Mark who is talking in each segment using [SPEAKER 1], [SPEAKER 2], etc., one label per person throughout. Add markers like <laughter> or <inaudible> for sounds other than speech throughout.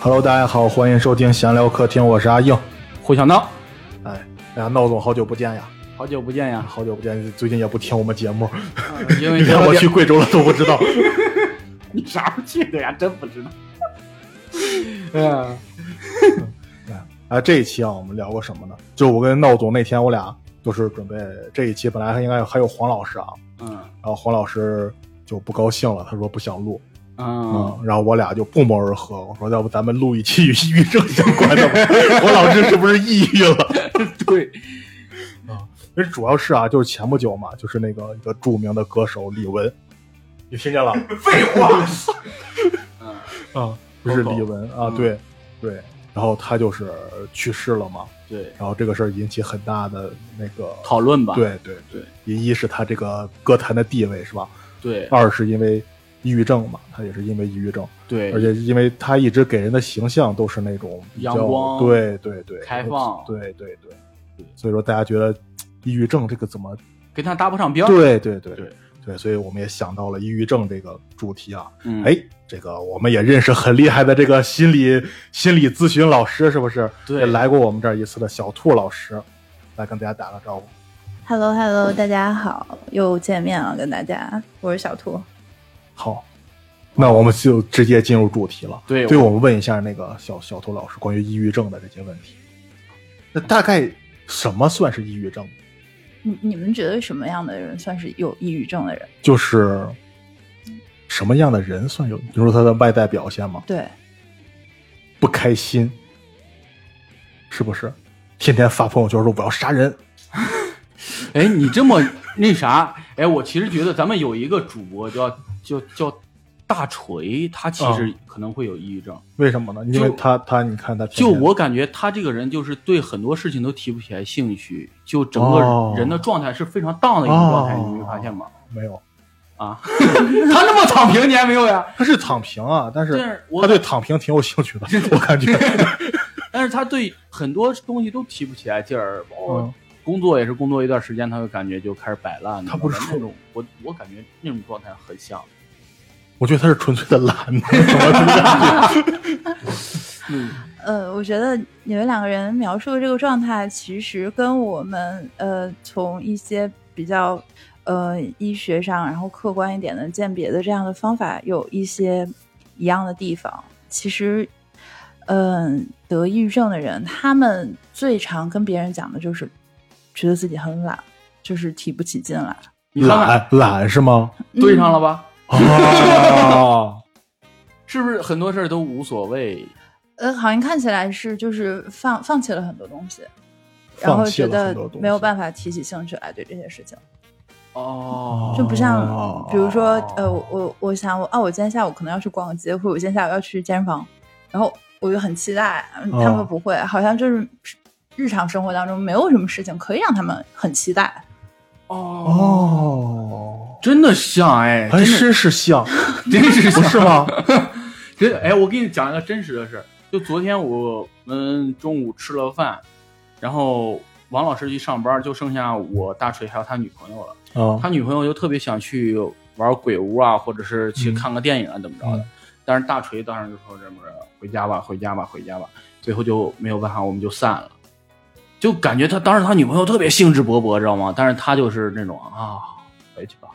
[SPEAKER 1] Hello，大家好，欢迎收听闲聊客厅，我是阿硬。
[SPEAKER 2] 胡小闹，
[SPEAKER 1] 哎，哎呀，闹总，好久不见呀，
[SPEAKER 2] 好久不见呀！
[SPEAKER 1] 好久不见，最近也不听我们节目，
[SPEAKER 2] <laughs> 因为
[SPEAKER 1] 你 <laughs> 连我去贵州了都不知道。 <laughs>
[SPEAKER 2] <laughs> 你啥时候去的呀？真不知 <laughs> 道。
[SPEAKER 1] 哎，这一期啊，我们聊过什么呢？就我跟闹总那天，我俩就是准备这一期本来还应该还有黄老师啊，
[SPEAKER 2] 嗯
[SPEAKER 1] 然后黄老师就不高兴了，他说不想录，
[SPEAKER 2] 嗯，
[SPEAKER 1] 嗯，然后我俩就不谋而合，我说要不咱们录一期与抑郁症相关的吧？ <laughs> 黄老师是不是抑郁了？ <laughs>
[SPEAKER 2] 对，
[SPEAKER 1] 其实主要是啊，就是前不久嘛，就是那个一个著名的歌手李玟，你听见了？
[SPEAKER 2] <laughs> 废 <laughs> 话。嗯
[SPEAKER 1] 啊，就是李玟啊，
[SPEAKER 2] 嗯
[SPEAKER 1] 对对，然后他就是去世了嘛，
[SPEAKER 2] 对，
[SPEAKER 1] 然后这个事儿引起很大的那个，
[SPEAKER 2] 讨论吧。
[SPEAKER 1] 对对
[SPEAKER 2] 对，
[SPEAKER 1] 一一是他这个歌坛的地位是吧？
[SPEAKER 2] 对
[SPEAKER 1] 二是因为抑郁症嘛，他也是因为抑郁症，
[SPEAKER 2] 对，
[SPEAKER 1] 而且因为他一直给人的形象都是那种比较
[SPEAKER 2] 阳光
[SPEAKER 1] 对对对，
[SPEAKER 2] 开放
[SPEAKER 1] 对对对，所以说大家觉得嘖抑郁症这个怎么？
[SPEAKER 2] 跟他搭不上边儿。
[SPEAKER 1] 对对对
[SPEAKER 2] 对
[SPEAKER 1] 对，所以我们也想到了抑郁症这个主题啊，
[SPEAKER 2] 嗯，
[SPEAKER 1] 哎，这个我们也认识很厉害的这个心理心理咨询老师，是不是？
[SPEAKER 2] 对
[SPEAKER 1] 也来过我们这儿一次的小兔老师，来跟大家打个招呼。
[SPEAKER 3] h e l l o h e l l o 大家好，又见面了，跟大家，我是小兔。
[SPEAKER 1] 好，那我们就直接进入主题了。
[SPEAKER 2] 对
[SPEAKER 1] 对我们问一下那个小小兔老师关于抑郁症的这些问题。那大概什么算是抑郁症？
[SPEAKER 3] 你你们觉得什么样的人算是有抑郁症的人？
[SPEAKER 1] 就是什么样的人算有？比如说他的外在表现吗？
[SPEAKER 3] 对，
[SPEAKER 1] 不开心，是不是？天天发朋友圈说我要杀人，
[SPEAKER 2] 哎，你这么那啥，哎，我其实觉得咱们有一个主播叫叫叫大锤，他其实可能会有抑郁症。
[SPEAKER 1] 为什么呢？因为他他你看他天
[SPEAKER 2] 就
[SPEAKER 1] 天
[SPEAKER 2] 我感觉他这个人就是对很多事情都提不起来兴趣，就整
[SPEAKER 1] 哦
[SPEAKER 2] 个人的状态是非常 down 的一个状态，
[SPEAKER 1] 哦
[SPEAKER 2] 你没发现吗？
[SPEAKER 1] 没有，
[SPEAKER 2] 啊， <laughs> 他那么躺平，你还没有呀？
[SPEAKER 1] 他是躺平啊，但
[SPEAKER 2] 但
[SPEAKER 1] 是
[SPEAKER 2] 是我
[SPEAKER 1] 他对躺平挺有兴趣的，我感
[SPEAKER 3] <laughs>
[SPEAKER 1] 觉。
[SPEAKER 2] 但是他对很多东西都提不起来劲儿，包
[SPEAKER 1] 嗯
[SPEAKER 2] 括工作也是工作一段时间，他就感觉就开始摆烂。
[SPEAKER 1] 他不是
[SPEAKER 2] 你知道吗
[SPEAKER 1] 说
[SPEAKER 2] 那种，我我感觉那种状态很像，
[SPEAKER 1] 我觉得他是纯粹的懒，怎么这么感觉？
[SPEAKER 2] 嗯，
[SPEAKER 3] 呃，我觉得你们两个人描述的这个状态，其实跟我们呃从一些比较呃医学上，然后客观一点的鉴别的这样的方法有一些一样的地方。其实，嗯、得抑郁症的人，他们最常跟别人讲的就是觉得自己很懒，就是提不起劲来。
[SPEAKER 2] <laughs> 你看看
[SPEAKER 1] 懒懒是吗？
[SPEAKER 3] 嗯
[SPEAKER 2] 对上了吧？
[SPEAKER 1] 啊，
[SPEAKER 2] <laughs> 是不是很多事儿都无所谓？
[SPEAKER 3] 呃，好像看起来是就是放放弃了很多东西，然
[SPEAKER 1] 放
[SPEAKER 3] 后
[SPEAKER 1] 弃
[SPEAKER 3] 觉
[SPEAKER 1] 了很
[SPEAKER 3] 得
[SPEAKER 1] 多东西，
[SPEAKER 3] 没有办法提起兴趣来对这些事情，
[SPEAKER 2] 哦，
[SPEAKER 3] 就不像、
[SPEAKER 1] 哦
[SPEAKER 3] 比如说呃，我我我想我啊，我今天下午可能要去逛个街，或者我今天下午要去健身房，然后我就很期待，嗯他
[SPEAKER 1] 哦
[SPEAKER 3] 们不会，好像就是日常生活当中没有什么事情可以让他们很期待，
[SPEAKER 2] 哦，
[SPEAKER 1] 哦，
[SPEAKER 2] 真的像哎，
[SPEAKER 1] 还
[SPEAKER 2] 真的
[SPEAKER 1] 真是像，
[SPEAKER 2] 真是
[SPEAKER 1] 不是吗？
[SPEAKER 2] 真哎，我给你讲一个真实的事儿，就昨天我们中午吃了饭，然后王老师去上班，就剩下我大锤还有他女朋友了。
[SPEAKER 1] <laughs> 啊
[SPEAKER 2] 他女朋友就特别想去玩鬼屋啊，或者是去看个电影啊，怎么着的。但是大锤当时就说这么着，回家吧，回家吧，回家吧。最后就没有办法，我们就散了。就感觉他当时他女朋友特别兴致勃勃，知道吗？但是他就是那种啊，回去吧，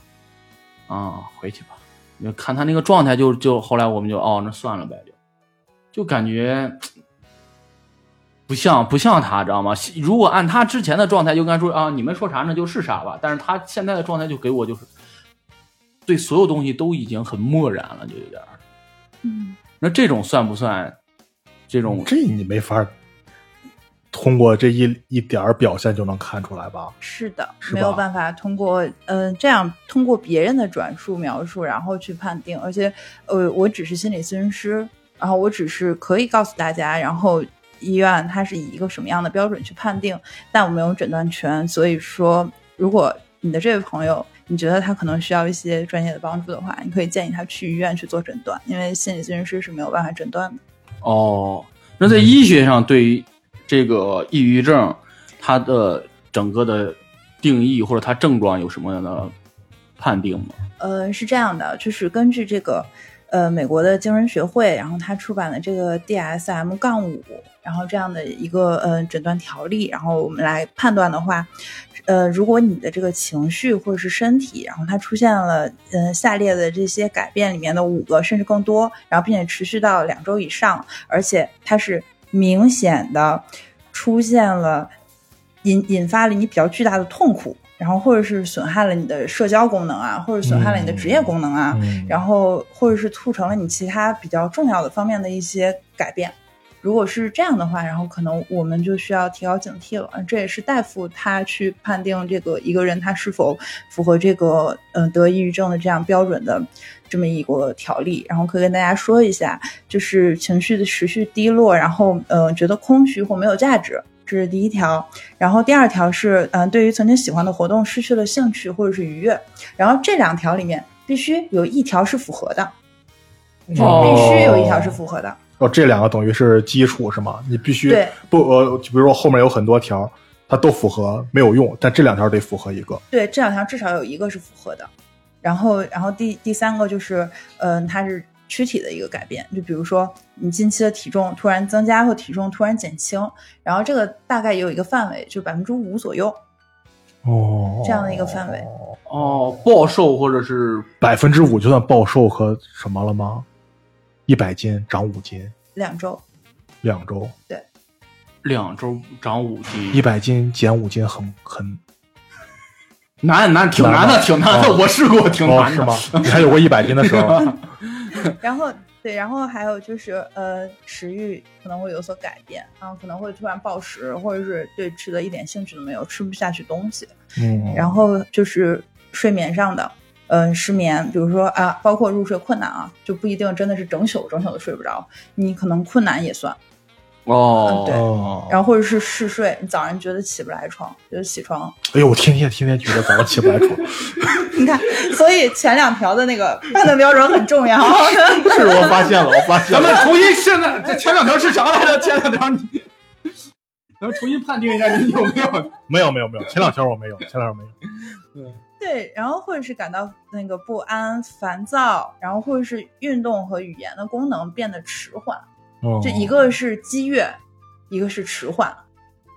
[SPEAKER 2] 啊，回去吧。你就看他那个状态就，就后来我们就哦，那算了呗，就就感觉不像不像他，知道吗？如果按他之前的状态，就应该说啊，你们说啥那就是啥吧。但是他现在的状态就给我就是对所有东西都已经很漠然了，就有点儿。
[SPEAKER 3] 嗯，
[SPEAKER 2] 那这种算不算这种？
[SPEAKER 1] 这你没法通过这一一点儿表现就能看出来吧？
[SPEAKER 3] 是的，
[SPEAKER 1] 是
[SPEAKER 3] 没有
[SPEAKER 1] 吧
[SPEAKER 3] 办法通过嗯、呃这样通过别人的转述描述，然后去判定。而且呃，我只是心理咨询师，然后我只是可以告诉大家，然后医院它是以一个什么样的标准去判定，但我没有诊断权。所以说，如果你的这位朋友你觉得他可能需要一些专业的帮助的话，你可以建议他去医院去做诊断，因为心理咨询师是没有办法诊断的。
[SPEAKER 2] 哦，那在医学上对于这个抑郁症，它的整个的定义或者它症状有什么样的判定吗？
[SPEAKER 3] 呃，是这样的，就是根据这个呃美国的精神学会，然后他出版了这个 DSM 杠五，然后这样的一个呃诊断条例，然后我们来判断的话，呃，如果你的这个情绪或者是身体，然后它出现了呃下列的这些改变里面的五个甚至更多，然后并且持续到两周以上，而且它是明显的出现了引引发了你比较巨大的痛苦。然后或者是损害了你的社交功能啊，或者损害了你的职业功能啊，
[SPEAKER 1] 嗯
[SPEAKER 3] 然后或者是促成了你其他比较重要的方面的一些改变。如果是这样的话，然后可能我们就需要提高警惕了。啊这也是大夫他去判定这个一个人他是否符合这个嗯、呃、得抑郁症的这样标准的这么一个条例。然后可以跟大家说一下，就是情绪的持续低落，然后呃觉得空虚或没有价值，这是第一条。然后第二条是，嗯、对于曾经喜欢的活动失去了兴趣或者是愉悦。然后这两条里面必须有一条是符合的，就是必须有一条是符合的。
[SPEAKER 1] 哦，这两个等于是基础是吗？你必须
[SPEAKER 3] 对
[SPEAKER 1] 不呃，就比如说后面有很多条，它都符合没有用，但这两条得符合一个。
[SPEAKER 3] 对，这两条至少有一个是符合的。然后，然后第第三个就是，嗯、它是躯体的一个改变，就比如说你近期的体重突然增加或体重突然减轻，然后这个大概也有一个范围，就百分之五左右。
[SPEAKER 1] 哦
[SPEAKER 3] 这样的一个范围
[SPEAKER 2] 哦，暴瘦或者是
[SPEAKER 1] 百分之五就算暴瘦和什么了吗？一百斤长五斤，
[SPEAKER 3] 两周，
[SPEAKER 1] 两周
[SPEAKER 2] 两周长五斤，
[SPEAKER 1] 一百斤减五斤很很
[SPEAKER 2] 难难挺难
[SPEAKER 1] 难
[SPEAKER 2] 的，
[SPEAKER 1] 吗
[SPEAKER 2] 挺难的，
[SPEAKER 1] 哦
[SPEAKER 2] 我试过，挺
[SPEAKER 1] 哦
[SPEAKER 2] 难
[SPEAKER 1] 是
[SPEAKER 2] 的。
[SPEAKER 1] 吗？你还有过一百斤的 <laughs> 时候，
[SPEAKER 3] 然后对，然后还有就是呃，食欲可能会有所改变，然后可能会突然暴食，或者是对吃的一点兴趣都没有，吃不下去东西。
[SPEAKER 1] 嗯，
[SPEAKER 3] 然后就是睡眠上的，嗯、失眠，比如说啊，包括入睡困难啊，就不一定真的是整宿整宿的睡不着，你可能困难也算，
[SPEAKER 2] 哦
[SPEAKER 3] 嗯，对
[SPEAKER 1] 哦，
[SPEAKER 3] 然后或者是嗜睡，你早上觉得起不来床，觉得起床， <laughs>
[SPEAKER 1] 哎呦，我天天天天觉得早上起不来床，
[SPEAKER 3] 你看，所以前两条的那个判断标准很重要。 <laughs>
[SPEAKER 1] 是我发现了，哦我发现
[SPEAKER 2] 咱们
[SPEAKER 1] 了，
[SPEAKER 2] 重新现在这前两条是啥来着？前两条你， <laughs> 咱们重新判定一下你有没有？
[SPEAKER 1] 没有没有没有，前两条我没有，前两条没有，
[SPEAKER 3] 对，然后或者是感到那个不安、烦躁，然后或者是运动和语言的功能变得迟缓，
[SPEAKER 1] 哦
[SPEAKER 3] 就一个是激越，一个是迟缓。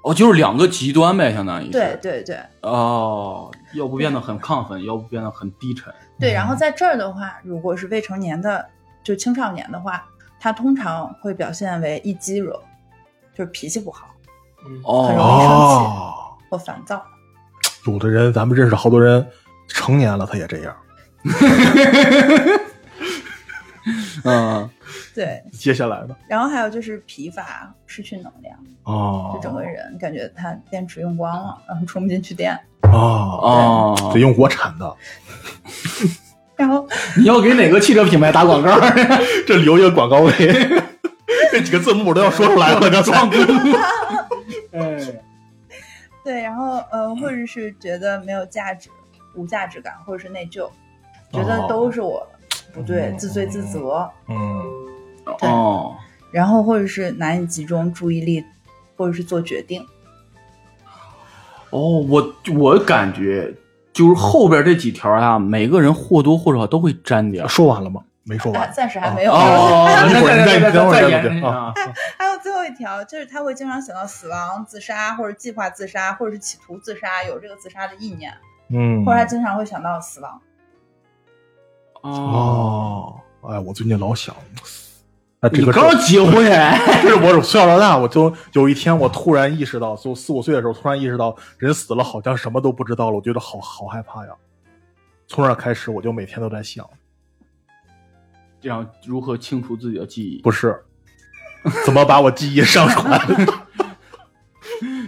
[SPEAKER 2] 哦，就是两个极端呗，相当于是
[SPEAKER 3] 对对对。
[SPEAKER 2] 哦，要不变得很亢奋，要不变得很低沉。
[SPEAKER 3] 对，
[SPEAKER 1] 嗯
[SPEAKER 3] 然后在这儿的话，如果是未成年的，就青少年的话，他通常会表现为易激惹，就是脾气不好很容易
[SPEAKER 2] 哦，
[SPEAKER 1] 哦，
[SPEAKER 3] 或烦躁。
[SPEAKER 1] 有的人咱们认识好多人，成年了他也这样。
[SPEAKER 2] 嗯，
[SPEAKER 3] 对，
[SPEAKER 1] 接下来的
[SPEAKER 3] 然后还有就是疲乏、失去能量，
[SPEAKER 1] 哦
[SPEAKER 3] 就整个人感觉他电池用光了，然后充不进去电，
[SPEAKER 1] 哦
[SPEAKER 2] 哦，
[SPEAKER 1] 得用国产的，
[SPEAKER 3] 然后
[SPEAKER 2] 你要给哪个汽车品牌打广告？
[SPEAKER 1] <laughs> 这留一个广告位，这几个字母都要 <laughs> 说出来了，刚 <laughs> 才。
[SPEAKER 2] 哎，
[SPEAKER 3] 对，然后呃，或者是觉得没有价值、无价值感，或者是内疚，觉得
[SPEAKER 1] 哦
[SPEAKER 3] 都是我不对，
[SPEAKER 1] 嗯
[SPEAKER 3] 自罪自责，
[SPEAKER 1] 嗯，
[SPEAKER 2] 哦，
[SPEAKER 3] 然后或者是难以集中注意力，或者是做决定。
[SPEAKER 2] 哦，我我感觉就是后边这几条啊，每个人或多或少都会沾点儿。
[SPEAKER 1] 说完了吗？没说
[SPEAKER 3] 啊，
[SPEAKER 1] 完。
[SPEAKER 3] 暂时还没有。
[SPEAKER 1] <laughs>
[SPEAKER 2] 哦，
[SPEAKER 1] 一会儿你再
[SPEAKER 2] 再
[SPEAKER 1] 等会儿
[SPEAKER 2] 再
[SPEAKER 1] 再
[SPEAKER 2] 延
[SPEAKER 1] 再
[SPEAKER 2] 伸啊。
[SPEAKER 3] 还有最后一条，就是他会经常想到死亡、自杀，或者计划自杀，或者是企图自杀，有这个自杀的意念，
[SPEAKER 1] 嗯
[SPEAKER 3] 或者他经常会想到死亡。
[SPEAKER 2] 哦，
[SPEAKER 1] 哦，哎，我最近老想，哎，这
[SPEAKER 2] 你
[SPEAKER 1] 个
[SPEAKER 2] 刚结婚
[SPEAKER 1] <laughs>
[SPEAKER 2] 哎？
[SPEAKER 1] 是我从小到大，我就有一天我突然意识到，就四五岁的时候突然意识到，人死了好像什么都不知道了，我觉得好好害怕呀。从那开始，我就每天都在想，
[SPEAKER 2] 这样如何清除自己的记忆？
[SPEAKER 1] 不是 <laughs> 怎么把我记忆上传？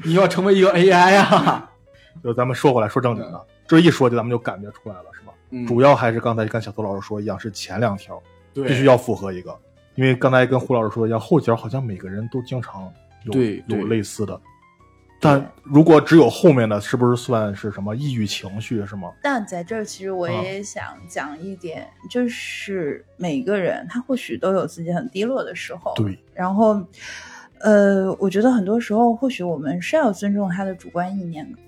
[SPEAKER 2] 你要成为一个 AI 啊！
[SPEAKER 1] <laughs> 就咱们说回来，说正经的，这一说就咱们就感觉出来了，是吧？主要还是刚才跟小苏老师说一样，是前两条
[SPEAKER 2] 嗯对
[SPEAKER 1] 必须要符合一个，因为刚才跟胡老师说的一样，后脚好像每个人都经常有
[SPEAKER 2] 对
[SPEAKER 1] 有
[SPEAKER 2] 对
[SPEAKER 1] 类似的，但如果只有后面的，是不是算是什么抑郁情绪是吗？
[SPEAKER 3] 但在这儿，其实我
[SPEAKER 1] 嗯
[SPEAKER 3] 也想讲一点，就是每个人他或许都有自己很低落的时候，
[SPEAKER 1] 对，
[SPEAKER 3] 然后，呃，我觉得很多时候，或许我们是要尊重他的主观意念的。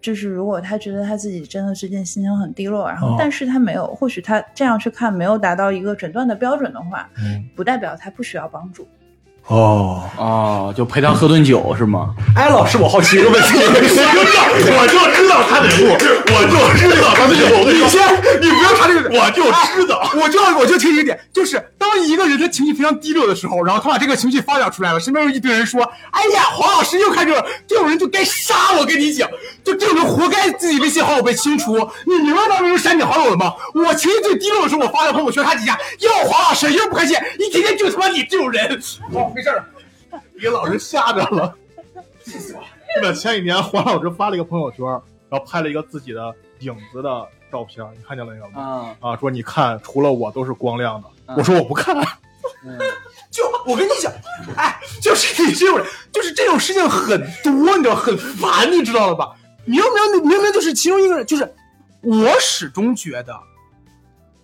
[SPEAKER 3] 就是如果他觉得他自己真的最近心情很低落，然后
[SPEAKER 1] 哦
[SPEAKER 3] 但是他没有，或许他这样去看没有达到一个诊断的标准的话，
[SPEAKER 1] 嗯，
[SPEAKER 3] 不代表他不需要帮助。
[SPEAKER 1] 哦，
[SPEAKER 2] 哦，就陪他喝顿酒是吗？
[SPEAKER 1] 哎，老师，我好奇一个 <laughs> 问题，我就知道，我就知道他得录，我就知道他得录。
[SPEAKER 4] 你先，你不要查这个，
[SPEAKER 1] 我就知道，
[SPEAKER 4] 我就要我就提一点，就是当一个人的情绪非常低落的时候，然后他把这个情绪发表出来了，身边有一堆人说：“哎呀，黄老师又开始了，这种人就该杀！”我跟你讲，就这种人活该自己微信好友被清除。你明白当时删你好友了吗？我情绪最低落的时候，我发了朋友圈，他底下又黄老师又不开心，一天天就他妈你这种人。哦，没事了，
[SPEAKER 1] 你给老师吓着了。 <laughs> 记得前几年黄老师发了一个朋友圈，然后拍了一个自己的影子的照片，你看见了没
[SPEAKER 3] 嗯
[SPEAKER 1] 有？
[SPEAKER 2] 啊，
[SPEAKER 1] 啊，说你看，除了我都是光亮的。
[SPEAKER 2] 嗯
[SPEAKER 1] 我说我不看，啊
[SPEAKER 2] 嗯
[SPEAKER 4] 就我跟你讲，哎，就是你这种人，就是这种事情很多，你知道，很烦，你知道了吧？明明明明就是其中一个人，就是我始终觉得，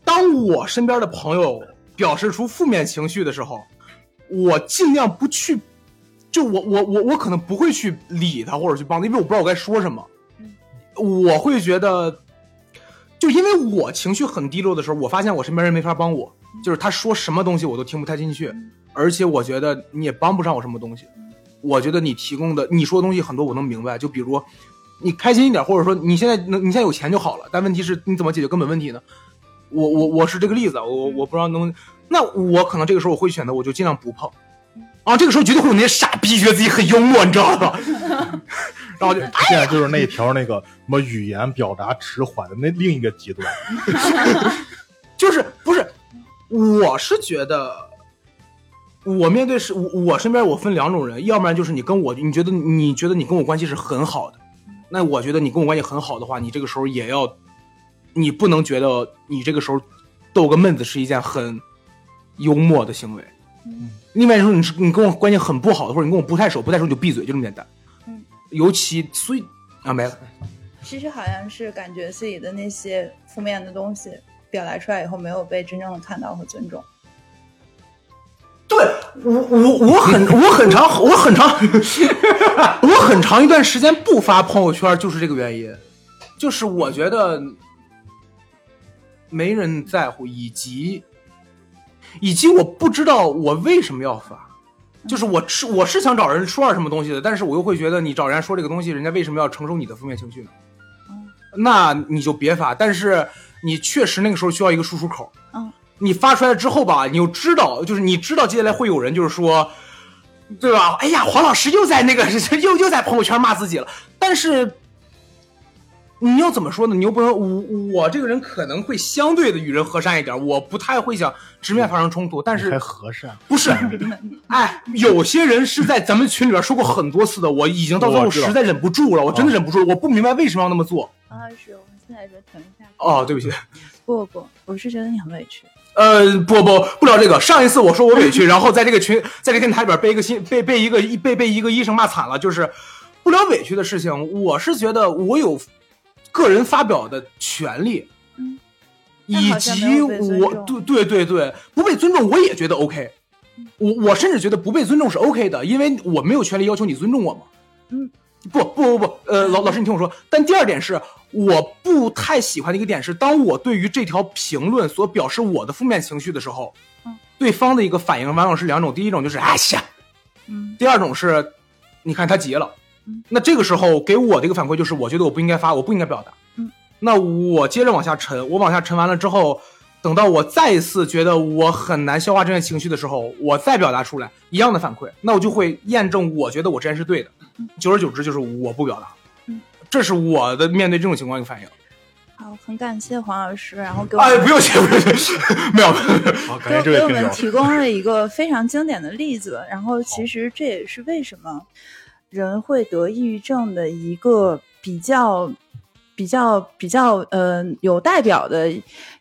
[SPEAKER 4] 当我身边的朋友表示出负面情绪的时候，我尽量不去，就我我我我可能不会去理他或者去帮他，因为我不知道我该说什么。我会觉得，就因为我情绪很低落的时候，我发现我身边人没法帮我，就是他说什么东西我都听不太进去，而且我觉得你也帮不上我什么东西。我觉得你提供的你说的东西很多我能明白，就比如你开心一点，或者说你现在能你现在有钱就好了，但问题是你怎么解决根本问题呢？我我我是这个例子啊，我我不知道能，那我可能这个时候我会选择我就尽量不碰，啊，这个时候绝对会有那些傻逼觉得自己很幽默，你知道吧？然后就
[SPEAKER 1] 现在就是那条那个什么语言表达迟缓的那另一个极
[SPEAKER 3] <laughs>
[SPEAKER 1] 端。
[SPEAKER 4] 就是不是，我是觉得，我面对是我我身边我分两种人，要不然就是你跟我，你觉得你觉得你跟我关系是很好的，那我觉得你跟我关系很好的话，你这个时候也要，你不能觉得你这个时候逗个闷子是一件很幽默的行为。
[SPEAKER 3] 嗯
[SPEAKER 4] 另外一种你是你跟我关系很不好的，或者你跟我不太熟，不太熟你就闭嘴，就这么简单。
[SPEAKER 3] 嗯
[SPEAKER 4] 尤其所以啊没了，
[SPEAKER 3] 其实好像是感觉自己的那些负面的东西表达出来以后，没有被真正的看到和尊重。
[SPEAKER 4] 对我我我很我很长我很长 <laughs> 我很长一段时间不发朋友圈，就是这个原因，就是我觉得没人在乎，以及以及我不知道我为什么要发。就是我是我是想找人说点什么东西的，但是我又会觉得你找人家说这个东西，人家为什么要承受你的负面情绪呢？那你就别发，但是你确实那个时候需要一个输出口。
[SPEAKER 3] 嗯，
[SPEAKER 4] 你发出来之后吧，你又知道，就是你知道接下来会有人就是说，对吧？哎呀，黄老师又在那个 <laughs> 又又在朋友圈骂自己了，但是。你要怎么说呢？你又不能我我这个人可能会相对的与人和善一点，我不太会想直面发生冲突，但是
[SPEAKER 1] 还和善，
[SPEAKER 4] 不是，哎，有些人是在咱们群里边说过很多次的，我已经到最后
[SPEAKER 1] 我知道
[SPEAKER 4] 实在忍不住了，我真的忍不住了，我不明白为什么要那么做。
[SPEAKER 3] 啊，是我们现在说停一下。
[SPEAKER 4] 哦，对不起，
[SPEAKER 3] 不不，我是觉得你很委屈。
[SPEAKER 4] 呃，不不不聊这个。上一次我说我委屈，然后在这个群，在这个电台里边被一个新被被一个被被一个医生骂惨了，就是不聊委屈的事情。我是觉得我有个人发表的权利，
[SPEAKER 3] 嗯
[SPEAKER 4] 以及
[SPEAKER 3] 但好像没有被尊
[SPEAKER 4] 我
[SPEAKER 3] 重
[SPEAKER 4] 对对对对不被尊重，我也觉得 OK。我我甚至觉得不被尊重是 OK 的，因为我没有权利要求你尊重我嘛。
[SPEAKER 3] 嗯，
[SPEAKER 4] 不不不不，呃，老老师你听我说。但第二点是，我不太喜欢的一个点是，当我对于这条评论所表示我的负面情绪的时候，
[SPEAKER 3] 嗯
[SPEAKER 4] 对方的一个反应往往是两种，第一种就是哎呀，
[SPEAKER 3] 嗯
[SPEAKER 4] 第二种是，你看他急了
[SPEAKER 3] 嗯，
[SPEAKER 4] 那这个时候给我的一个反馈就是，我觉得我不应该发，我不应该表达。
[SPEAKER 3] 嗯，
[SPEAKER 4] 那我接着往下沉，我往下沉完了之后，等到我再一次觉得我很难消化这些情绪的时候，我再表达出来一样的反馈，那我就会验证我觉得我之前是对的。久而久之就是我不表达
[SPEAKER 3] 嗯，
[SPEAKER 4] 这是我的面对这种情况一个反应。
[SPEAKER 3] 好，很感谢黄老师，然后给我
[SPEAKER 4] 哎，
[SPEAKER 3] 们、
[SPEAKER 4] 不用谢，不用谢，没有，没有
[SPEAKER 1] 好，感
[SPEAKER 3] 给
[SPEAKER 1] 谢这
[SPEAKER 3] 我给
[SPEAKER 1] 位
[SPEAKER 3] 我
[SPEAKER 1] 听
[SPEAKER 3] 们
[SPEAKER 1] 友。
[SPEAKER 3] 提供了一个非常经典的例子。然后其实这也是为什么人会得抑郁症的一个比较比较比较呃有代表的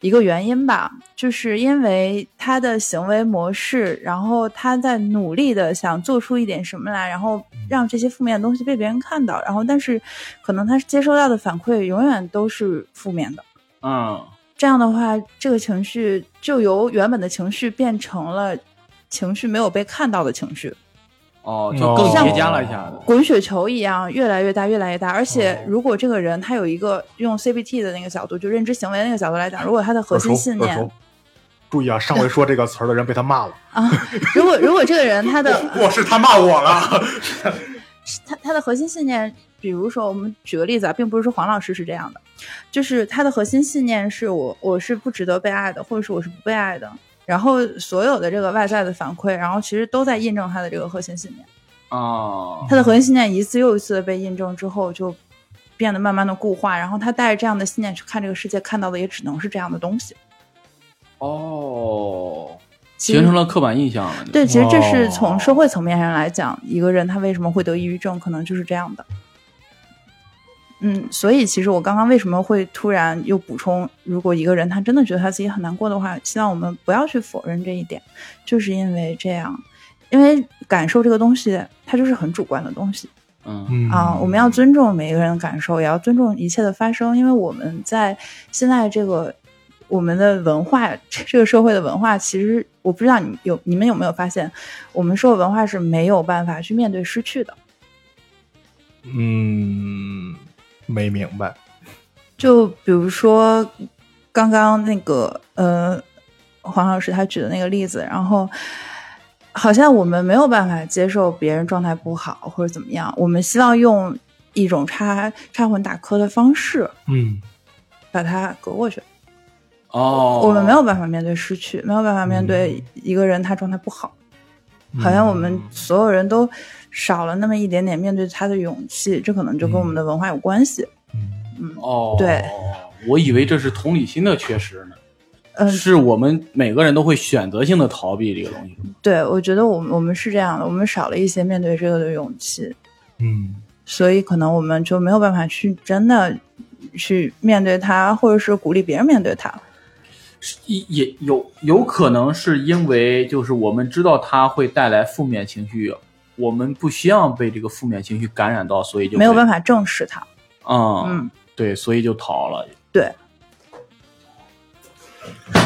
[SPEAKER 3] 一个原因吧，就是因为他的行为模式，然后他在努力的想做出一点什么来，然后让这些负面的东西被别人看到，然后但是可能他接收到的反馈永远都是负面的。
[SPEAKER 2] 嗯，
[SPEAKER 3] 这样的话，这个情绪就由原本的情绪变成了情绪没有被看到的情绪。
[SPEAKER 2] 哦，
[SPEAKER 1] 嗯
[SPEAKER 2] 就更
[SPEAKER 1] 像
[SPEAKER 2] 叠加了一下子。
[SPEAKER 3] 滚雪球一样越来越大，越来越大。而且，如果这个人他有一个用 CBT 的那个角度，就认知行为那个角度来讲，如果他的核
[SPEAKER 1] 耳熟
[SPEAKER 3] 心信
[SPEAKER 1] 耳
[SPEAKER 3] 念
[SPEAKER 1] 熟。注意啊，上回说这个词儿的人被他骂了，
[SPEAKER 3] 啊，如果如果这个人他的
[SPEAKER 1] <laughs> 我是他骂我了。
[SPEAKER 3] 他他的核心信念，比如说我们举个例子啊，并不是说黄老师是这样的，就是他的核心信念是我我是不值得被爱的，或者是我是不被爱的。然后所有的这个外在的反馈，然后其实都在印证他的这个核心信念。
[SPEAKER 2] 哦，
[SPEAKER 3] 他的核心信念一次又一次的被印证之后，就变得慢慢的固化，然后他带着这样的信念去看这个世界，看到的也只能是这样的东西。
[SPEAKER 2] 哦，
[SPEAKER 3] 其实
[SPEAKER 2] 形成了刻板印象了。
[SPEAKER 3] 对，其实这是
[SPEAKER 1] 哦
[SPEAKER 3] 从社会层面上来讲，一个人他为什么会得抑郁症，可能就是这样的。嗯，所以其实我刚刚为什么会突然又补充，如果一个人他真的觉得他自己很难过的话，希望我们不要去否认这一点，就是因为这样，因为感受这个东西，它就是很主观的东西。
[SPEAKER 2] 嗯
[SPEAKER 1] 嗯
[SPEAKER 3] 啊，我们要尊重每一个人的感受，也要尊重一切的发生，因为我们在现在这个我们的文化，这个社会的文化，其实我不知道你们有你们有没有发现，我们社会文化是没有办法去面对失去的。
[SPEAKER 1] 嗯，没明白。
[SPEAKER 3] 就比如说刚刚那个呃，黄老师他举的那个例子，然后好像我们没有办法接受别人状态不好或者怎么样，我们希望用一种插插魂打磕的方式
[SPEAKER 1] 嗯
[SPEAKER 3] 把它隔过去。
[SPEAKER 2] 哦，
[SPEAKER 3] 我们没有办法面对失去，没有办法面对一个人他状态不好，
[SPEAKER 1] 嗯
[SPEAKER 3] 好像我们所有人都少了那么一点点面对他的勇气，这可能就跟我们的文化有关系。
[SPEAKER 2] 哦，
[SPEAKER 3] 对，
[SPEAKER 2] 我以为这是同理心的缺失呢，
[SPEAKER 3] 嗯，
[SPEAKER 2] 是我们每个人都会选择性的逃避这个东西。
[SPEAKER 3] 对，我觉得我们我们是这样的，我们少了一些面对这个的勇气，
[SPEAKER 1] <laughs> 嗯
[SPEAKER 3] 所以可能我们就没有办法去真的去面对他，或者是鼓励别人面对他。
[SPEAKER 2] 是也也有有可能是因为就是我们知道它会带来负面情绪，我们不希望被这个负面情绪感染到，所以就
[SPEAKER 3] 没有办
[SPEAKER 2] 法。
[SPEAKER 3] 法正视他，
[SPEAKER 2] 嗯，
[SPEAKER 3] 嗯，
[SPEAKER 2] 对，所以就逃了。
[SPEAKER 3] 对，
[SPEAKER 4] <laughs>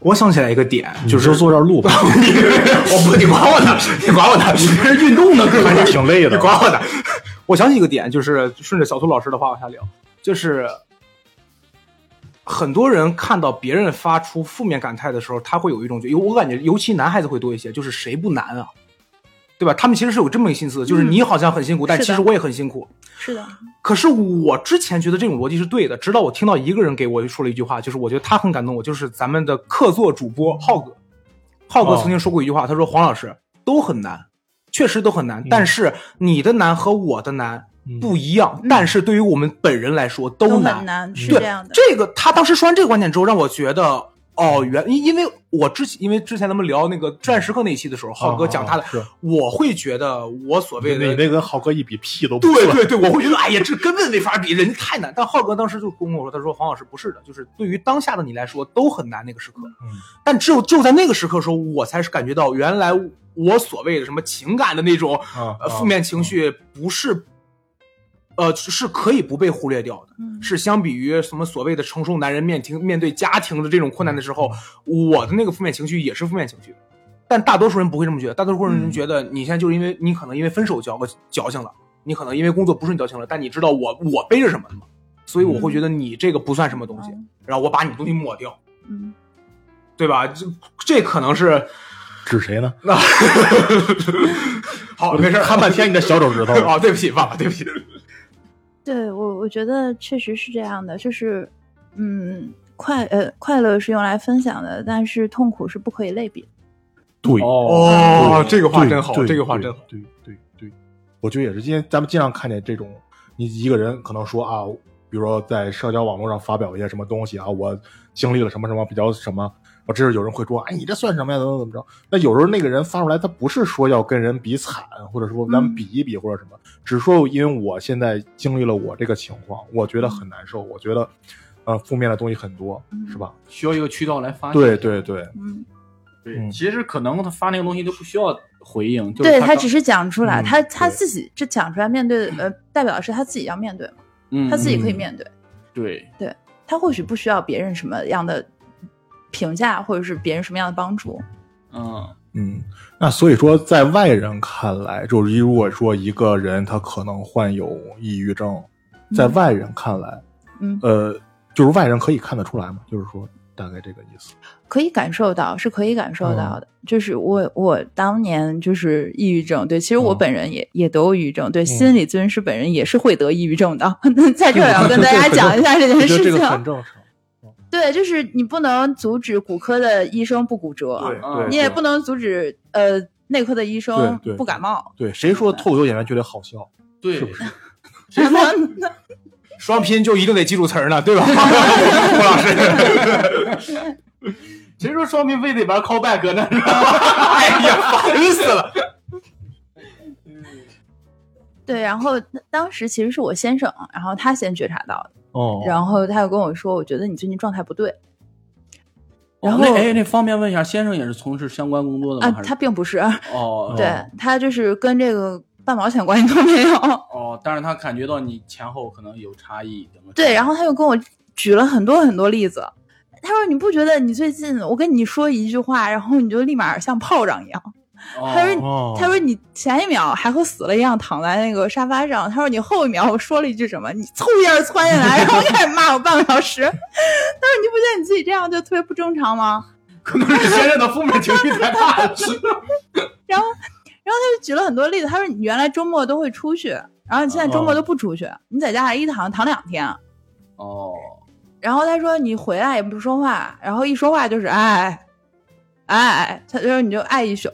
[SPEAKER 4] 我想起来一个点，
[SPEAKER 1] 就
[SPEAKER 4] 就是是
[SPEAKER 1] 坐这儿录吧，
[SPEAKER 4] 嗯 <laughs> 我不，你管我呢，你管我呢，你这是运动呢，哥
[SPEAKER 1] 反正挺累的 <laughs>
[SPEAKER 4] 你。管我呢。 <laughs> 我想起一个点，就是顺着小兔老师的话往下聊，就是很多人看到别人发出负面感慨的时候，他会有一种，有我感觉，尤其男孩子会多一些，就是谁不难啊，对吧？他们其实是有这么一个心思的，就是你好像很辛苦，但
[SPEAKER 3] 嗯是的
[SPEAKER 4] 其实我也很辛苦。
[SPEAKER 3] 是的，
[SPEAKER 4] 可是我之前觉得这种逻辑是对的，直到我听到一个人给我说了一句话，就是我觉得他很感动我，就是咱们的客座主播浩哥，浩哥
[SPEAKER 1] 哦
[SPEAKER 4] 曾经说过一句话，他说黄老师都很难，确实都很难，但是你的难和我的难
[SPEAKER 1] 嗯
[SPEAKER 4] 不一样，但是对于我们本人来说都
[SPEAKER 3] 很
[SPEAKER 4] 难，
[SPEAKER 3] 难，是
[SPEAKER 4] 对，
[SPEAKER 3] 这样的，
[SPEAKER 4] 这个他当时说完这个观点之后，让我觉得。
[SPEAKER 1] 嗯
[SPEAKER 4] 哦，原因因为我之前因为之前咱们聊那个战时刻那一期的时候，浩哥讲他的，
[SPEAKER 1] 哦是
[SPEAKER 4] 我会觉得我所谓的
[SPEAKER 1] 你那跟浩哥一比，屁都不
[SPEAKER 4] 对
[SPEAKER 1] 算
[SPEAKER 4] 对对，我会觉得哎呀，这根本没法比，人家太难。但浩哥当时就跟我说，他说黄老师不是的，就是对于当下的你来说都很难那个时刻。
[SPEAKER 1] 嗯
[SPEAKER 4] 但只有只有在那个时刻的时候，我才是感觉到原来我所谓的什么情感的那种
[SPEAKER 1] 啊
[SPEAKER 4] 呃负面情绪
[SPEAKER 1] 嗯
[SPEAKER 4] 不是，呃是可以不被忽略掉的。
[SPEAKER 3] 嗯
[SPEAKER 4] 是相比于什么所谓的成熟男人面听面对家庭的这种困难的时候，
[SPEAKER 1] 嗯
[SPEAKER 4] 我的那个负面情绪也是负面情绪，但大多数人不会这么觉得，大多数人
[SPEAKER 1] 嗯
[SPEAKER 4] 觉得你现在就是因为你可能因为分手矫个矫情了，你可能因为工作不顺矫情了，但你知道我我背着什么吗？所以我会觉
[SPEAKER 1] 嗯
[SPEAKER 4] 得你这个不算什么东西，
[SPEAKER 3] 嗯
[SPEAKER 4] 然后我把你东西抹掉，
[SPEAKER 3] 嗯，
[SPEAKER 4] 对吧？这这可能是 <laughs>
[SPEAKER 1] 指谁呢？
[SPEAKER 4] 那好，哦没事儿，
[SPEAKER 1] 看半天你的小手指头
[SPEAKER 4] 哦，对不起，爸爸，对不起，
[SPEAKER 3] 对我，我觉得确实是这样的，就是，嗯，快呃，快乐是用来分享的，但是痛苦是不可以类比的。
[SPEAKER 1] 对
[SPEAKER 2] 哦，
[SPEAKER 4] 哦，这个话
[SPEAKER 1] 对
[SPEAKER 4] 真好，
[SPEAKER 1] 对
[SPEAKER 4] 这个话
[SPEAKER 1] 对
[SPEAKER 4] 真好。
[SPEAKER 1] 对对对，我觉得也是，今天咱们经常看见这种，你一个人可能说啊，比如说在社交网络上发表一些什么东西啊，我经历了什么什么比较什么，我这是有人会说，哎，你这算什么呀？怎么怎么着？那有时候那个人发出来，他不是说要跟人比惨，或者说咱
[SPEAKER 4] 嗯
[SPEAKER 1] 们比一比或者什么，只是说因为我现在经历了我这个情况，我觉得很难受，我觉得，呃，负面的东西很多，是吧？
[SPEAKER 2] 需要一个渠道来发泄。
[SPEAKER 1] 对对对，
[SPEAKER 3] 嗯，
[SPEAKER 2] 对，
[SPEAKER 1] 嗯
[SPEAKER 2] 其实可能他发那个东西都不需要回应，就是
[SPEAKER 3] 对
[SPEAKER 2] 他
[SPEAKER 3] 他只是讲出来，
[SPEAKER 1] 嗯
[SPEAKER 3] 他他
[SPEAKER 1] 对
[SPEAKER 3] 自己这讲出来，面对呃，代表的是他自己要面对嘛，
[SPEAKER 2] 嗯
[SPEAKER 3] 他自己可以
[SPEAKER 1] 嗯
[SPEAKER 3] 面对，
[SPEAKER 2] 对
[SPEAKER 3] 他或许不需要别人什么样的评价，或者是别人什么样的帮助，
[SPEAKER 2] 嗯
[SPEAKER 1] 嗯，那所以说，在外人看来，就是如果说一个人他可能患有抑郁症，在外人看来，
[SPEAKER 3] 嗯
[SPEAKER 1] 呃，就是外人可以看得出来嘛，就是说大概这个意思。
[SPEAKER 3] 可以感受到，是可以感受到
[SPEAKER 1] 哦
[SPEAKER 3] 的。就是我我当年就是抑郁症，对，其实我
[SPEAKER 1] 嗯
[SPEAKER 3] 本人也、也得有抑郁症，
[SPEAKER 1] 哦
[SPEAKER 3] 对，心理咨询师本人也是会得抑郁症的。 <laughs> 在这儿要跟大家讲一下这
[SPEAKER 1] 我觉得
[SPEAKER 3] 件事
[SPEAKER 1] 这
[SPEAKER 3] 情
[SPEAKER 1] 个。很正
[SPEAKER 3] <laughs>
[SPEAKER 1] 常。
[SPEAKER 3] 对，就是你不能阻止骨科的医生不骨折，
[SPEAKER 1] 对
[SPEAKER 2] 嗯
[SPEAKER 3] 啊你也不能阻止呃内科的医生
[SPEAKER 1] 对对
[SPEAKER 3] 不感
[SPEAKER 1] <laughs>
[SPEAKER 3] 冒。
[SPEAKER 1] 对，谁说脱口秀演员就得好笑？
[SPEAKER 2] 对，
[SPEAKER 1] 是不 <laughs> 是？
[SPEAKER 2] 谁说
[SPEAKER 4] 双拼就一定得记住词儿呢，对吧？ <laughs> 郭老师，
[SPEAKER 2] 谁说双拼非得玩 callback
[SPEAKER 1] <laughs>
[SPEAKER 2] 呢？
[SPEAKER 4] 哎呀，烦死了！
[SPEAKER 3] <laughs> 对，然后当时其实是我先生，然后他先觉察到的，
[SPEAKER 1] 哦，
[SPEAKER 3] 然后他又跟我说，我觉得你最近状态不对。然后
[SPEAKER 2] 那哎，那方便问一下，先生也是从事相关工作的
[SPEAKER 3] 啊
[SPEAKER 2] 吗？，还是
[SPEAKER 3] 他并不是，
[SPEAKER 2] 哦
[SPEAKER 3] 对他就是跟这个半毛钱关系都没有。 <laughs>
[SPEAKER 2] 哦，但是他感觉到你前后可能有差异，怎么
[SPEAKER 3] 对，然后他又跟我举了很多很多例子。他说：“你不觉得你最近我跟你说一句话，然后你就立马像炮仗一样？”
[SPEAKER 2] 哦
[SPEAKER 3] 他说你
[SPEAKER 1] 哦，
[SPEAKER 3] 他说：“你前一秒还和死了一样躺在那个沙发上，他说你后一秒我说了一句什么，你嗖一下窜进来，然后开始骂我半个小时。他 <laughs> 说你不觉得你自己这样就特别不正常吗？”
[SPEAKER 2] 可能是先生的负面情绪太大了，是
[SPEAKER 3] 然后，然后他就举了很多例子，他说你原来周末都会出去，然后你现在周末都不出去，你在家里一躺躺两天。
[SPEAKER 2] 哦，
[SPEAKER 3] 然后他说你回来也不说话，然后一说话就是哎哎，他说你就爱一宿。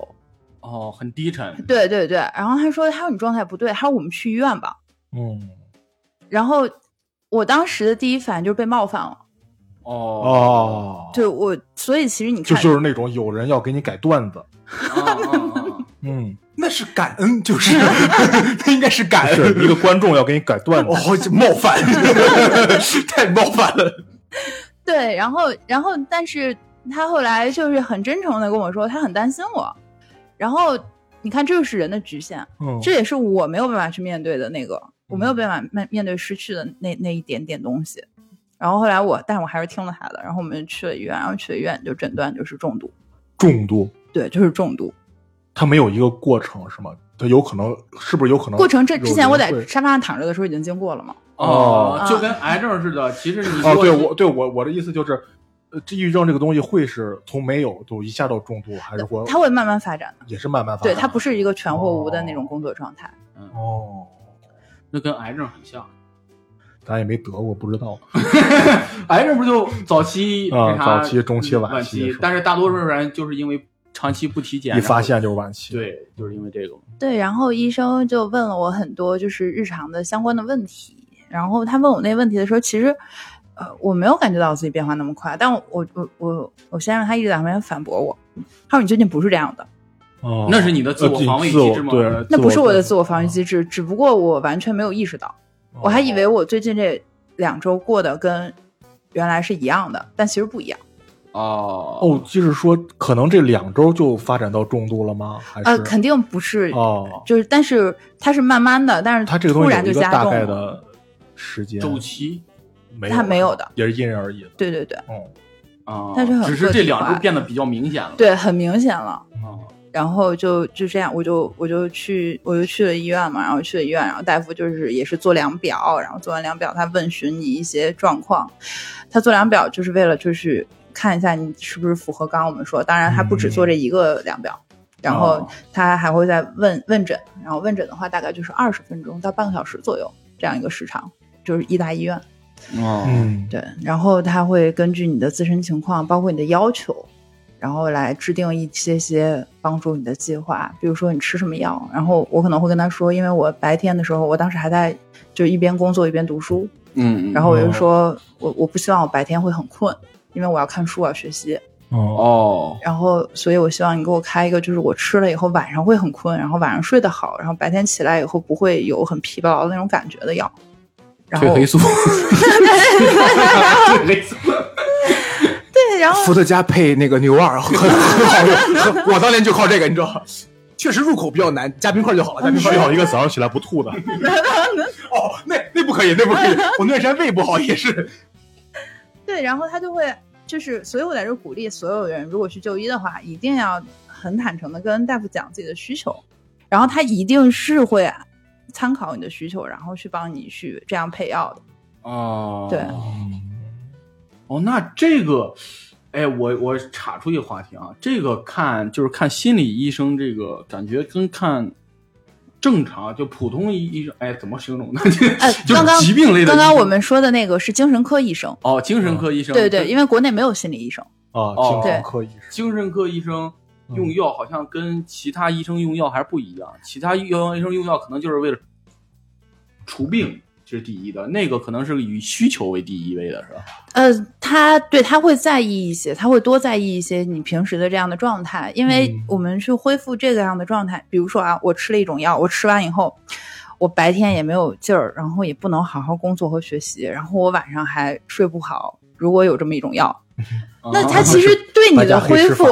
[SPEAKER 2] 哦，很低沉，
[SPEAKER 3] 对对对，然后他说他说你状态不对，他说我们去医院吧。
[SPEAKER 1] 嗯，
[SPEAKER 3] 然后我当时的第一反应就是被冒犯了，
[SPEAKER 2] 哦
[SPEAKER 1] 哦，
[SPEAKER 3] 对我，所以其实你
[SPEAKER 1] 就
[SPEAKER 3] 看，
[SPEAKER 1] 就是那种有人要给你改段子， <laughs>
[SPEAKER 2] 哦，
[SPEAKER 1] 嗯，
[SPEAKER 4] <laughs> 那是感恩，就是 <laughs> 那应该是感
[SPEAKER 1] 是
[SPEAKER 4] 恩。
[SPEAKER 1] 一个观众要给你改段
[SPEAKER 3] <laughs>
[SPEAKER 1] 子，
[SPEAKER 4] 哦，这冒犯， <laughs> 太冒犯了。
[SPEAKER 3] 对，然后然后但是他后来就是很真诚的跟我说，他很担心我，然后。你看，这就是人的局限， <laughs>
[SPEAKER 1] 嗯，
[SPEAKER 3] 这也是我没有办法去面对的那个，我没有办法面面对失去的那那一点点东西。然后后来我，但是我还是听了他的，然后我们就去了医院，然后去了医院就诊断就是重度，
[SPEAKER 1] 重度，
[SPEAKER 3] 对，就是重度。
[SPEAKER 1] 它没有一个过程是吗？它有可能是不是有可能
[SPEAKER 3] 过程这
[SPEAKER 1] 哦有
[SPEAKER 3] 之前
[SPEAKER 1] 人
[SPEAKER 3] 我在
[SPEAKER 1] 会
[SPEAKER 3] 沙发上躺着的时候已经经过了嘛，
[SPEAKER 2] 哦
[SPEAKER 1] 哦，
[SPEAKER 2] 就跟癌症似的，其实你
[SPEAKER 1] 哦，
[SPEAKER 2] 如果
[SPEAKER 1] 对我对我我的意思就是，呃，这抑郁症这个东西会是从没有就一下到重度，还是啊说
[SPEAKER 3] 它会慢慢发展的，
[SPEAKER 1] 也是慢慢发
[SPEAKER 3] 对，
[SPEAKER 1] 展？
[SPEAKER 3] 它不是一个全或无的那种工作状态。
[SPEAKER 1] 哦，
[SPEAKER 2] 那跟癌症很像，
[SPEAKER 1] 咱也没得过，不知道。
[SPEAKER 2] 癌症不就早期
[SPEAKER 1] 啊
[SPEAKER 2] 那啥
[SPEAKER 1] 早期中期晚
[SPEAKER 2] 晚
[SPEAKER 1] 期是吧
[SPEAKER 2] 但是大多数人就是因为长期不体检，
[SPEAKER 1] 一
[SPEAKER 2] 然后
[SPEAKER 1] 发现就是哦晚期。，
[SPEAKER 2] 对，就是因为这个嘛。
[SPEAKER 3] 对，然后医生就问了我很多就是日常的相关的问题，然后他问我那问题的时候，其实。呃，我没有感觉到我自己变化那么快，但我我我我我先生他一直在旁边反驳我，他说你最近不是这样的，
[SPEAKER 1] 哦
[SPEAKER 2] 那是你的自我防卫机制吗
[SPEAKER 1] 呃对，
[SPEAKER 3] 那不是我的自我
[SPEAKER 1] 卫
[SPEAKER 3] 防御机制，只不过我完全没有意识到，
[SPEAKER 1] 哦
[SPEAKER 3] 我还以为我最近这两周过得跟原来是一样的，但其实不一样。
[SPEAKER 2] 哦
[SPEAKER 1] 哦，就是说可能这两周就发展到重度了吗？还
[SPEAKER 3] 呃，
[SPEAKER 1] 是
[SPEAKER 3] 肯定不是，
[SPEAKER 1] 哦，
[SPEAKER 3] 就是但是它是慢慢的，但是
[SPEAKER 1] 它这个东
[SPEAKER 3] 突
[SPEAKER 1] 西
[SPEAKER 3] 然
[SPEAKER 1] 有
[SPEAKER 3] 就
[SPEAKER 1] 一个
[SPEAKER 3] 加
[SPEAKER 1] 大
[SPEAKER 3] 重
[SPEAKER 1] 概
[SPEAKER 3] 了。
[SPEAKER 1] 的时间
[SPEAKER 2] 周期
[SPEAKER 1] 没
[SPEAKER 3] 它没有
[SPEAKER 1] 是吧
[SPEAKER 3] 的，
[SPEAKER 1] 也是因人而异的。
[SPEAKER 3] 对对对
[SPEAKER 1] 哦，
[SPEAKER 2] 啊，
[SPEAKER 3] 但是很
[SPEAKER 2] 只是这两
[SPEAKER 3] 个体
[SPEAKER 2] 周
[SPEAKER 3] 化
[SPEAKER 2] 变得比较明显了。
[SPEAKER 3] 对，很明显了。
[SPEAKER 2] 哦，
[SPEAKER 3] 然后就就这样，我就我就去我就去了医院嘛，然后去了医院，然后大夫就是也是做量表，然后做完量表，他问询你一些状况，他做量表就是为了就是看一下你是不是符合刚刚我们说，当然他不只做这一个量表，然后
[SPEAKER 2] 嗯哦
[SPEAKER 3] 他还会再问问诊，然后问诊的话大概就是二十分钟到半个小时左右这样一个时长，就是医大医院
[SPEAKER 2] 哦，
[SPEAKER 1] 嗯，
[SPEAKER 3] 对，然后他会根据你的自身情况，包括你的要求，然后来制定一些些帮助你的计划，比如说你吃什么药。然后我可能会跟他说，因为我白天的时候，我当时还在就一边工作一边读书，
[SPEAKER 2] 嗯，
[SPEAKER 3] 然后我就说、我我不希望我白天会很困，因为我要看书，我要学习。 <laughs>
[SPEAKER 1] 哦，
[SPEAKER 2] 哦，
[SPEAKER 3] 然后，所以我希望你给我开一个，就是我吃了以后晚上会很困，然后晚上睡得好，然后白天起来以后不会有很疲劳的那种感觉的药。然
[SPEAKER 2] 褪
[SPEAKER 3] 后
[SPEAKER 2] 黑素，褪黑素，
[SPEAKER 3] 对，然后
[SPEAKER 4] 伏特加配那个牛二，很很好用。我当年就靠这个，你知道，嗯确实入口比较难，加冰块就好了，加冰块
[SPEAKER 1] 最
[SPEAKER 4] 就好
[SPEAKER 1] 好
[SPEAKER 4] 了。
[SPEAKER 1] 一个早上起来不 <laughs> 吐的。
[SPEAKER 4] 哦，那那不可以，那不可 <laughs> 以。我那段时间胃不好也是。
[SPEAKER 3] 对，然后他就会就是，所以我在这儿鼓励所有人，如果去就医的话，一定要很坦诚的跟大夫讲自己的需求，然后他一定是会参考你的需求，然后去帮你去这样配药的。
[SPEAKER 2] 哦，
[SPEAKER 3] <laughs> 对
[SPEAKER 2] 哦，那这个，哎，我我岔出一个话题啊，这个看就是看心理医生，这个感觉跟看正常就普通医医生，哎，怎么形容呢？ <laughs>
[SPEAKER 3] 哎，
[SPEAKER 2] 就
[SPEAKER 3] 刚刚
[SPEAKER 2] 是疾病类的医生。
[SPEAKER 3] 刚刚我们说的那个是精神科医生，
[SPEAKER 2] 哦，精神科医生，
[SPEAKER 3] 对对，
[SPEAKER 2] 跟
[SPEAKER 3] 因为国内没有心理医生，
[SPEAKER 1] 啊，
[SPEAKER 2] 哦
[SPEAKER 1] 精
[SPEAKER 3] 对
[SPEAKER 1] 神科医生
[SPEAKER 2] 精神科医生用药好像跟其他医生用药还是不一样，其他医药医生用药可能就是为了除病，这是第一的，那个可能是以需求为第一位的，是吧？
[SPEAKER 3] 呃，他对他会在意一些，他会多在意一些你平时的这样的状态，因为
[SPEAKER 1] 嗯
[SPEAKER 3] 我们去恢复这个样的状态，比如说啊，我吃了一种药，我吃完以后，我白天也没有劲儿，然后也不能好好工作和学习，然后我晚上还睡不好。如果有这么一种药，那
[SPEAKER 2] 啊
[SPEAKER 3] 它其
[SPEAKER 1] <laughs>
[SPEAKER 3] 实对你的
[SPEAKER 1] 大家可以
[SPEAKER 3] 恢
[SPEAKER 1] 吃
[SPEAKER 3] <laughs> 复，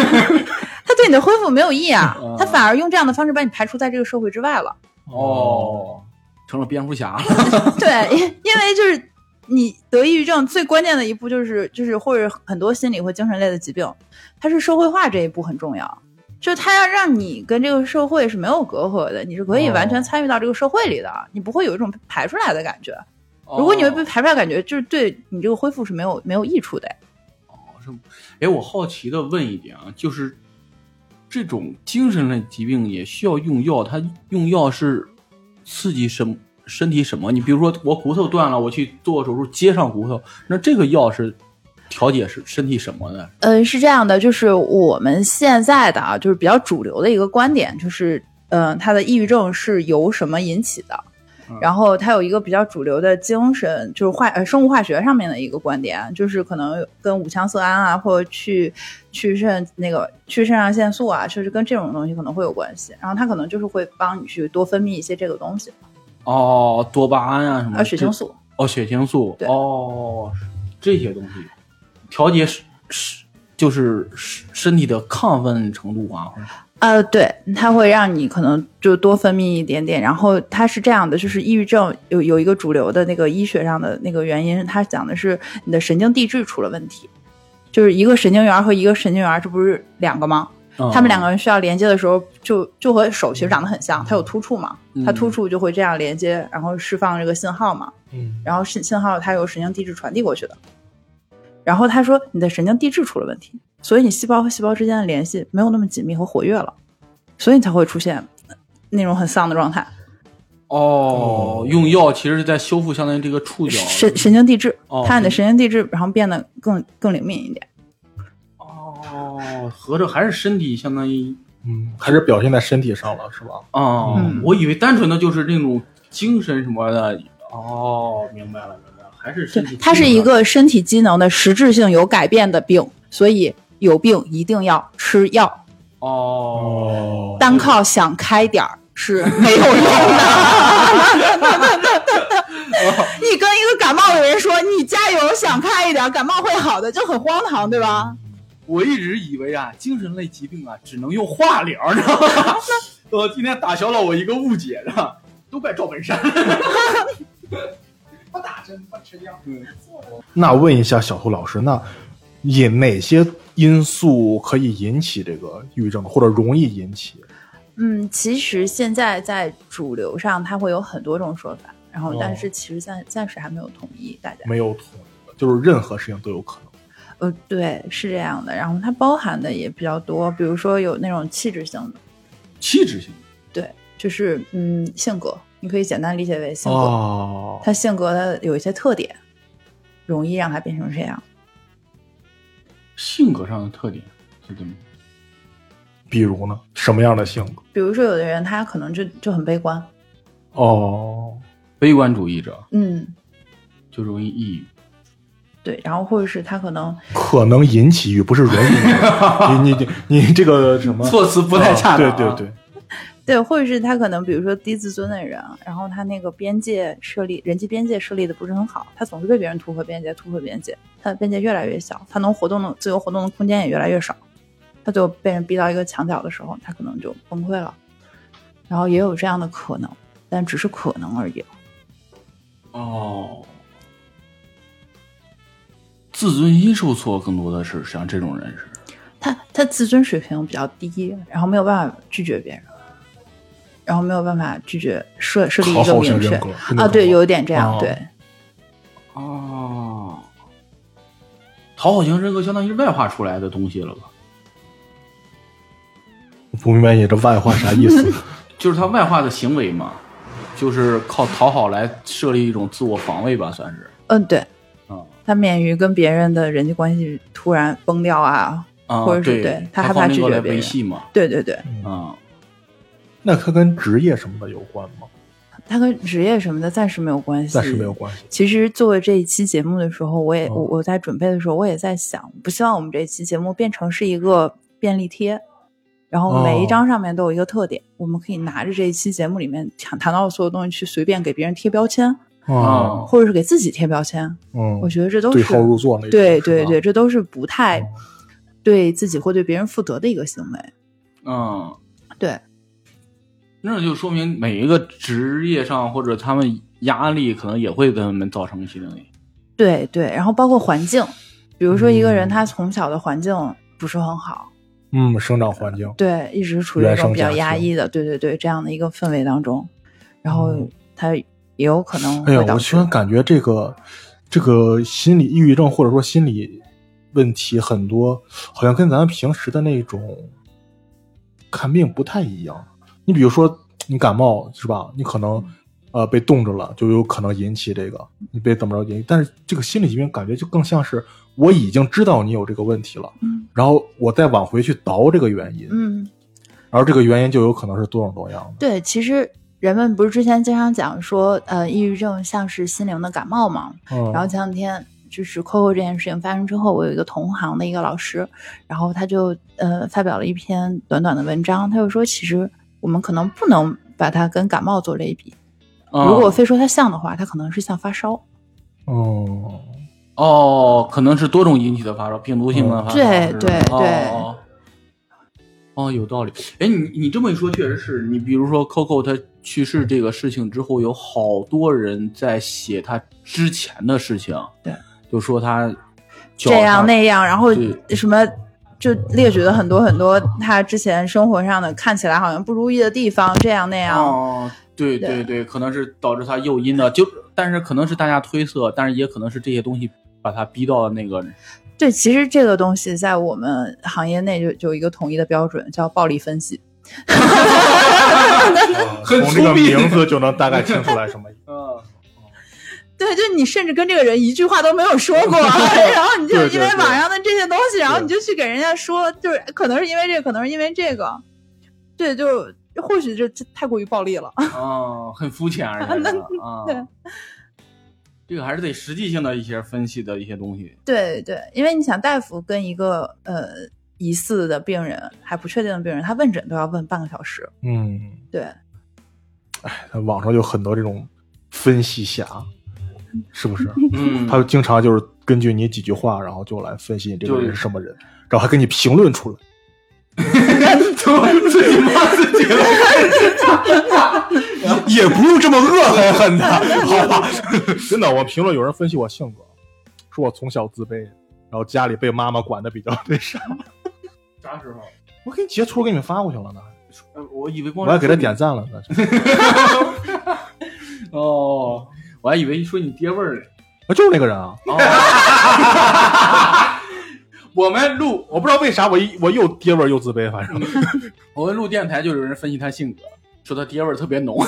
[SPEAKER 3] 它对你的恢复没有
[SPEAKER 1] <laughs>
[SPEAKER 3] 益啊
[SPEAKER 2] 嗯，
[SPEAKER 3] 它反而用这样的方式把你排除在这个社会之外了。
[SPEAKER 2] 哦，成了蝙蝠侠了，
[SPEAKER 3] 对，因因为就是你得抑郁症最关键的一步就是就是或者很多心理或精神类的疾病，它是社会化这一步很重要，就是它要让你跟这个社会是没有隔阂的，你是可以完全参与到这个社会里的，你不会有一种被排出来的感觉。
[SPEAKER 2] 哦
[SPEAKER 3] 如果你会被排出来，感觉就是对你这个恢复是没有没有益处的。
[SPEAKER 2] 哎，我好奇的问一点啊，就是这种精神类疾病也需要用药，它用药是刺激什么身体什么？你比如说我骨头断了，我去做手术接上骨头，那这个药是调节是身体什么呢？
[SPEAKER 3] 嗯，是这样的，就是我们现在的啊，就是比较主流的一个观点，就是嗯、呃，他的抑郁症是由什么引起的
[SPEAKER 2] 嗯？
[SPEAKER 3] 然后它有一个比较主流的精神，就是化呃生物化学上面的一个观点，就是可能跟五羟色胺啊，或者去去肾那个去肾上腺素啊，就是跟这种东西可能会有关系。然后它可能就是会帮你去多分泌一些这个东西，
[SPEAKER 2] 哦，多巴胺啊什么？
[SPEAKER 3] 呃，血清
[SPEAKER 2] 这
[SPEAKER 3] 素。
[SPEAKER 2] 哦，血清素
[SPEAKER 3] 对
[SPEAKER 2] 哦，这些东西调节是是就是身体的亢奋程度啊，或者
[SPEAKER 3] 呃，对，它会让你可能就多分泌一点点。然后它是这样的，就是抑郁症有有一个主流的那个医学上的那个原因，它讲的是你的神经递质出了问题，就是一个神经元和一个神经元，这不是两个吗？
[SPEAKER 2] 嗯
[SPEAKER 3] 他们两个人需要连接的时候，就就和手其实长得很像，它有突触嘛，它突触就会这样连接，然后释放这个信号嘛。
[SPEAKER 1] 嗯，
[SPEAKER 3] 然后信信号它由神经递质传递过去的。然后他说你的神经递质出了问题，所以你细胞和细胞之间的联系没有那么紧密和活跃了，所以你才会出现那种很丧的状态，
[SPEAKER 2] 哦，
[SPEAKER 3] 嗯
[SPEAKER 2] 用药其实是在修复相当于这个触角。
[SPEAKER 3] 神神经递质
[SPEAKER 2] 哦，
[SPEAKER 3] 它让你的神经递质然后变得更更灵敏一点。
[SPEAKER 2] 哦，合着还是身体相当于
[SPEAKER 1] 嗯，还是表现在身体上了，是吧？
[SPEAKER 2] 哦，
[SPEAKER 3] 嗯
[SPEAKER 2] 我以为单纯的就是那种精神什么的。哦，明白了，明白了，还是
[SPEAKER 3] 对
[SPEAKER 2] 身体。，
[SPEAKER 3] 它是一个身体机能的实质性有改变的病，所以有病一定要吃药，
[SPEAKER 2] 哦，
[SPEAKER 1] 哦
[SPEAKER 3] 单靠想开点儿嗯 <laughs> 是没有用 <laughs> 的。你跟一个感冒的人说你加油，想开一点，感冒会好的，就很荒唐，对吧？
[SPEAKER 2] 我一直以为啊，精神类疾病啊，只能用化疗，你知道吗？ <laughs> 我今天打消了我一个误解，是吧？都怪赵本山。
[SPEAKER 4] 不打针，不吃药。
[SPEAKER 1] 那问一下小兔老师，那引哪些因素可以引起这个抑郁症，或者容易引起？
[SPEAKER 3] 嗯，其实现在在主流上，它会有很多种说法，然后但是其实暂暂时还没有统一大家。
[SPEAKER 1] 没有统一，就是任何事情都有可能。
[SPEAKER 3] 呃，对，是这样的。然后它包含的也比较多，比如说有那种气质性的，
[SPEAKER 2] 气质性
[SPEAKER 3] 对，就是嗯性格，你可以简单理解为性格。
[SPEAKER 1] 哦，
[SPEAKER 3] 他性格他有一些特点，容易让他变成这样。
[SPEAKER 2] 性格上的特点是怎么？
[SPEAKER 1] 比如呢，什么样的性格？
[SPEAKER 3] 比如说，有的人他可能就就很悲观，
[SPEAKER 1] 哦，
[SPEAKER 2] 悲观主义者
[SPEAKER 3] 嗯，
[SPEAKER 2] 就容易抑郁。
[SPEAKER 3] 对，然后或者是他可能
[SPEAKER 1] 可能引起欲，不是容易。 <laughs> 你你你你这个什么
[SPEAKER 2] <laughs>
[SPEAKER 1] 啊
[SPEAKER 2] 措辞不太恰当、啊
[SPEAKER 1] 对对对，
[SPEAKER 3] 对，或者是他可能比如说低自尊的人，啊然后他那个边界设立人际边界设立的不是很好，他总是被别人突破边界，突破边界，他的边界越来越小，他能活动的自由活动的空间也越来越少，他就被人逼到一个墙角的时候，他可能就崩溃了。然后也有这样的可能，但只是可能而已。
[SPEAKER 2] 哦，自尊心受挫更多的是像这种人是
[SPEAKER 3] 他他自尊水平比较低，然后没有办法拒绝别人，然后没有办法拒绝设设立
[SPEAKER 1] 讨
[SPEAKER 3] 一个
[SPEAKER 1] 好型
[SPEAKER 3] 明确
[SPEAKER 1] 人格真的
[SPEAKER 3] 啊，对，
[SPEAKER 1] 讨好
[SPEAKER 3] 有一点这样，
[SPEAKER 1] 哦
[SPEAKER 3] 对
[SPEAKER 2] 哦，讨好型人格相当于是外化出来的东西了吧？
[SPEAKER 1] 我不明白你这外化啥意
[SPEAKER 3] <laughs>
[SPEAKER 1] 思？
[SPEAKER 2] 就是他外化的行为嘛，就是靠讨好来设立一种自我防卫吧，算是
[SPEAKER 3] 嗯对，
[SPEAKER 2] 啊
[SPEAKER 3] 他免于跟别人的人际关系突然崩掉啊，
[SPEAKER 2] 啊，
[SPEAKER 3] 或者是
[SPEAKER 2] 对
[SPEAKER 3] 对他害
[SPEAKER 2] 靠
[SPEAKER 3] 怕
[SPEAKER 2] 那
[SPEAKER 3] 拒
[SPEAKER 2] 个
[SPEAKER 3] 绝
[SPEAKER 2] 来
[SPEAKER 3] 别
[SPEAKER 2] 维
[SPEAKER 3] 人
[SPEAKER 2] 系嘛，
[SPEAKER 3] 对对对，
[SPEAKER 1] 嗯
[SPEAKER 2] 啊，
[SPEAKER 1] 那它跟职业什么的有关吗？
[SPEAKER 3] 他跟职业什么的暂时没有关系，
[SPEAKER 1] 暂时没有。关系。
[SPEAKER 3] 其实做这一期节目的时候，我也、
[SPEAKER 1] 哦
[SPEAKER 3] 我我在准备的时候，我也在想，不希望我们这一期节目变成是一个便利贴，然后每
[SPEAKER 1] 哦
[SPEAKER 3] 一张上面都有一个特点，我们可以拿着这一期节目里面谈谈到的所有东西去随便给别人贴标签，
[SPEAKER 2] 哦
[SPEAKER 3] 或者是给自己贴标签。
[SPEAKER 1] 啊嗯
[SPEAKER 3] 我觉得这都
[SPEAKER 1] 对
[SPEAKER 3] 是
[SPEAKER 1] 号入座那种，
[SPEAKER 3] 对
[SPEAKER 1] 是吧
[SPEAKER 3] 对对，，这都是不太
[SPEAKER 1] 哦
[SPEAKER 3] 对自己或对别人负责的一个行为。
[SPEAKER 2] 嗯，
[SPEAKER 3] 对，
[SPEAKER 2] 那就说明每一个职业上或者他们压力可能也会给他们造成心理。
[SPEAKER 3] 对对，然后包括环境，比如说一个人
[SPEAKER 1] 嗯
[SPEAKER 3] 他从小的环境不是很好，
[SPEAKER 1] 嗯，生长环境，
[SPEAKER 3] 对，一直处于一
[SPEAKER 1] 原生
[SPEAKER 3] 种比较
[SPEAKER 1] 家
[SPEAKER 3] 压
[SPEAKER 1] 庭
[SPEAKER 3] 抑的，对对对，这样的一个氛围当中，然后
[SPEAKER 1] 嗯
[SPEAKER 3] 他也有可能
[SPEAKER 1] 哎
[SPEAKER 3] 会
[SPEAKER 1] 呀，
[SPEAKER 3] 导
[SPEAKER 1] 我
[SPEAKER 3] 致
[SPEAKER 1] 突然感觉这个这个心理抑郁症或者说心理问题很多，好像跟咱们平时的那种看病不太一样。你比如说你感冒是吧？你可
[SPEAKER 3] 嗯
[SPEAKER 1] 能呃被冻着了，就有可能引起这个你被怎么着引起？但是这个心理疾病感觉就更像是我已经知道你有这个问题了，
[SPEAKER 3] 嗯
[SPEAKER 1] 然后我再往回去倒这个原因，
[SPEAKER 3] 嗯，
[SPEAKER 1] 而这个原因就有可能是多种多样的。
[SPEAKER 3] 对，其实人们不是之前经常讲说，呃，抑郁症像是心灵的感冒嘛，
[SPEAKER 1] 嗯，
[SPEAKER 3] 然后前两天就是 Coco 这件事情发生之后，我有一个同行的一个老师，然后他就呃发表了一篇短短的文章，他就说其实我们可能不能把它跟感冒做类比，
[SPEAKER 2] 嗯
[SPEAKER 3] 如果非说它像的话，它可能是像发烧。
[SPEAKER 1] 哦，
[SPEAKER 2] 哦，可能是多种引起的发烧，病毒性的发烧。
[SPEAKER 3] 对
[SPEAKER 2] 是吧
[SPEAKER 3] 对
[SPEAKER 2] 哦
[SPEAKER 3] 对
[SPEAKER 2] 哦哦，有道理。哎，你你这么一说，确实是你，比如说 Coco 他去世这个事情之后，有好多人在写他之前的事情，
[SPEAKER 3] 对，
[SPEAKER 2] 就说他脚
[SPEAKER 3] 这样
[SPEAKER 2] 上
[SPEAKER 3] 那样，然后
[SPEAKER 2] 对
[SPEAKER 3] 什么就列举了很多很多他之前生活上的看起来好像不如意的地方，这样那样。
[SPEAKER 2] 哦，对
[SPEAKER 3] 对
[SPEAKER 2] 对对，可能是导致他诱因的，就但是可能是大家推测，但是也可能是这些东西把他逼到了那个
[SPEAKER 3] 对，其实这个东西在我们行业内就就有一个统一的标准，叫暴力分析。
[SPEAKER 2] 很
[SPEAKER 1] 呃从这个
[SPEAKER 2] 聪明
[SPEAKER 1] 名字就能大概听出来什 <laughs> 么意思。
[SPEAKER 2] 嗯，
[SPEAKER 3] 对，就你甚至跟这个人一句话都没有说
[SPEAKER 1] <laughs>
[SPEAKER 3] 过，然后你就
[SPEAKER 1] 对对
[SPEAKER 3] 因为
[SPEAKER 1] 对
[SPEAKER 3] 网上的这些东西，然后
[SPEAKER 1] 对
[SPEAKER 3] 你就去给人家说，就是可能是因为这个，可能是因为这个，对，就或许这这太过于暴力了。
[SPEAKER 2] 哦，很肤浅 <laughs> 而已啊
[SPEAKER 3] 对。
[SPEAKER 2] 这个还是得实际性的一些分析的一些东西。
[SPEAKER 3] 对对，因为你想，大夫跟一个呃疑似的病人还不确定的病人，他问诊都要问半个小时。
[SPEAKER 1] 嗯，
[SPEAKER 3] 对，
[SPEAKER 1] 网上有很多这种分析侠，是不是？
[SPEAKER 2] 嗯
[SPEAKER 1] 他经常就是根据你几句话，然后就来分析你这个
[SPEAKER 2] 对
[SPEAKER 1] 人是什么人，然后还给你评论 <laughs> 出来。
[SPEAKER 2] 自己骂自己了。
[SPEAKER 1] <laughs> 也不用这么恶狠狠的，好吧？ <laughs> 真的，我评论有人分析我性格，说我从小自卑，然后家里被妈妈管的比较那啥。
[SPEAKER 2] 啥时候？
[SPEAKER 1] 我给你截图给你们发过去了呢，
[SPEAKER 2] 呃我以为光
[SPEAKER 1] 我
[SPEAKER 2] 是
[SPEAKER 1] 还给他点赞了呢。
[SPEAKER 2] 哦，我还以为说你爹味儿呢。
[SPEAKER 1] 啊，就是那个人啊！
[SPEAKER 2] 我们录
[SPEAKER 1] 我不知道为啥我一我又爹味儿又自卑，反
[SPEAKER 3] 嗯
[SPEAKER 1] 正
[SPEAKER 2] 我们录电台就有人分析他性格，说他爹味儿特别 <laughs> 浓。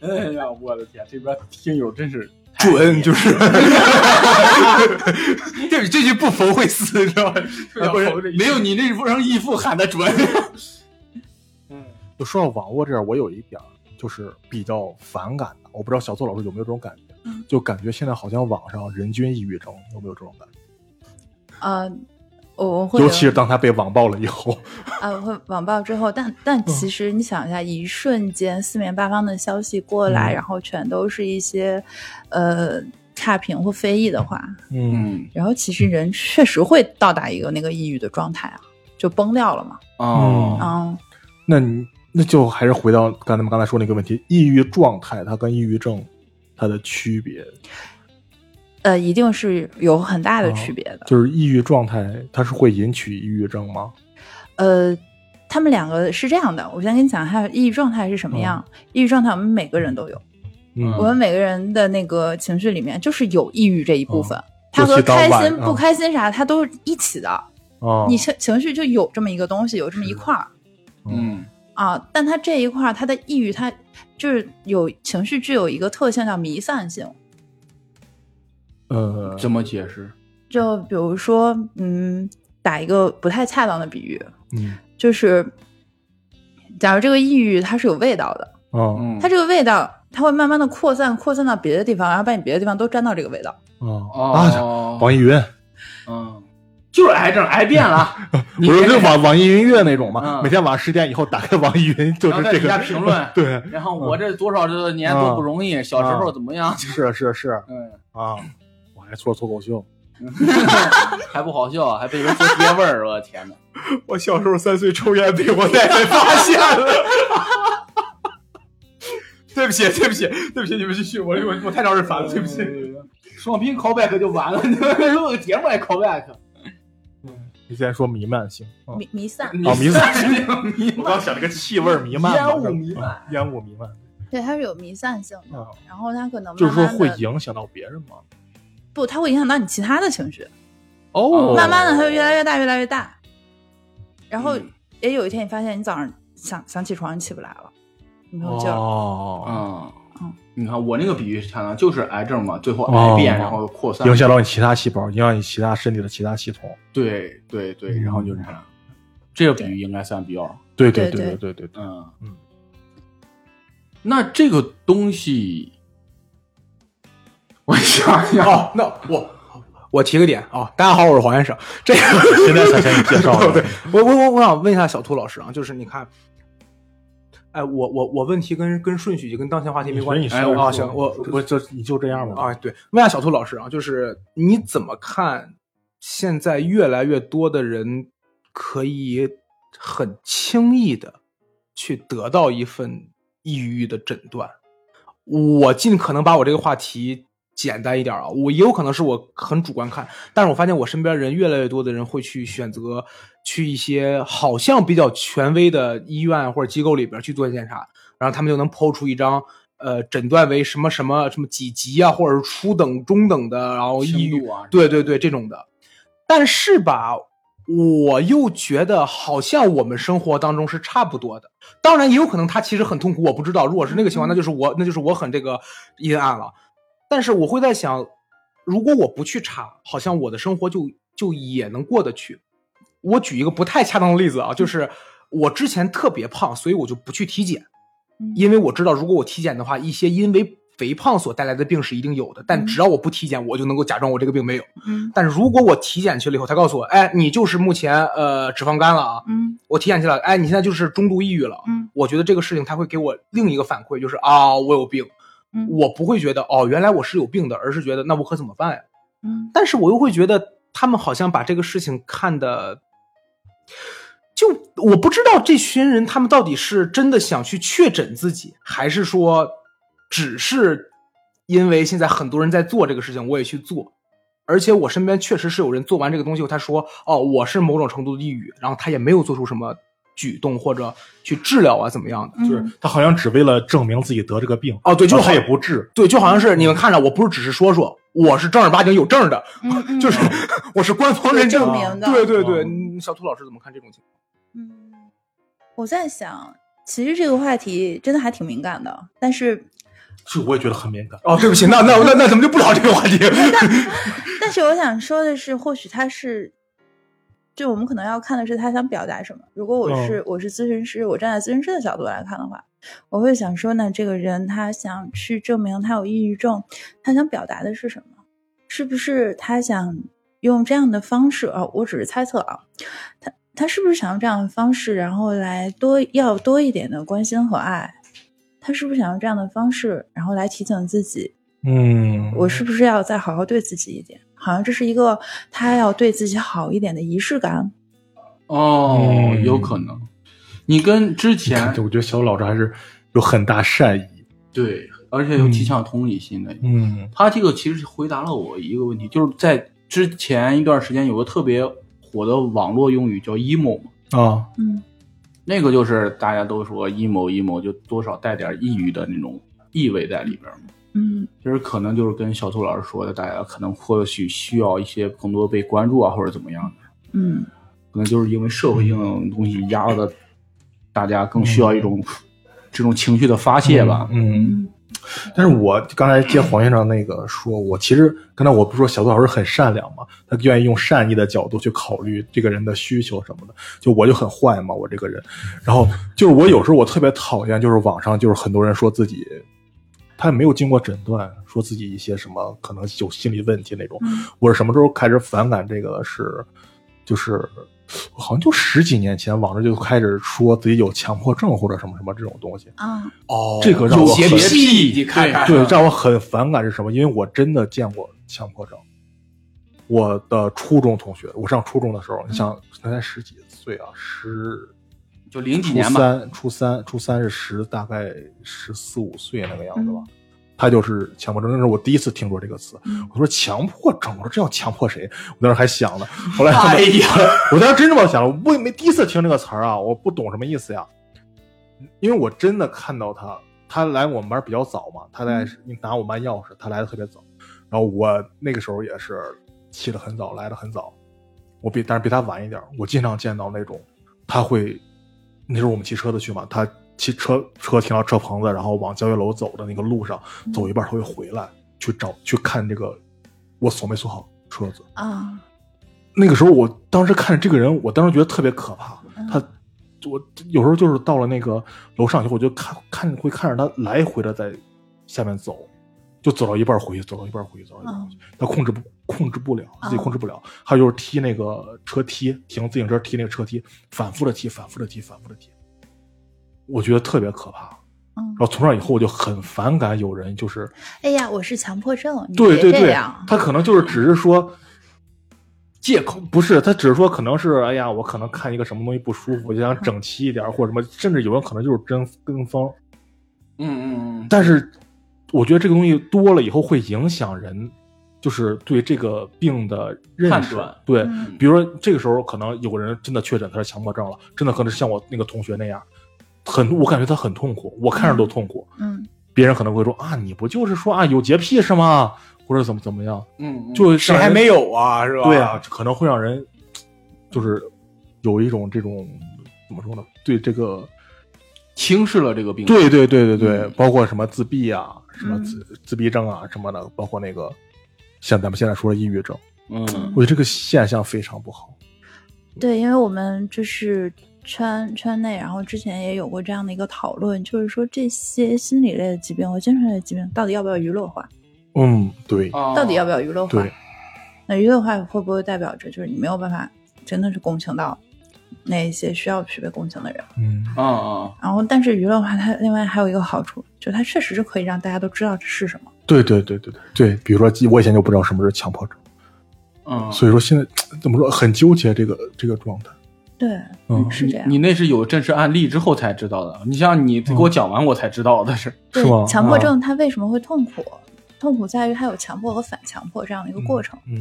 [SPEAKER 2] 哎呀，我的天，这边听友真是太
[SPEAKER 1] 准就是。 <laughs>
[SPEAKER 2] 这这句不缝会死，知道吧？
[SPEAKER 1] 哎不是
[SPEAKER 2] 没有你那声义父喊的准。
[SPEAKER 1] 就说到网络这儿，我有一点儿就是比较反感的，我不知道小作老师有没有这种感觉，
[SPEAKER 3] 嗯
[SPEAKER 1] 就感觉现在好像网上人均抑郁症，有没有这种感觉？
[SPEAKER 3] 呃，我我会
[SPEAKER 1] 尤
[SPEAKER 3] 有
[SPEAKER 1] 其是当他被网暴了以后，
[SPEAKER 3] 啊，我会网暴之后，但但
[SPEAKER 1] 嗯
[SPEAKER 3] 其实你想一下，一瞬间四面八方的消息过来，
[SPEAKER 1] 嗯
[SPEAKER 3] 然后全都是一些呃差评或非议的话，
[SPEAKER 1] 嗯
[SPEAKER 2] 嗯
[SPEAKER 3] 然后其实人确实会到达一个那个抑郁的状态啊，就崩掉了嘛。
[SPEAKER 2] 哦
[SPEAKER 3] 嗯，
[SPEAKER 1] 那你那就还是回到刚才咱们刚才说那个问题，抑郁状态它跟抑郁症它的区别，
[SPEAKER 3] 呃，一定是有很大的区别的。
[SPEAKER 1] 哦就是抑郁状态它是会引起抑郁症吗？
[SPEAKER 3] 呃，他们两个是这样的，我先跟你讲一下抑郁状态是什么样。抑郁状态我们每个人都有，
[SPEAKER 1] 嗯
[SPEAKER 2] 嗯
[SPEAKER 3] 我们每个人的那个情绪里面就是有抑郁这一部分。它
[SPEAKER 1] 嗯尤
[SPEAKER 3] 和
[SPEAKER 1] 其到
[SPEAKER 3] 开
[SPEAKER 1] 晚
[SPEAKER 3] 心、
[SPEAKER 1] 啊
[SPEAKER 3] 不开心啥，它都是一起的。
[SPEAKER 1] 啊，
[SPEAKER 3] 你情情绪就有这么一个东西，有这么一块儿
[SPEAKER 2] 嗯
[SPEAKER 3] 啊。但它这一块儿，它的抑郁，它就是有情绪具有一个特性叫弥散性。
[SPEAKER 1] 呃，
[SPEAKER 2] 怎么解释？
[SPEAKER 3] 就比如说，嗯，打一个不太恰当的比喻，
[SPEAKER 1] 嗯
[SPEAKER 3] 就是，假如这个抑郁它是有味道的，
[SPEAKER 1] 啊
[SPEAKER 2] 嗯，
[SPEAKER 3] 它这个味道它会慢慢的扩散，扩散到别的地方，然后把你别的地方都沾到这个味道。
[SPEAKER 1] 啊啊！
[SPEAKER 2] 哦，
[SPEAKER 1] 网易云
[SPEAKER 2] 嗯，就是癌症癌变 <laughs> 了，你
[SPEAKER 1] 不是就网网易云音乐那种嘛，
[SPEAKER 2] 嗯
[SPEAKER 1] 每天晚上十点以后打开网易云就
[SPEAKER 2] 然
[SPEAKER 1] 是
[SPEAKER 2] 后在
[SPEAKER 1] 这
[SPEAKER 2] 底下
[SPEAKER 1] 个
[SPEAKER 2] 评论
[SPEAKER 1] <laughs> 对，
[SPEAKER 2] 然后
[SPEAKER 1] 嗯
[SPEAKER 2] 我这多少这年多不容易，小时候怎么样？
[SPEAKER 1] 是是是
[SPEAKER 2] 嗯， <laughs>
[SPEAKER 1] 啊，我还做脱口秀，
[SPEAKER 2] 还不好笑，还被人说爹味儿，我的天哪！
[SPEAKER 1] 我小时候三岁抽烟被我奶奶发现了，
[SPEAKER 4] 对不起，对不起，对不起，你们继续，我我我太招人烦啊了，对不起。
[SPEAKER 2] 双拼 callback 就完了， <laughs> 你们录个节目还 callback，
[SPEAKER 1] 你先说弥漫性啊
[SPEAKER 3] 弥弥
[SPEAKER 2] 嗯
[SPEAKER 3] 散，
[SPEAKER 1] 啊弥散性，
[SPEAKER 2] 弥
[SPEAKER 1] 我刚想这个气味弥漫嘛，
[SPEAKER 2] 烟雾弥漫，
[SPEAKER 1] 烟雾弥漫
[SPEAKER 3] 对，它是有弥散性的。
[SPEAKER 1] 啊，
[SPEAKER 3] 然后它可能
[SPEAKER 1] 就是
[SPEAKER 3] 慢
[SPEAKER 1] 说
[SPEAKER 3] 慢
[SPEAKER 1] 会
[SPEAKER 3] 的
[SPEAKER 1] 影响到别人吗？
[SPEAKER 3] 不，它会影响到你其他的情绪，
[SPEAKER 2] 哦
[SPEAKER 3] 慢慢的它就越来越大，越来越大。然后
[SPEAKER 2] 嗯
[SPEAKER 3] 也有一天你发现你早上想想起床你起不来了，你
[SPEAKER 1] 嗯
[SPEAKER 3] 没有劲儿。
[SPEAKER 1] 哦，
[SPEAKER 2] 啊
[SPEAKER 3] 嗯。
[SPEAKER 2] 你看我那个比喻恰当，就是癌症嘛，最后癌变，
[SPEAKER 1] 哦
[SPEAKER 2] 然后扩散，
[SPEAKER 1] 影响到你其他细胞，影响你其他身体的其他系统。
[SPEAKER 2] 对对对，
[SPEAKER 1] 嗯
[SPEAKER 2] 然后就这样。这个比喻应该算比较，
[SPEAKER 1] 对对
[SPEAKER 3] 对
[SPEAKER 1] 对对对对，
[SPEAKER 2] 嗯
[SPEAKER 1] 嗯。
[SPEAKER 2] 那这个东西，我想想，
[SPEAKER 4] 哦，那我我提个点啊、大家好，我是黄先生。这个
[SPEAKER 1] 现在才向你介绍 <laughs>
[SPEAKER 4] 对
[SPEAKER 1] 的，
[SPEAKER 4] 我我我我想问一下小兔老师啊，就是你看，哎，我我我问题跟跟顺序就跟当前话题没关系。
[SPEAKER 1] 你
[SPEAKER 2] 哎
[SPEAKER 1] 我
[SPEAKER 2] 我
[SPEAKER 4] 啊，行，我
[SPEAKER 1] 我就你就这样吧。
[SPEAKER 4] 啊，对，问一下小兔老师啊，就是你怎么看现在越来越多的人可以很轻易的去得到一份抑郁的诊断？我尽可能把我这个话题简单一点啊，我也有可能是我很主观看，但是我发现我身边人越来越多的人会去选择去一些好像比较权威的医院或者机构里边去做检查，然后他们就能抛出一张呃诊断为什么什么什么几级啊，或者是初等、中等的，然后抑
[SPEAKER 2] 轻
[SPEAKER 4] 郁
[SPEAKER 2] 度啊
[SPEAKER 4] 对对对这种的。但是吧，我又觉得好像我们生活当中是差不多的。当然，也有可能他其实很痛苦，我不知道。如果是那个情况，那就是我那就是我很这个阴暗了。但是我会在想，如果我不去查，好像我的生活就就也能过得去。我举一个不太恰当的例子啊，就是我之前特别胖，所以我就不去体检，
[SPEAKER 3] 嗯
[SPEAKER 4] 因为我知道如果我体检的话，一些因为肥胖所带来的病是一定有的。但只要我不体检，我就能够假装我这个病没有。
[SPEAKER 3] 嗯
[SPEAKER 4] 但如果我体检去了以后，他告诉我，哎，你就是目前呃脂肪肝了啊，
[SPEAKER 3] 嗯
[SPEAKER 4] 我体检去了，哎，你现在就是中度抑郁了。
[SPEAKER 3] 嗯
[SPEAKER 4] 我觉得这个事情他会给我另一个反馈，就是啊，我有病。
[SPEAKER 3] 嗯
[SPEAKER 4] 我不会觉得哦，原来我是有病的，而是觉得那我可怎么办呀？
[SPEAKER 3] 嗯，
[SPEAKER 4] 但是我又会觉得他们好像把这个事情看的，就我不知道这群人他们到底是真的想去确诊自己，还是说只是因为现在很多人在做这个事情，我也去做。而且我身边确实是有人做完这个东西后，他说：“哦，我是某种程度的抑郁。”然后他也没有做出什么举动或者去治疗啊，怎么样的？
[SPEAKER 3] 嗯
[SPEAKER 1] 就是他好像只为了证明自己得这个病，
[SPEAKER 4] 哦，对，就
[SPEAKER 1] 然后
[SPEAKER 4] 好
[SPEAKER 1] 他也不治，
[SPEAKER 4] 对，就好像是你们看着我不是只是说说，我是正儿八经有证儿的，
[SPEAKER 3] 嗯嗯
[SPEAKER 4] 就是 <laughs> 我是官方认证
[SPEAKER 3] 有证明的
[SPEAKER 4] 对对对，
[SPEAKER 1] 哦
[SPEAKER 4] 嗯小兔老师怎么看这种情况？
[SPEAKER 3] 嗯，我在想，其实这个话题真的还挺敏感的，但是，
[SPEAKER 1] 这我也觉得很敏感。
[SPEAKER 4] 哦，对不起，那那那那咱们就不聊这个话题。
[SPEAKER 3] 但是我想说的是，或许它是就我们可能要看的是他想表达什么。如果我是、我是咨询师，我站在咨询师的角度来看的话，我会想说呢，这个人他想去证明他有抑郁症，他想表达的是什么？是不是他想用这样的方式？啊、我只是猜测啊，他他是不是想用这样的方式，然后来多要多一点的关心和爱？他是不是想用这样的方式，然后来提醒自己，
[SPEAKER 1] 嗯，
[SPEAKER 3] 我是不是要再好好对自己一点？好像这是一个他要对自己好一点的仪式感。
[SPEAKER 2] 哦，
[SPEAKER 1] 嗯
[SPEAKER 2] 有可能。你跟之前
[SPEAKER 1] 对我觉得小老师还是有很大善意，
[SPEAKER 2] 对，而且有极强同理心的。
[SPEAKER 1] 嗯
[SPEAKER 2] 他这个其实回答了我一个问题，就是在之前一段时间有个特别火的网络用语叫 emo 嘛，
[SPEAKER 1] 啊，
[SPEAKER 3] 嗯
[SPEAKER 2] 那个就是大家都说 emo emo 就多少带点抑郁的那种意味在里边嘛。
[SPEAKER 3] 嗯
[SPEAKER 2] 其实可能就是跟小兔老师说的，大家可能或许需要一些更多被关注啊，或者怎么样的，
[SPEAKER 3] 嗯
[SPEAKER 2] 可能就是因为社会性的东西压了的，大家更需要一种 <laughs> 这种情绪的发泄吧。
[SPEAKER 1] 嗯。
[SPEAKER 3] 嗯
[SPEAKER 1] 但是我刚才接黄先生那个说，我其实刚才我不是说小杜老师很善良嘛，他愿意用善意的角度去考虑这个人的需求什么的。就我就很坏嘛，我这个人，然后就是我有时候我特别讨厌，就是网上就是很多人说自己，他也没有经过诊断，说自己一些什么可能有心理问题那种。
[SPEAKER 3] 嗯
[SPEAKER 1] 我是什么时候开始反感这个是，就是好像就十几年前，网上就开始说自己有强迫症或者什么什么这种东西。
[SPEAKER 3] 啊
[SPEAKER 4] 哦
[SPEAKER 1] 这个让我
[SPEAKER 4] 洁
[SPEAKER 1] 很
[SPEAKER 4] 癖，你
[SPEAKER 2] 哎
[SPEAKER 4] 看看，
[SPEAKER 1] 对，让我很反感是什么？因为我真的见过强迫症。我的初中同学，我上初中的时候，你想，那才十几岁啊，十
[SPEAKER 2] 就零几
[SPEAKER 1] 初
[SPEAKER 2] 年吧，
[SPEAKER 1] 三，初三，初三是十，大概十四五岁那个样子吧。他就是强迫症，那是我第一次听说这个词。
[SPEAKER 3] 嗯
[SPEAKER 1] 我说强迫症，我说这要强迫谁？我当时还想呢，后来他们
[SPEAKER 4] 哎呀，
[SPEAKER 1] <laughs> 我当时真这么想，我也没第一次听这个词儿啊，我不懂什么意思呀。因为我真的看到他，他来我们班比较早嘛，他在拿我们班钥匙，他来的特别早。然后我那个时候也是起得很早，来的很早。我比但是比他晚一点儿，我经常见到那种他会，那时候我们骑车子去嘛，他骑车车停到车棚子，然后往教学楼走的那个路上，走一半儿他会回来去找去看这个我锁没锁好车子。
[SPEAKER 3] 啊
[SPEAKER 1] 那个时候，我当时看着这个人，我当时觉得特别可怕。
[SPEAKER 3] 嗯
[SPEAKER 1] 他，我有时候就是到了那个楼上以后，我就看看会看着他来回的在下面走，就走到一半回去，走到一半回去，走到一半回
[SPEAKER 3] 嗯
[SPEAKER 1] 去，他控制不控制不了，自己控制不了。还有就是踢那个车踢，停自行车踢那个车踢，反复的踢，反复的踢，反复的踢，我觉得特别可怕。
[SPEAKER 3] 嗯
[SPEAKER 1] 然，后从那以后，我就很反感有人就是
[SPEAKER 3] 哎呀，我是强迫症，你
[SPEAKER 1] 对
[SPEAKER 3] 别
[SPEAKER 1] 对
[SPEAKER 3] 这
[SPEAKER 1] 对
[SPEAKER 3] 样，。
[SPEAKER 1] 他可能就是只是说。
[SPEAKER 4] 借口
[SPEAKER 1] 不是，他只是说可能是，哎呀，我可能看一个什么东西不舒服，就想整齐一点或者什么，甚至有人可能就是跟跟风。
[SPEAKER 2] 嗯嗯嗯，
[SPEAKER 1] 但是我觉得这个东西多了以后会影响人，就是对这个病的认
[SPEAKER 2] 判
[SPEAKER 1] 识
[SPEAKER 2] 断。
[SPEAKER 1] 对，
[SPEAKER 3] 嗯
[SPEAKER 1] 比如说这个时候可能有个人真的确诊他是强迫症了，真的可能是像我那个同学那样，很我感觉他很痛苦，我看着都痛苦。
[SPEAKER 3] 嗯
[SPEAKER 1] 别人可能会说啊，你不就是说啊有洁癖是吗？或者怎么怎么样，
[SPEAKER 2] 嗯嗯，
[SPEAKER 1] 就
[SPEAKER 4] 谁
[SPEAKER 1] 让
[SPEAKER 4] 还
[SPEAKER 1] 人
[SPEAKER 4] 没有啊？是吧？
[SPEAKER 1] 对啊，，可能会让人就是有一种这种怎么说呢？对这个，
[SPEAKER 2] 轻视了这个病。
[SPEAKER 1] 对对对对对，包括什么自闭啊，什么
[SPEAKER 3] 嗯
[SPEAKER 1] 自、自闭症啊什么的，包括那个像咱们现在说的抑郁症，
[SPEAKER 2] 嗯，
[SPEAKER 1] 我觉得这个现象非常不好。
[SPEAKER 3] 对，因为我们就是圈圈内，然后之前也有过这样的一个讨论，就是说这些心理类的疾病和精神类的疾病到底要不要娱乐化？
[SPEAKER 1] 嗯，对
[SPEAKER 2] 哦
[SPEAKER 3] 到底要不要娱乐化？
[SPEAKER 1] 对，
[SPEAKER 3] 那娱乐化会不会代表着就是你没有办法真的是共情到那一些需要去被共情的人？
[SPEAKER 1] 嗯
[SPEAKER 2] 啊啊，
[SPEAKER 3] 然后，但是娱乐化它另外还有一个好处，就是它确实是可以让大家都知道这是什么。
[SPEAKER 1] 对对对对对对，比如说我以前就不知道什么是强迫症，
[SPEAKER 2] 嗯，
[SPEAKER 1] 所以说现在怎么说很纠结这个这个状态。
[SPEAKER 3] 对，
[SPEAKER 1] 嗯，
[SPEAKER 3] 是这样
[SPEAKER 2] 你。你那是有真实案例之后才知道的。你像你给我讲完，我才知道
[SPEAKER 3] <laughs>
[SPEAKER 2] 的是，
[SPEAKER 3] 对
[SPEAKER 1] 是吗，
[SPEAKER 3] 强迫
[SPEAKER 1] 啊
[SPEAKER 3] 症它为什么会痛苦？痛苦在于它有强迫和反强迫这样的一个过程。
[SPEAKER 1] 嗯，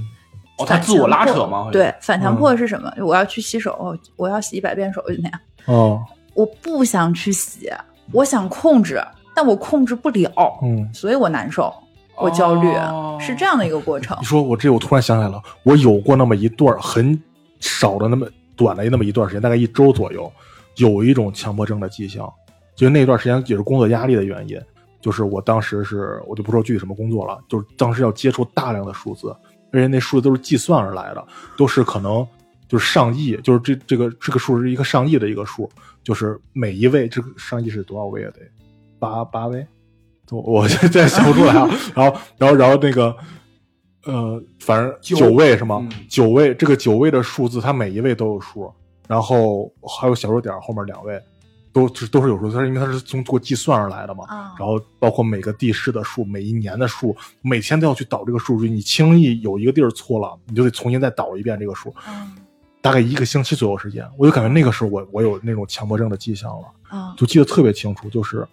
[SPEAKER 2] 哦，他
[SPEAKER 3] 反
[SPEAKER 2] 自我拉扯
[SPEAKER 3] 强
[SPEAKER 2] 嘛，
[SPEAKER 3] 迫
[SPEAKER 2] 好像，
[SPEAKER 3] 对，反强迫是什么？我要去洗手，我要洗一百遍手，就那样。
[SPEAKER 1] 哦，
[SPEAKER 3] 我不想去洗，我想控制，但我控制不了，
[SPEAKER 1] 嗯，
[SPEAKER 3] 所以我难受，我焦虑，
[SPEAKER 2] 哦
[SPEAKER 3] 是这样的一个过程
[SPEAKER 1] 你。说我这，我突然想起来了，我有过那么一段儿很少的那么短的那么一段时间，大概一周左右，有一种强迫症的迹象。就是那段时间也是工作压力的原因，就是我当时是我就不说具体什么工作了，就是当时要接触大量的数字，而且那数字都是计算而来的，都是可能就是上亿，就是这这个这个数是一个上亿的一个数，就是每一位这个上亿是多少位啊？得八八位，我我现在想不出 <laughs> 来啊。然后然后然后那个呃，反正
[SPEAKER 2] 九
[SPEAKER 1] 九位是吗
[SPEAKER 2] 嗯？
[SPEAKER 1] 九位这个九位的数字，它每一位都有数，然后还有小数点后面两位。都是都是有数，它是因为它是从做计算而来的嘛，
[SPEAKER 3] 啊
[SPEAKER 1] 然后包括每个地市的数、每一年的数，每天都要去导这个数据。你轻易有一个地儿错了，你就得重新再导一遍这个数，
[SPEAKER 3] 嗯
[SPEAKER 1] 大概一个星期左右时间。我就感觉那个时候我我有那种强迫症的迹象了，
[SPEAKER 3] 啊
[SPEAKER 1] 就记得特别清楚。就是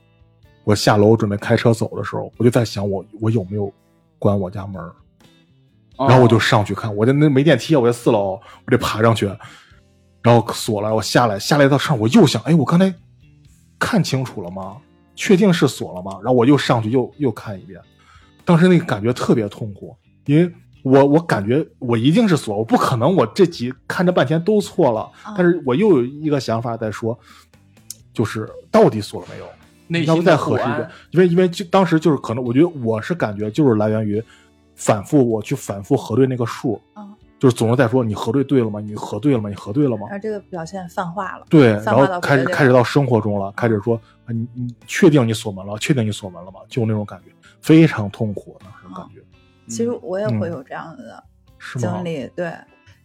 [SPEAKER 1] 我下楼准备开车走的时候，我就在想我我有没有关我家门儿，
[SPEAKER 2] 哦
[SPEAKER 1] 然后我就上去看，我就那没电梯啊，我在四楼，我得爬上去，然后锁了，我下来，下来到上，我又想，哎，我刚才看清楚了吗？确定是锁了吗？然后我又上去又又看一遍，当时那个感觉特别痛苦，因为我我感觉我一定是锁，我不可能我这几看这半天都错了，
[SPEAKER 3] 啊
[SPEAKER 1] 但是我又有一个想法在说，就是到底锁了没有？
[SPEAKER 2] 内
[SPEAKER 1] 要不
[SPEAKER 2] 心
[SPEAKER 1] 再
[SPEAKER 2] 的
[SPEAKER 1] 核
[SPEAKER 2] 不
[SPEAKER 1] 实一遍
[SPEAKER 2] 安，，
[SPEAKER 1] 因为因为就当时就是可能，我觉得我是感觉就是来源于反复我去反复核对那个数，
[SPEAKER 3] 嗯
[SPEAKER 1] 就是总是在说你核对对了吗？你核对了吗？你核对了吗
[SPEAKER 3] 然？后这个表现泛化了，
[SPEAKER 1] 对，
[SPEAKER 3] 呃
[SPEAKER 1] 然
[SPEAKER 3] 散发
[SPEAKER 1] 后
[SPEAKER 3] 到别
[SPEAKER 1] 开始
[SPEAKER 3] 的地
[SPEAKER 1] 开始到生活中了，开始说啊你你确定你锁门了？确定你锁门了吗？就那种感觉，非常痛苦，当时感觉、
[SPEAKER 3] 其实我也
[SPEAKER 1] 嗯
[SPEAKER 3] 会有这样的
[SPEAKER 1] 是吗
[SPEAKER 3] 哦经？历，对，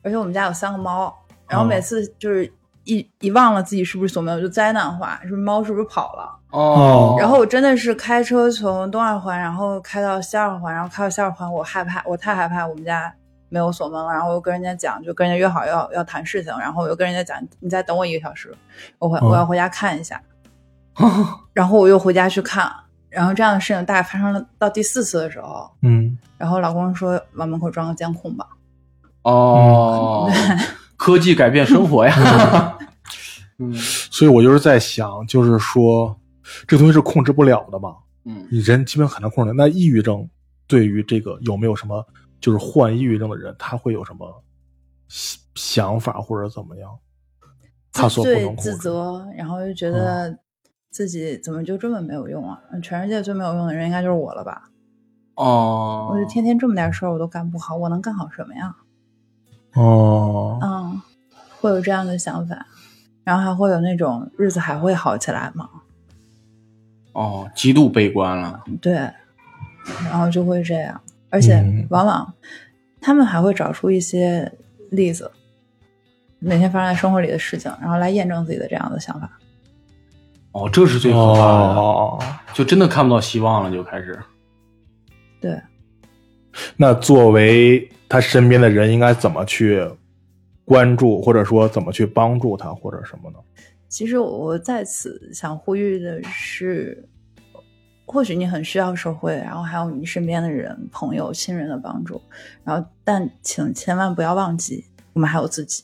[SPEAKER 3] 而且我们家有三个猫，然后
[SPEAKER 1] 哦
[SPEAKER 3] 每次就是一一忘了自己是不是锁门，我就灾难化，是不是猫是不是跑了？
[SPEAKER 2] 哦，
[SPEAKER 3] 然后我真的是开车从东二环，然后开到西二环，然后开到西二环，我害怕，我太害怕我们家没有锁门了。然后我又跟人家讲，就跟人家约好要要谈事情，然后我又跟人家讲，你再等我一个小时，我回
[SPEAKER 1] 嗯
[SPEAKER 3] 我要回家看一下。然后我又回家去看，然后这样的事情大概发生了到第四次的时候，
[SPEAKER 1] 嗯，
[SPEAKER 3] 然后老公说往门口装个监控吧。
[SPEAKER 2] 哦， <laughs> 科技改变生活呀，嗯
[SPEAKER 1] 所以我就是在想，就是说这东西是控制不了的嘛，
[SPEAKER 2] 嗯，
[SPEAKER 1] 你人基本很难控制。那抑郁症对于这个有没有什么，就是患抑郁症的人，他会有什么想想法或者怎么样？他所不
[SPEAKER 3] 最
[SPEAKER 1] 能控嗯
[SPEAKER 3] 自
[SPEAKER 1] 制。
[SPEAKER 3] 责，然后就觉得自己怎么就这么没有用啊？全世界最没有用的人应该就是我了吧？
[SPEAKER 2] 哦，
[SPEAKER 3] 我就天天这么点事儿我都干不好，我能干好什么呀？
[SPEAKER 1] 哦，
[SPEAKER 3] 嗯，会有这样的想法，然后还会有那种日子还会好起来吗？
[SPEAKER 2] 哦，极度悲观了，
[SPEAKER 3] 对，然后就会这样，而且
[SPEAKER 1] 嗯
[SPEAKER 3] 往往他们还会找出一些例子，每天发生在生活里的事情，然后来验证自己的这样的想法。
[SPEAKER 2] 哦，这是最可怕的，
[SPEAKER 1] 哦，
[SPEAKER 2] 就真的看不到希望了，就开始，
[SPEAKER 3] 对，
[SPEAKER 1] 那作为他身边的人，应该怎么去关注，或者说怎么去帮助他，或者什么呢？
[SPEAKER 3] 其实我在此想呼吁的是，或许你很需要社会，然后还有你身边的人、朋友、亲人的帮助，然后但请千万不要忘记，我们还有自己。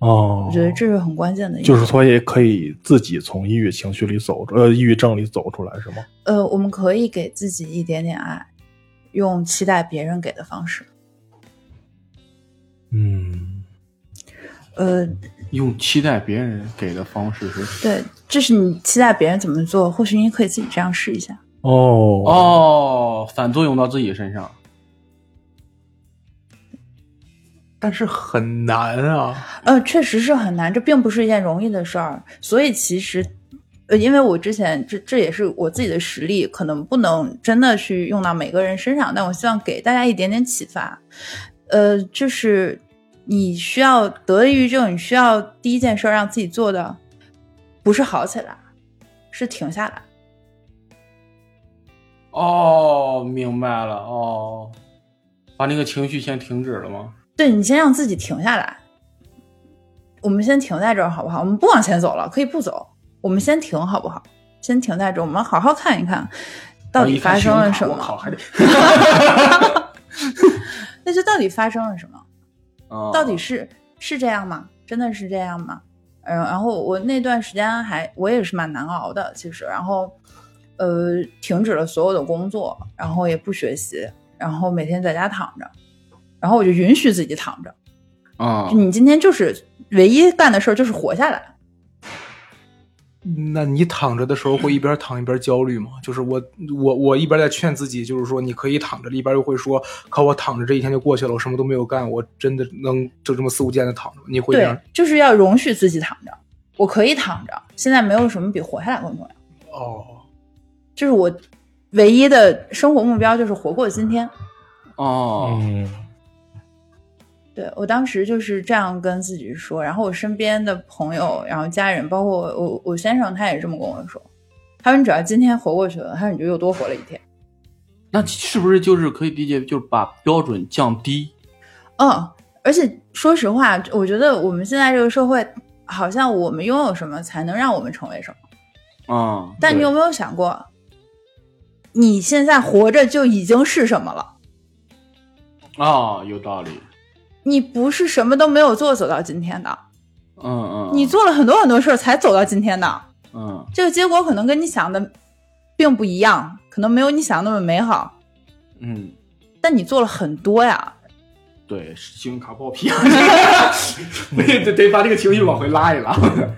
[SPEAKER 1] 哦
[SPEAKER 3] 我觉得这是很关键的一点。
[SPEAKER 1] 就是说也可以自己从抑郁情绪里走出，呃，抑郁症里走出来，是吗？
[SPEAKER 3] 呃，我们可以给自己一点点爱，用期待别人给的方式。
[SPEAKER 1] 嗯，
[SPEAKER 3] 呃，
[SPEAKER 2] 用期待别人给的方式是，
[SPEAKER 3] 对，这是你期待别人怎么做，或许你可以自己这样试一下。
[SPEAKER 1] 哦，
[SPEAKER 2] 哦，反作用到自己身上，
[SPEAKER 4] 但是很难啊。
[SPEAKER 3] 呃，确实是很难，这并不是一件容易的事儿。所以其实，呃，因为我之前这这也是我自己的实力，可能不能真的去用到每个人身上，但我希望给大家一点点启发。呃，就是你需要得抑郁症，你需要第一件事儿让自己做的不是好起来，是停下来。
[SPEAKER 2] 哦，明白了，哦，把那个情绪先停止了吗？
[SPEAKER 3] 对你先让自己停下来。我们先停在这儿好不好？我们不往前走了，可以不走，我们先停好不好？先停在这儿，我们好好看一看，
[SPEAKER 2] 哦
[SPEAKER 3] 到
[SPEAKER 2] 啊
[SPEAKER 3] 底发生了什么
[SPEAKER 2] 我？靠，还得，
[SPEAKER 3] 那就到底发生了什么？
[SPEAKER 2] 哦
[SPEAKER 3] 到底是是这样吗？真的是这样吗？嗯，然后我那段时间还我也是蛮难熬的，其实，然后呃，停止了所有的工作，然后也不学习，然后每天在家躺着，然后我就允许自己躺着。
[SPEAKER 2] 啊，
[SPEAKER 3] 嗯你今天就是唯一干的事儿就是活下来，
[SPEAKER 4] 那你躺着的时候会一边躺一边焦虑吗？就是我我我一边在劝自己，就是说你可以躺着，一边又会说，可我躺着这一天就过去了，我什么都没有干，我真的能就这么肆无忌惮的躺着吗？你会这样
[SPEAKER 3] 对，就是要容许自己躺着，我可以躺着，现在没有什么比活下来更重要。
[SPEAKER 4] 哦？
[SPEAKER 3] 这是我唯一的生活目标，就是活过今天。
[SPEAKER 2] 哦，
[SPEAKER 1] 嗯，
[SPEAKER 3] 对我当时就是这样跟自己说，然后我身边的朋友，然后家人，包括我我我先生，他也这么跟我说，他说你只要今天活过去了，他说你就又多活了一天。
[SPEAKER 2] 那是不是就是可以理解，就是把标准降低？
[SPEAKER 3] 嗯，而且说实话，我觉得我们现在这个社会，好像我们拥有什么才能让我们成为什么。
[SPEAKER 2] 啊，
[SPEAKER 3] 但你有没有想过，你现在活着就已经是什么了？
[SPEAKER 2] 啊，有道理。
[SPEAKER 3] 你不是什么都没有做走到今天的，
[SPEAKER 2] 嗯嗯，
[SPEAKER 3] 你做了很多很多事儿才走到今天的。
[SPEAKER 2] 嗯
[SPEAKER 3] 这个结果可能跟你想的并不一样，可能没有你想的那么美好，
[SPEAKER 2] 嗯，
[SPEAKER 3] 但你做了很多呀。
[SPEAKER 2] 对，信用卡爆皮，得得得把这个情绪往回拉一拉。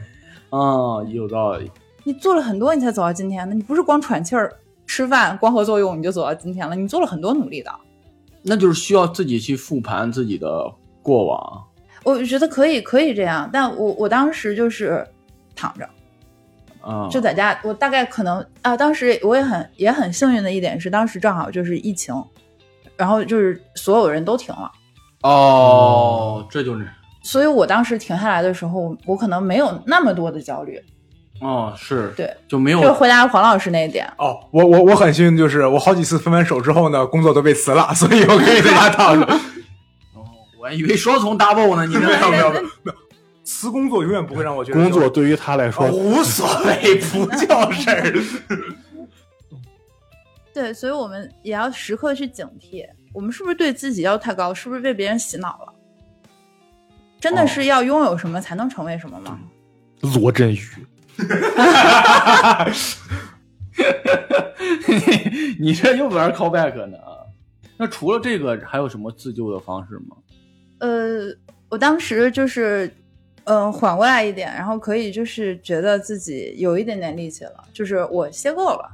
[SPEAKER 2] <laughs> 啊，嗯有道理。
[SPEAKER 3] 你做了很多，你才走到今天的。你不是光喘气儿、吃饭、光合作用你就走到今天了，你做了很多努力的。
[SPEAKER 2] 那就是需要自己去复盘自己的过往。
[SPEAKER 3] 我觉得可以，可以这样，但我我当时就是躺着，
[SPEAKER 2] 啊，
[SPEAKER 3] 就在家。我大概可能啊，当时我也很也很幸运的一点是，当时正好就是疫情，然后就是所有人都停了，
[SPEAKER 2] 哦，这就是
[SPEAKER 3] 所以我当时停下来的时候，我可能没有那么多的焦虑。
[SPEAKER 2] 哦，是
[SPEAKER 3] 对，
[SPEAKER 2] 就没
[SPEAKER 3] 就是
[SPEAKER 2] 有
[SPEAKER 3] 回答黄老师那一点，
[SPEAKER 4] 哦，我我我很幸运，就是我好几次分完手之后呢，工作都被辞了，所 <laughs> 以我可以在家躺着。 <laughs>
[SPEAKER 2] 哦，我还以为双重 double <laughs> 呢，你
[SPEAKER 4] 没
[SPEAKER 2] 这
[SPEAKER 4] 有没有没有，辞工作永远不会让我觉得哦
[SPEAKER 1] 工作对于他来说，
[SPEAKER 4] 无所谓， <laughs> 不叫事儿。
[SPEAKER 3] 对，所以我们也要时刻去警惕，我们是不是对自己要求太高，是不是被别人洗脑了？真的
[SPEAKER 2] 哦
[SPEAKER 3] 是要拥有什么才能成为什么吗？
[SPEAKER 1] 罗振宇，
[SPEAKER 2] 你这又玩 callback 呢啊？那除了这个，还有什么自救的方式吗？
[SPEAKER 3] 呃，我当时就是，嗯、缓过来一点，然后可以就是觉得自己有一点点力气了，就是我歇够了，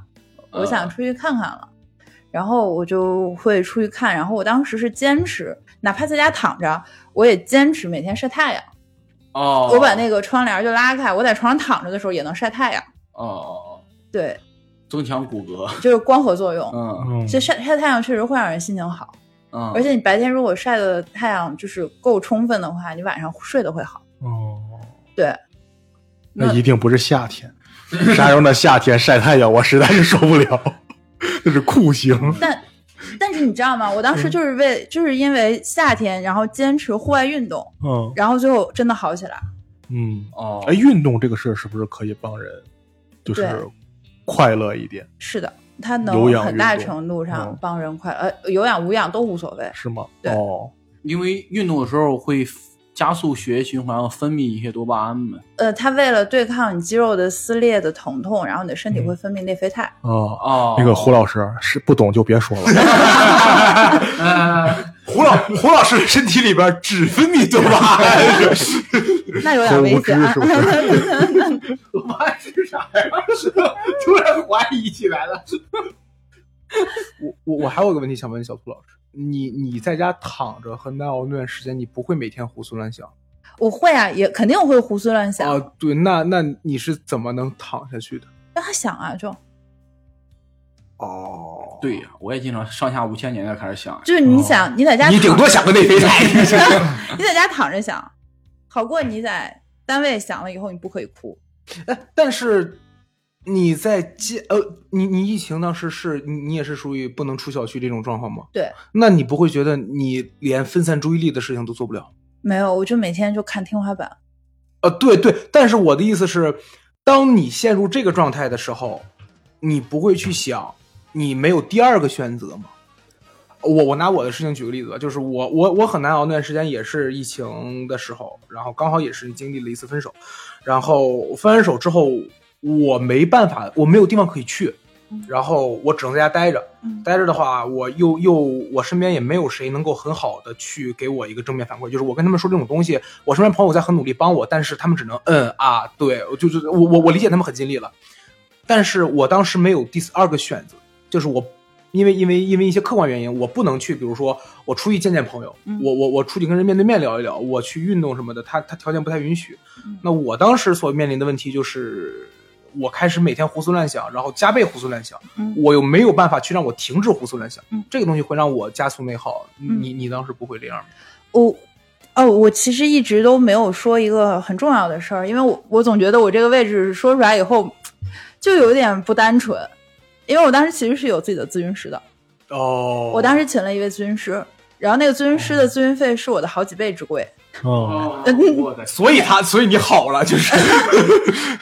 [SPEAKER 3] 我
[SPEAKER 2] 嗯
[SPEAKER 3] 想出去看看了，然后我就会出去看。然后我当时是坚持，哪怕在家躺着，我也坚持每天晒太阳。
[SPEAKER 2] 哦，
[SPEAKER 3] 我把那个窗帘就拉开，我在床上躺着的时候也能晒太阳。
[SPEAKER 2] 哦哦哦，
[SPEAKER 3] 对，
[SPEAKER 2] 增强骨骼，
[SPEAKER 3] 就是光合作用。
[SPEAKER 2] 嗯
[SPEAKER 1] 嗯
[SPEAKER 3] 其实晒晒太阳确实会让人心情好，
[SPEAKER 2] 嗯，
[SPEAKER 3] 而且你白天如果晒的太阳就是够充分的话，你晚上睡得会好。
[SPEAKER 1] 哦，
[SPEAKER 3] 对，
[SPEAKER 1] 那一定不是夏天，啥时候那夏天晒太阳，我实在是受不了， <laughs> 这是酷刑。
[SPEAKER 4] <laughs>
[SPEAKER 3] 但但是你知道吗？我当
[SPEAKER 4] 嗯
[SPEAKER 3] 时就是为、就是因为夏天，然后坚持户外运动，
[SPEAKER 1] 嗯
[SPEAKER 3] 然后最后真的好起来。
[SPEAKER 1] 嗯，
[SPEAKER 2] 哦
[SPEAKER 1] 哎，，运动这个事儿是不是可以帮人，就是
[SPEAKER 3] 对
[SPEAKER 1] 快乐一点，
[SPEAKER 3] 是的，它
[SPEAKER 1] 有
[SPEAKER 3] 能
[SPEAKER 1] 氧
[SPEAKER 3] 很大
[SPEAKER 1] 运动
[SPEAKER 3] 程度上
[SPEAKER 1] 嗯
[SPEAKER 3] 帮人快乐，呃，有氧无氧都无所谓。
[SPEAKER 1] 是
[SPEAKER 4] <laughs>
[SPEAKER 1] 吗？
[SPEAKER 3] 对
[SPEAKER 1] 哦，
[SPEAKER 2] 因为运动的时候会加速血液循环，分泌一些多巴胺嘛。
[SPEAKER 3] 呃，它为了对抗你肌肉的撕裂的疼痛，然后你的身体
[SPEAKER 1] 嗯
[SPEAKER 3] 会分泌内啡肽。
[SPEAKER 1] 哦，
[SPEAKER 2] 哦，
[SPEAKER 1] 那个胡老师是不懂就别说了，
[SPEAKER 2] <laughs> 呃，
[SPEAKER 4] <laughs> 胡老胡老师的身体里边只分泌多巴
[SPEAKER 3] <laughs>
[SPEAKER 4] 胺，
[SPEAKER 3] 那有点危险啊
[SPEAKER 1] 口无！知
[SPEAKER 4] <laughs>
[SPEAKER 2] 多巴胺是啥呀？突然怀疑起来了。
[SPEAKER 4] 我我我还有个问题想问小兔老师，你你在家躺着和难熬那段时间，你不会每天胡思乱想
[SPEAKER 3] 我会啊，也肯定会胡思乱想。
[SPEAKER 4] 啊？对，那那你是怎么能躺下去的？
[SPEAKER 3] 让他想啊，就
[SPEAKER 4] 哦，
[SPEAKER 2] 对呀，我也经常上下五千年的开始想。
[SPEAKER 3] 就是你想，你在家
[SPEAKER 4] 你
[SPEAKER 3] 躺
[SPEAKER 4] 顶多想个内 <laughs> 啡肽。
[SPEAKER 3] <laughs> 你在家躺着想，好过你在单位想了以后你不可以哭。
[SPEAKER 4] 哎，但是你在家，呃，你你疫情当时是你你也是属于不能出小区这种状况吗？
[SPEAKER 3] 对，
[SPEAKER 4] 那你不会觉得你连分散注意力的事情都做不了？
[SPEAKER 3] 没有，我就每天就看天花板。
[SPEAKER 4] 呃，对对，但是我的意思是，当你陷入这个状态的时候，你不会去想你没有第二个选择吗？我我拿我的事情举个例子吧，就是我我我很难熬那段时间也是疫情的时候，然后刚好也是经历了一次分手，然后分完手之后我没办法，我没有地方可以去，
[SPEAKER 3] 嗯
[SPEAKER 4] 然后我只能在家待着。
[SPEAKER 3] 嗯
[SPEAKER 4] 待着的话，我又又我身边也没有谁能够很好的去给我一个正面反馈，就是我跟他们说这种东西，我身边朋友在很努力帮我，但是他们只能嗯啊，对，我就是我我我理解他们很尽力了，但是我当时没有第二个选择，就是我因为因为因为一些客观原因，我不能去，比如说我出去见见朋友，
[SPEAKER 3] 嗯
[SPEAKER 4] 我我我出去跟人面对面聊一聊，我去运动什么的，他他条件不太允许
[SPEAKER 3] 嗯。
[SPEAKER 4] 那我当时所面临的问题就是，我开始每天胡思乱想，然后加倍胡思乱想，
[SPEAKER 3] 嗯
[SPEAKER 4] 我又没有办法去让我停止胡思乱想，
[SPEAKER 3] 嗯
[SPEAKER 4] 这个东西会让我加速内耗。
[SPEAKER 3] 嗯
[SPEAKER 4] 你你当时不会这样吗？
[SPEAKER 3] 我哦，我其实一直都没有说一个很重要的事儿，因为我我总觉得我这个位置说出来以后就有点不单纯，因为我当时其实是有自己的咨询师的，
[SPEAKER 4] 哦
[SPEAKER 3] 我当时请了一位咨询师，然后那个咨询师的咨询费是我的好几倍之贵，
[SPEAKER 1] 嗯，
[SPEAKER 2] 我的
[SPEAKER 4] 所以
[SPEAKER 3] <laughs>
[SPEAKER 4] 他所以你好了，就是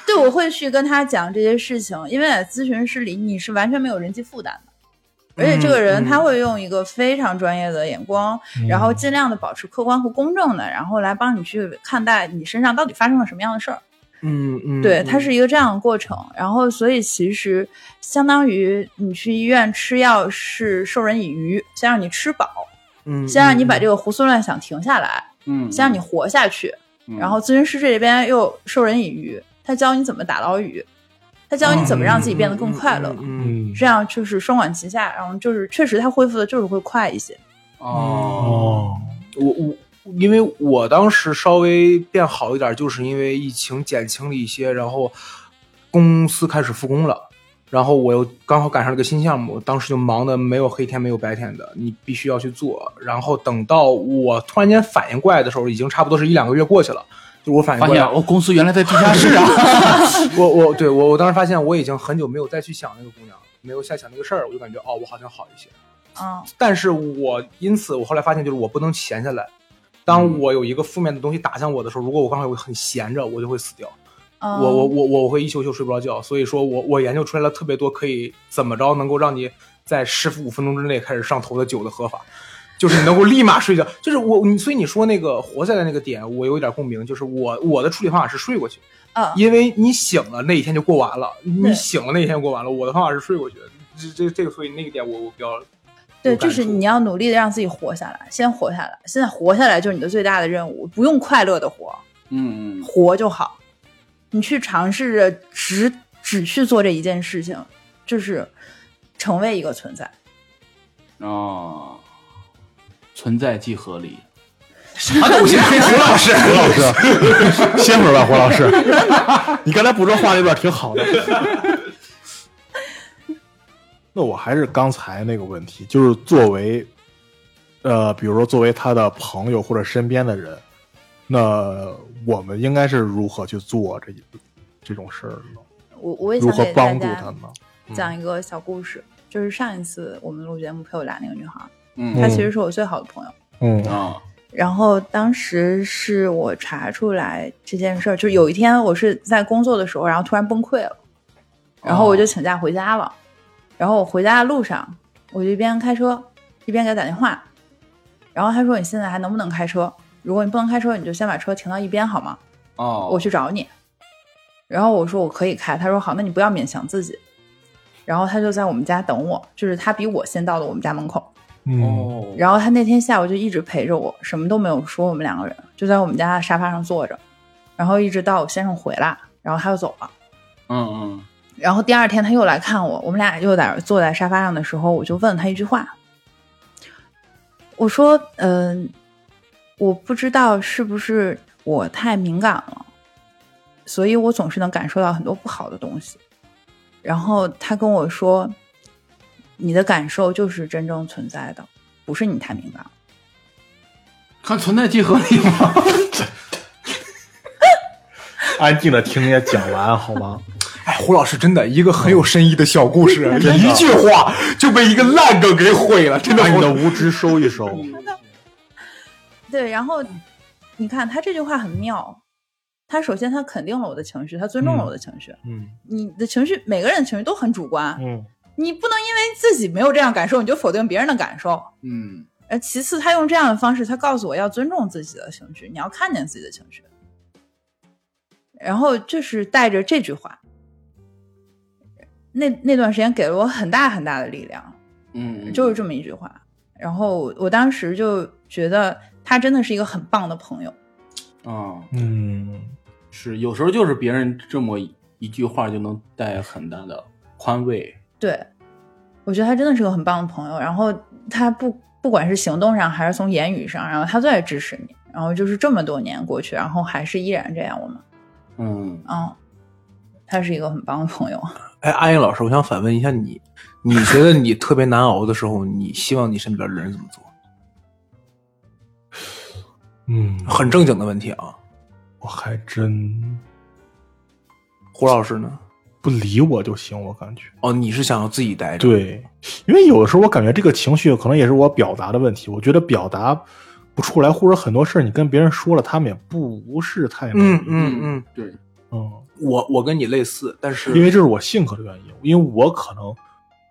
[SPEAKER 3] 对，我会去跟他讲这些事情，因为在咨询室里你是完全没有人际负担的，而且这个人
[SPEAKER 4] 嗯
[SPEAKER 3] 他会用一个非常专业的眼光，然后尽量的保持客观和公正的，然后来帮你去看待你身上到底发生了什么样的事儿。
[SPEAKER 4] 嗯嗯，
[SPEAKER 3] 对，
[SPEAKER 4] 嗯
[SPEAKER 3] 它是一个这样的过程。然后，所以其实相当于你去医院吃药是授人以渔，先让你吃饱，
[SPEAKER 4] 嗯
[SPEAKER 3] 先让你把这
[SPEAKER 4] 个
[SPEAKER 3] 个胡思乱想停下来，
[SPEAKER 2] 嗯，
[SPEAKER 3] 先让你活下去。
[SPEAKER 4] 嗯
[SPEAKER 3] 然后咨询师这边又授人以渔，他教你怎么打捞鱼，他教你怎么让自己变得更快乐，
[SPEAKER 4] 嗯嗯，嗯
[SPEAKER 1] 嗯
[SPEAKER 3] 这样就是双管齐下，然后就是确实他恢复的就是会快一些。
[SPEAKER 2] 哦，
[SPEAKER 1] 哦，
[SPEAKER 4] 我我因为我当时稍微变好一点，就是因为疫情减轻了一些，然后公司开始复工了。然后我又刚好赶上了个新项目，当时就忙的没有黑天没有白天的，你必须要去做。然后等到我突然间反应过来的时候，已经差不多是一两个月过去了。就我反应
[SPEAKER 2] 发
[SPEAKER 4] 过来
[SPEAKER 2] 现，我公司原来在地下室啊，
[SPEAKER 4] 我我对我我当时发现我已经很久没有再去想那个姑娘了，没有再想那个事儿，我就感觉哦，我好像好一些。
[SPEAKER 3] 嗯
[SPEAKER 4] 但是我因此我后来发现，就是我不能闲下来。
[SPEAKER 3] 嗯
[SPEAKER 4] 当我有一个负面的东西打向我的时候，如果我刚才我很闲着，我就会死掉。
[SPEAKER 3] 嗯，
[SPEAKER 4] 我我我我会一宿一宿睡不着觉。所以说我我研究出来了特别多可以怎么着能够让你在十五分钟之内开始上头的酒的喝法，就是你能够立马睡觉。 <laughs> 就是我你所以你说那个活下来那个点，我有一点共鸣。就是我我的处理方法是睡过去，
[SPEAKER 3] 嗯
[SPEAKER 4] 因为你醒了那一天就过完了，你
[SPEAKER 3] 对
[SPEAKER 4] 醒了那一天就过完了。我的方法是睡过去，这这这个所以那个点我我比较
[SPEAKER 3] 对，
[SPEAKER 4] 有感
[SPEAKER 3] 就是
[SPEAKER 4] 触
[SPEAKER 3] 你要努力的让自己活下来，先活下来。现在活下来就是你的最大的任务，不用快乐的活，
[SPEAKER 2] <laughs> 嗯嗯
[SPEAKER 3] 活就好。你去尝试着只只去做这一件事情，就是成为一个存在。
[SPEAKER 2] 哦，存在即合理，
[SPEAKER 4] 啊，我现在黑胡老师，
[SPEAKER 1] 胡老师，歇会儿吧，胡老师。你刚才捕捉话那段挺好的。那我还是刚才那个问题，就是作为，呃，比如说作为他的朋友或者身边的人，那我们应该是如何去做这一这种事儿呢？
[SPEAKER 3] 我我也
[SPEAKER 1] 如
[SPEAKER 3] 想
[SPEAKER 1] 何
[SPEAKER 3] 给大
[SPEAKER 1] 帮助
[SPEAKER 3] 家
[SPEAKER 1] 他嗯呢？
[SPEAKER 3] 讲一个小故事，就是上一次我们录节目陪我来那个女孩儿，
[SPEAKER 2] 嗯
[SPEAKER 3] 她其实是我最好的朋友。
[SPEAKER 1] 嗯
[SPEAKER 2] 啊，
[SPEAKER 3] 然后当时是我查出来这件事儿，就有一天我是在工作的时候，然后突然崩溃了，然后我就请假回家了。然后我回家的路上，我就一边开车一边给她打电话，然后她说：“你现在还能不能开车？如果你不能开车，你就先把车停到一边好吗？”
[SPEAKER 2] 哦，
[SPEAKER 3] 我去找你。然后我说我可以开，他说好，那你不要勉强自己。然后他就在我们家等我，就是他比我先到的我们家门口。
[SPEAKER 1] 嗯
[SPEAKER 2] 哦，
[SPEAKER 3] 然后他那天下午就一直陪着我，什么都没有说，我们两个人就在我们家沙发上坐着，然后一直到我先生回来，然后他就走了。
[SPEAKER 2] 嗯
[SPEAKER 3] 然后第二天他又来看我，我们俩又在坐在沙发上的时候，我就问他一句话，我说：“嗯、我不知道是不是我太敏感了，所以我总是能感受到很多不好的东西。”然后他跟我说：“你的感受就是真正存在的，不是你太敏感。”
[SPEAKER 2] 嗯，看存在即合理吗？
[SPEAKER 1] 安静的听人家讲完好 <laughs> 吗？
[SPEAKER 4] <laughs> 哎，胡老师真的一个很有深意的哎小故事，
[SPEAKER 1] 的
[SPEAKER 4] 一句话就被一个烂梗给毁了，真的
[SPEAKER 1] 把你
[SPEAKER 4] 胡
[SPEAKER 1] 的无知收一收。
[SPEAKER 3] 对，然后
[SPEAKER 1] 嗯
[SPEAKER 3] 你看他这句话很妙，他首先他肯定了我的情绪，他尊重了我的情绪。
[SPEAKER 1] 嗯
[SPEAKER 3] 你的情绪，每个人的情绪都很主观，
[SPEAKER 1] 嗯
[SPEAKER 3] 你不能因为自己没有这样感受，你就否定别人的感受。
[SPEAKER 2] 嗯
[SPEAKER 3] 而其次，他用这样的方式，他告诉我要尊重自己的情绪，你要看见自己的情绪。然后就是带着这句话，那那段时间给了我很大很大的力量，
[SPEAKER 2] 嗯，
[SPEAKER 3] 就是这么一句话。然后我我当时就觉得他真的是一个很棒的朋友，
[SPEAKER 2] 啊、
[SPEAKER 1] 嗯，
[SPEAKER 2] 是有时候就是别人这么一句话就能带很大的宽慰，
[SPEAKER 3] 对我觉得他真的是个很棒的朋友。然后他不不管是行动上还是从言语上，然后他都在支持你。然后就是这么多年过去，然后还是依然这样，我们
[SPEAKER 2] 嗯，
[SPEAKER 3] 嗯，他是一个很棒的朋友。
[SPEAKER 4] 哎，阿英老师，我想反问一下你，你觉得你特别难熬的时候，你希望你身边的人怎么做？
[SPEAKER 1] 嗯，
[SPEAKER 4] 很正经的问题啊。
[SPEAKER 1] 我还真
[SPEAKER 4] 胡老师呢？
[SPEAKER 1] 不理我就行，我感觉。
[SPEAKER 4] 哦，你是想要自己待着？，
[SPEAKER 1] 对，因为有的时候我感觉这个情绪可能也是我表达的问题，我觉得表达不出来，或者很多事儿你跟别人说了，他们也不是太能
[SPEAKER 4] 嗯
[SPEAKER 1] 理解
[SPEAKER 4] 嗯嗯，，
[SPEAKER 2] 对，
[SPEAKER 1] 嗯
[SPEAKER 4] 我我跟你类似，但是
[SPEAKER 1] 因为这是我性格的原因，因为我可能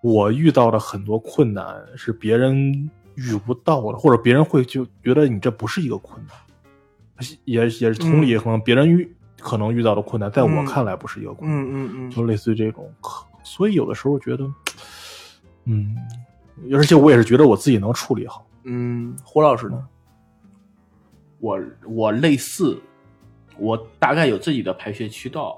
[SPEAKER 1] 我遇到的很多困难是别人遇不到的，或者别人会就觉得你这不是一个困难，也也是同理，可能别人遇可能遇到的困难，在我
[SPEAKER 4] 嗯
[SPEAKER 1] 看来不是一个困难，
[SPEAKER 4] 嗯嗯
[SPEAKER 1] 就
[SPEAKER 4] 嗯，
[SPEAKER 1] 类似于这种，可所以有的时候觉得，嗯，而且我也是觉得我自己能处理好，
[SPEAKER 4] 嗯，胡老师呢？
[SPEAKER 2] 我我类似，我大概有自己的排泄渠道。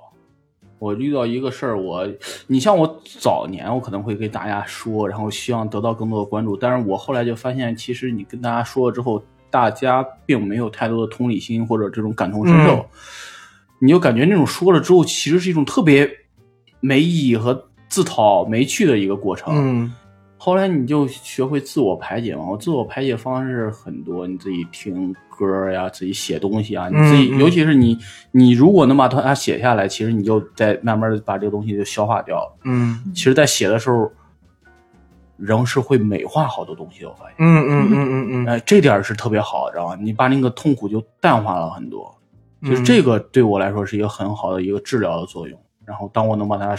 [SPEAKER 2] 我遇到一个事儿，我你像我早年我可能会跟大家说，然后希望得到更多的关注，但是我后来就发现，其实你跟大家说了之后，大家并没有太多的同理心或者这种感同身受，
[SPEAKER 4] 嗯
[SPEAKER 2] 你就感觉那种说了之后，其实是一种特别没意义和自讨没趣的一个过程。
[SPEAKER 4] 嗯
[SPEAKER 2] 后来你就学会自我排解嘛。我自我排解方式很多，你自己听歌呀，自己写东西啊，你
[SPEAKER 4] 嗯
[SPEAKER 2] 自己，
[SPEAKER 4] 嗯
[SPEAKER 2] 尤其是你，你如果能把它写下来，其实你就在慢慢的把这个东西就消化掉了。
[SPEAKER 4] 嗯
[SPEAKER 2] 其实，在写的时候，仍是会美化好多东西的。我发现，
[SPEAKER 4] 嗯嗯嗯嗯嗯，
[SPEAKER 2] 哎，这点儿是特别好，知道吗？你把那个痛苦就淡化了很多。
[SPEAKER 4] 嗯
[SPEAKER 2] 就是这个对我来说是一个很好的一个治疗的作用。然后，当我能把它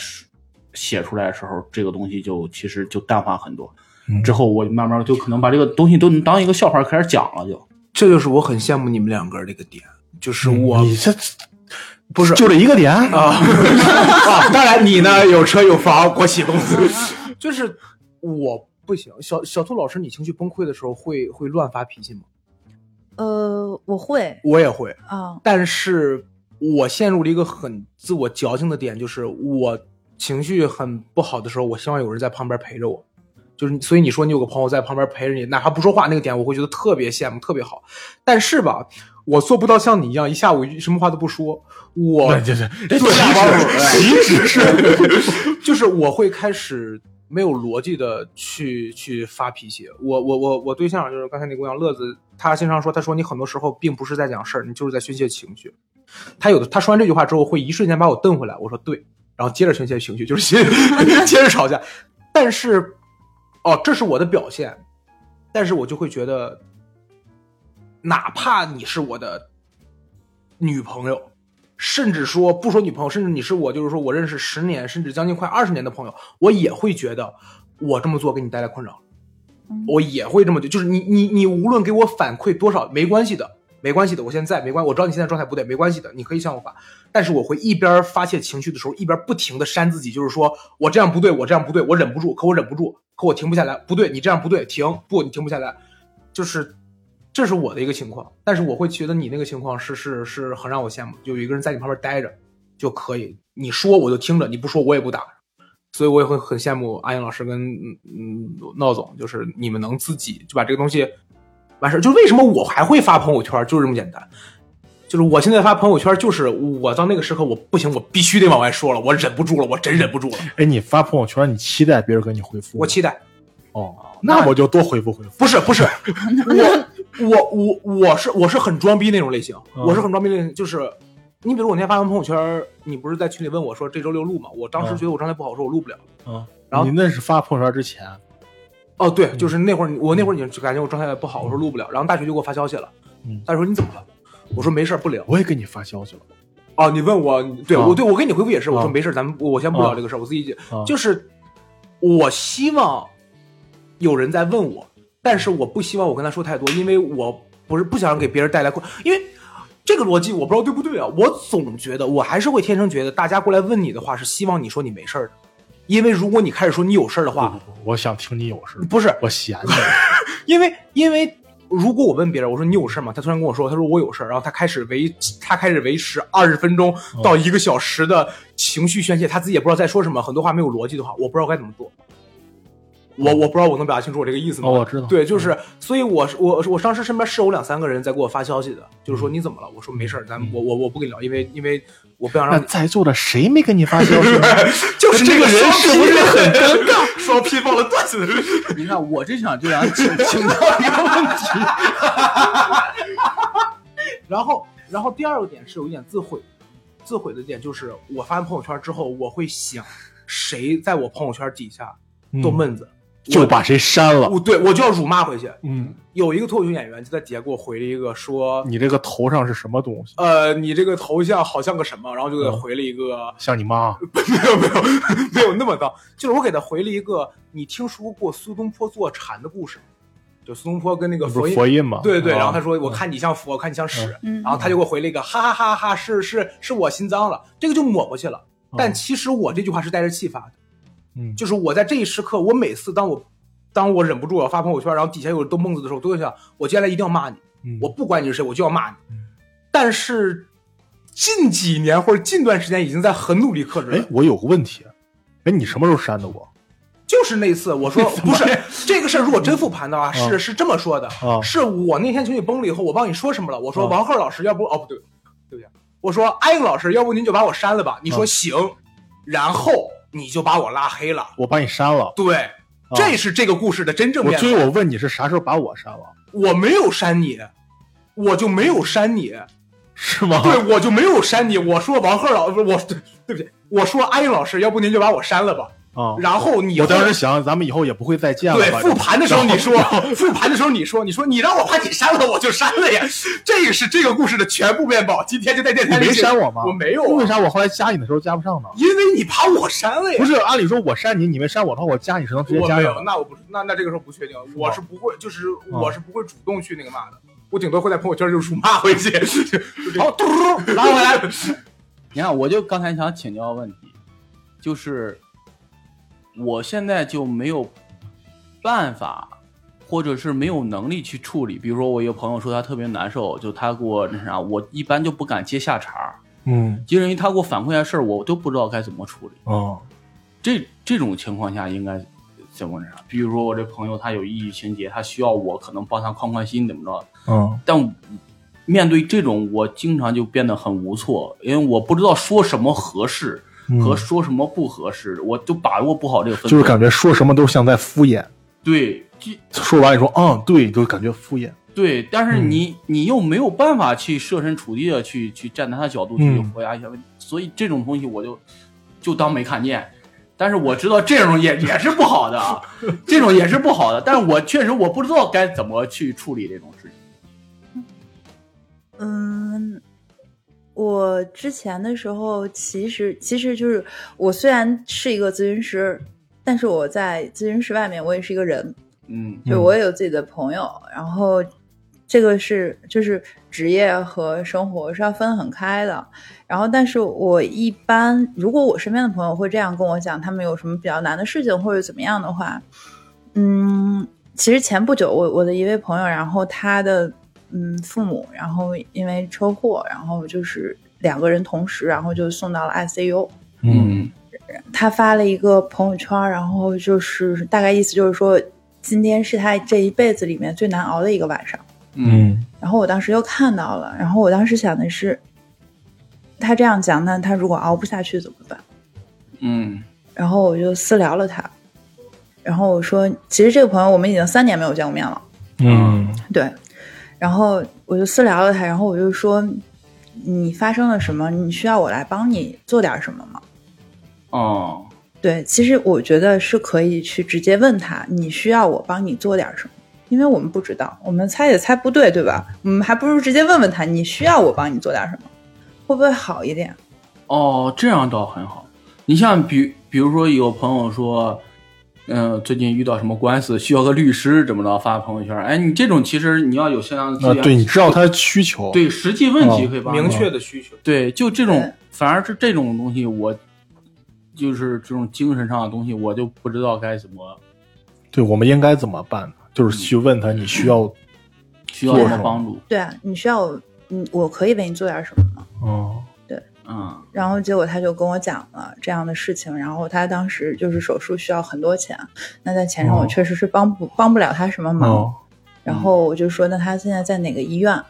[SPEAKER 2] 写出来的时候，这个东西就其实就淡化很多。
[SPEAKER 1] 嗯
[SPEAKER 2] 之后我慢慢就可能把这个东西都能当一个笑话开始讲了就，
[SPEAKER 4] 这就是我很羡慕你们两个人的一个点，就是我
[SPEAKER 1] 你这
[SPEAKER 4] 不是
[SPEAKER 1] 就这一个点啊，
[SPEAKER 4] <laughs> 啊啊，当然你呢有车有房，国企公
[SPEAKER 3] <laughs>
[SPEAKER 4] 司， <laughs> 就是我不行。小小兔老师，你情绪崩溃的时候会会乱发脾气吗？
[SPEAKER 3] 呃，我会
[SPEAKER 4] 我也会，
[SPEAKER 3] 啊，
[SPEAKER 4] 但是我陷入了一个很自我矫情的点，就是我情绪很不好的时候，我希望有人在旁边陪着我。就是你，所以你说你有个朋友在旁边陪着你，哪怕不说话那个点，我会觉得特别羡慕，特别好。但是吧，我做不到像你一样一下午一什么话都不说。我
[SPEAKER 1] 对对对，
[SPEAKER 4] 做
[SPEAKER 1] 其
[SPEAKER 4] 下班儿
[SPEAKER 1] 实其实是
[SPEAKER 4] 就是我会开始没有逻辑的去去发脾气。我我我我对象就是刚才那姑娘乐子，她经常说，她说你很多时候并不是在讲事儿，你就是在宣泄情绪。她有的，她说完这句话之后，会一瞬间把我瞪回来。我说对，然后接着宣泄情绪，就是接着吵架。但是，哦，这是我的表现，但是我就会觉得，哪怕你是我的女朋友，甚至说不说女朋友，甚至你是我，就是说我认识十年，甚至将近快二十年的朋友，我也会觉得我这么做给你带来困扰，
[SPEAKER 3] 嗯
[SPEAKER 4] 我也会这么觉得。就是你你你无论给我反馈多少，没关系的，没关系的，我现在没关，我知道你现在状态不对，没关系的，你可以向我发。但是我会一边发泄情绪的时候，一边不停的扇自己，就是说我这样不对，我这样不对，我忍不住，可我忍不住，可我停不下来，不对，你这样不对，停，不，你停不下来，就是。这是我的一个情况，但是我会觉得你那个情况是是是很让我羡慕，有一个人在你旁边待着就可以，你说我就听着，你不说我也不打，所以我也会很羡慕阿英老师跟嗯嗯闹总，就是你们能自己就把这个东西完事儿。就为什么我还会发朋友圈，就是这么简单。就是我现在发朋友圈，就是我到那个时刻，我不行，我必须得往外说了，我忍不住了，我真忍不住了，
[SPEAKER 1] 哎，你发朋友圈，你期待别人给你回复吗？
[SPEAKER 4] 我期待。
[SPEAKER 1] 哦，那我就多回复回复。
[SPEAKER 4] 不是不是，我我我我是我是很装逼那种类型，
[SPEAKER 1] 嗯
[SPEAKER 4] 我是很装逼类型，就是你比如我那天发完朋友圈，你不是在群里问我说这周六录吗？我当时
[SPEAKER 1] 嗯
[SPEAKER 4] 觉得我状态不好，说我录不了。
[SPEAKER 1] 嗯，
[SPEAKER 4] 然后
[SPEAKER 1] 你那是发朋友圈之前，
[SPEAKER 4] 哦，
[SPEAKER 1] 嗯
[SPEAKER 4] 对，就是那会儿我那会儿已经感觉我状态不好，我说录不了。然后大学就给我发消息了，
[SPEAKER 1] 嗯
[SPEAKER 4] 大学说你怎么了？我说没事儿，不聊。
[SPEAKER 1] 我也给你发消息了。
[SPEAKER 4] 哦，你问我，对
[SPEAKER 1] 啊
[SPEAKER 4] 我对我给你回复也是，我说
[SPEAKER 1] 啊
[SPEAKER 4] 没事，咱们我先不聊
[SPEAKER 1] 啊
[SPEAKER 4] 这个事儿，我自己解
[SPEAKER 1] 啊。
[SPEAKER 4] 就是我希望有人在问我，但是我不希望我跟他说太多，因为我不是不想给别人带来困，因为这个逻辑我不知道对不对啊。我总觉得我还是会天生觉得，大家过来问你的话是希望你说你没事儿的，因为如果你开始说你有事儿的话，
[SPEAKER 1] 不不我想听你有事，
[SPEAKER 4] 啊不是
[SPEAKER 1] 我闲着。
[SPEAKER 4] 因为因为如果我问别人，我说你有事吗？他突然跟我说，他说我有事儿，然后他开始维他开始维持二十分钟
[SPEAKER 1] 哦
[SPEAKER 4] 到一个小时的情绪宣泄，他自己也不知道在说什么，很多话没有逻辑的话，我不知道该怎么做。我我不知道我能表达清楚我这个意思
[SPEAKER 1] 嗯
[SPEAKER 4] 吗？
[SPEAKER 1] 哦，我知道。
[SPEAKER 4] 对，就是，所以我是我我当时身边是有两三个人在给我发消息的，就是说你怎么了？我说没事儿，咱
[SPEAKER 1] 嗯
[SPEAKER 4] 我我我不跟你聊，因为因为我不想
[SPEAKER 1] 那 <laughs>
[SPEAKER 4] 让你，
[SPEAKER 1] 在座的谁没给你发消息呢？
[SPEAKER 4] <laughs> 就是
[SPEAKER 1] 这个人
[SPEAKER 4] 双
[SPEAKER 1] 是
[SPEAKER 4] 拼
[SPEAKER 1] 不是很
[SPEAKER 4] 尴 <laughs> 尬？双拼忘了段子的人，
[SPEAKER 2] 你看我这场就想请请 <laughs> 到一个问题，
[SPEAKER 4] 然后，然后第二个点是有一点自毁，自毁的点就是我发完朋友圈之后，我会想谁在我朋友圈底下逗闷子，
[SPEAKER 1] 嗯
[SPEAKER 4] 哦
[SPEAKER 1] 就把谁删了。
[SPEAKER 4] 我对我就要辱骂回去。
[SPEAKER 1] 嗯，
[SPEAKER 4] 有一个脱口秀演员就在底下给我回了一个说，
[SPEAKER 1] 你这个头上是什么东西？
[SPEAKER 4] 呃，你这个头像好像个什么，然后就给我
[SPEAKER 1] 嗯
[SPEAKER 4] 回了一个、
[SPEAKER 1] 像你妈，啊
[SPEAKER 4] <laughs> 没有没有没有那么高，就是我给他回了一个你听说过苏东坡坐禅的故事吗，就苏东坡跟那个
[SPEAKER 1] 不
[SPEAKER 4] 佛
[SPEAKER 1] 是
[SPEAKER 4] 印
[SPEAKER 1] 呃佛印吗？
[SPEAKER 4] 对对，
[SPEAKER 1] 啊
[SPEAKER 4] 然后他说：“我看你像佛，我看你像屎。
[SPEAKER 3] 嗯
[SPEAKER 4] 然后他就给我回了一个：“哈哈哈哈，是是是我心脏了。”这个就抹过去了。但
[SPEAKER 1] 嗯
[SPEAKER 4] 其实我这句话是带着气发的，
[SPEAKER 1] 嗯，
[SPEAKER 4] 就是我在这一时刻，我每次当我当我忍不住我要发朋友圈，然后底下有人逗孟子的时候，我都会想：我接下来一定要骂你，
[SPEAKER 1] 嗯
[SPEAKER 4] 我不管你是谁，我就要骂你
[SPEAKER 1] 嗯。
[SPEAKER 4] 但是近几年或者近段时间，已经在很努力克制了
[SPEAKER 1] 哎。，我有个问题，哎，你什么时候删的我？
[SPEAKER 4] 就是那次
[SPEAKER 1] <laughs>
[SPEAKER 4] 我说不是这个事儿，如果真复盘的话，
[SPEAKER 1] 嗯
[SPEAKER 4] 是是这么说的
[SPEAKER 1] 啊，
[SPEAKER 4] 是我那天情绪崩了以后，我忘你说什么了，我说
[SPEAKER 1] 啊
[SPEAKER 4] 王鹤老师，要不哦不对，对不起，我说艾英老师，要不您就把我删了吧？你说
[SPEAKER 1] 啊
[SPEAKER 4] 行，然后你就把我拉黑了，
[SPEAKER 1] 我把你删了。
[SPEAKER 4] 对，这是这个故事的真正
[SPEAKER 1] 嗯我
[SPEAKER 4] 面
[SPEAKER 1] 所以，
[SPEAKER 4] 目。
[SPEAKER 1] 我问你是啥时候把我删了？
[SPEAKER 4] 我没有删你，我就没有删你，
[SPEAKER 1] 嗯是吗？
[SPEAKER 4] 对，我就没有删你。我说王鹤老，不是我对对不起，我说艾英老师，要不您就把我删了吧？
[SPEAKER 1] 啊，
[SPEAKER 4] 然后你
[SPEAKER 1] 我当
[SPEAKER 4] 后
[SPEAKER 1] 时想，咱们以后也不会再见了
[SPEAKER 4] 对
[SPEAKER 1] 吧。，
[SPEAKER 4] 复盘的时候你说
[SPEAKER 1] 然后，
[SPEAKER 4] 复盘的时候你说，你说你让我把你删了，我就删了呀。这个是这个故事的全部面貌。今天就在电
[SPEAKER 1] 你
[SPEAKER 4] 台里
[SPEAKER 1] 没
[SPEAKER 4] 解
[SPEAKER 1] 删我吗？
[SPEAKER 4] 我没有、
[SPEAKER 1] 为
[SPEAKER 4] 啊，
[SPEAKER 1] 啥我后来加你的时候加不上呢？
[SPEAKER 4] 因为你把我删了呀。
[SPEAKER 1] 不是，按理说我删你，你没删我的话，我加你是能直接
[SPEAKER 4] 我
[SPEAKER 1] 加
[SPEAKER 4] 没
[SPEAKER 1] 上
[SPEAKER 4] 有，
[SPEAKER 1] 的。
[SPEAKER 4] 那我不是，那那这个时候不确定，我是不会，就是
[SPEAKER 1] 嗯
[SPEAKER 4] 我是不会主动去那个骂的，我顶多会在朋友圈就辱骂回去， <laughs> 然后嘟拉回来。
[SPEAKER 2] 你看我就刚才想请教个问题，就是我现在就没有办法，或者是没有能力去处理。比如说，我一个朋友说他特别难受，就他给我那啥，我一般就不敢接下茬儿，
[SPEAKER 1] 嗯，
[SPEAKER 2] 就因为他给我反馈一下事儿，我都不知道该怎么处理。
[SPEAKER 1] 哦，
[SPEAKER 2] 这这种情况下应该怎么着？比如说我这朋友他有抑郁情节，他需要我可能帮他宽宽心，怎么着？
[SPEAKER 1] 嗯，
[SPEAKER 2] 但面对这种，我经常就变得很无措，因为我不知道说什么合适
[SPEAKER 1] 嗯
[SPEAKER 2] 和说什么不合适，我就把握不好这个分寸。
[SPEAKER 1] 就是感觉说什么都像在敷衍，
[SPEAKER 2] 对，就
[SPEAKER 1] 说完你说嗯，对，就感觉敷衍。
[SPEAKER 2] 对，但是你、你又没有办法去设身处地的去去站在他的角度去
[SPEAKER 1] 嗯
[SPEAKER 2] 回答一下问题，所以这种东西我就就当没看见。但是我知道这种也也是不好的啊，这种也是不好的。但是我确实我不知道该怎么去处理这种事情。
[SPEAKER 3] 嗯，我之前的时候，其实其实就是我虽然是一个咨询师，但是我在咨询室外面，我也是一个人，
[SPEAKER 2] 嗯
[SPEAKER 3] 就我也有自己的朋友，然后这个是就是职业和生活是要分得很开的。然后，但是我一般如果我身边的朋友会这样跟我讲，他们有什么比较难的事情或者怎么样的话，嗯，其实前不久我我的一位朋友，然后他的嗯父母，然后因为车祸，然后就是两个人同时，然后就送到了 ICU。
[SPEAKER 2] 嗯
[SPEAKER 3] 他发了一个朋友圈，然后就是大概意思就是说，今天是他这一辈子里面最难熬的一个晚上。
[SPEAKER 2] 嗯
[SPEAKER 3] 然后我当时又看到了，然后我当时想的是，他这样讲，那他如果熬不下去怎么办？
[SPEAKER 2] 嗯
[SPEAKER 3] 然后我就私聊了他，然后我说，其实这个朋友我们已经三年没有见过面了，
[SPEAKER 1] 嗯
[SPEAKER 3] 对。然后我就私聊了他，然后我就说，你发生了什么？你需要我来帮你做点什么吗？
[SPEAKER 2] 哦
[SPEAKER 3] 对，其实我觉得是可以去直接问他，你需要我帮你做点什么？因为我们不知道，我们猜也猜不对，对吧？我们还不如直接问问他，你需要我帮你做点什么，会不会好一点？
[SPEAKER 2] 哦，这样倒很好。你像比比如说有朋友说，嗯、最近遇到什么官司需要个律师怎么着发朋友圈，哎，你这种其实你要有相当的
[SPEAKER 1] 啊
[SPEAKER 2] 资，源，
[SPEAKER 1] 对，你哦知道他的需求，，
[SPEAKER 2] 对实际问题可以帮忙
[SPEAKER 4] 明确的需求，
[SPEAKER 2] 对，就这种
[SPEAKER 3] 对
[SPEAKER 2] 反而是这种东西我。就是这种精神上的东西，我就不知道该怎么
[SPEAKER 1] 对，我们应该怎么办呢？就是去问他，你需要，
[SPEAKER 2] 需要
[SPEAKER 1] 做
[SPEAKER 2] 什么
[SPEAKER 1] 什么
[SPEAKER 2] 帮助。
[SPEAKER 3] 对啊，你需要我，嗯，我可以为你做点什么吗？
[SPEAKER 1] 哦，
[SPEAKER 2] 嗯，
[SPEAKER 3] 然后结果他就跟我讲了这样的事情，然后他当时就是手术需要很多钱，那在钱上
[SPEAKER 1] 哦
[SPEAKER 3] 我确实是帮不、帮不了他什么忙，
[SPEAKER 1] 哦，
[SPEAKER 3] 然后我就说那他现在在哪个医院？
[SPEAKER 1] 哦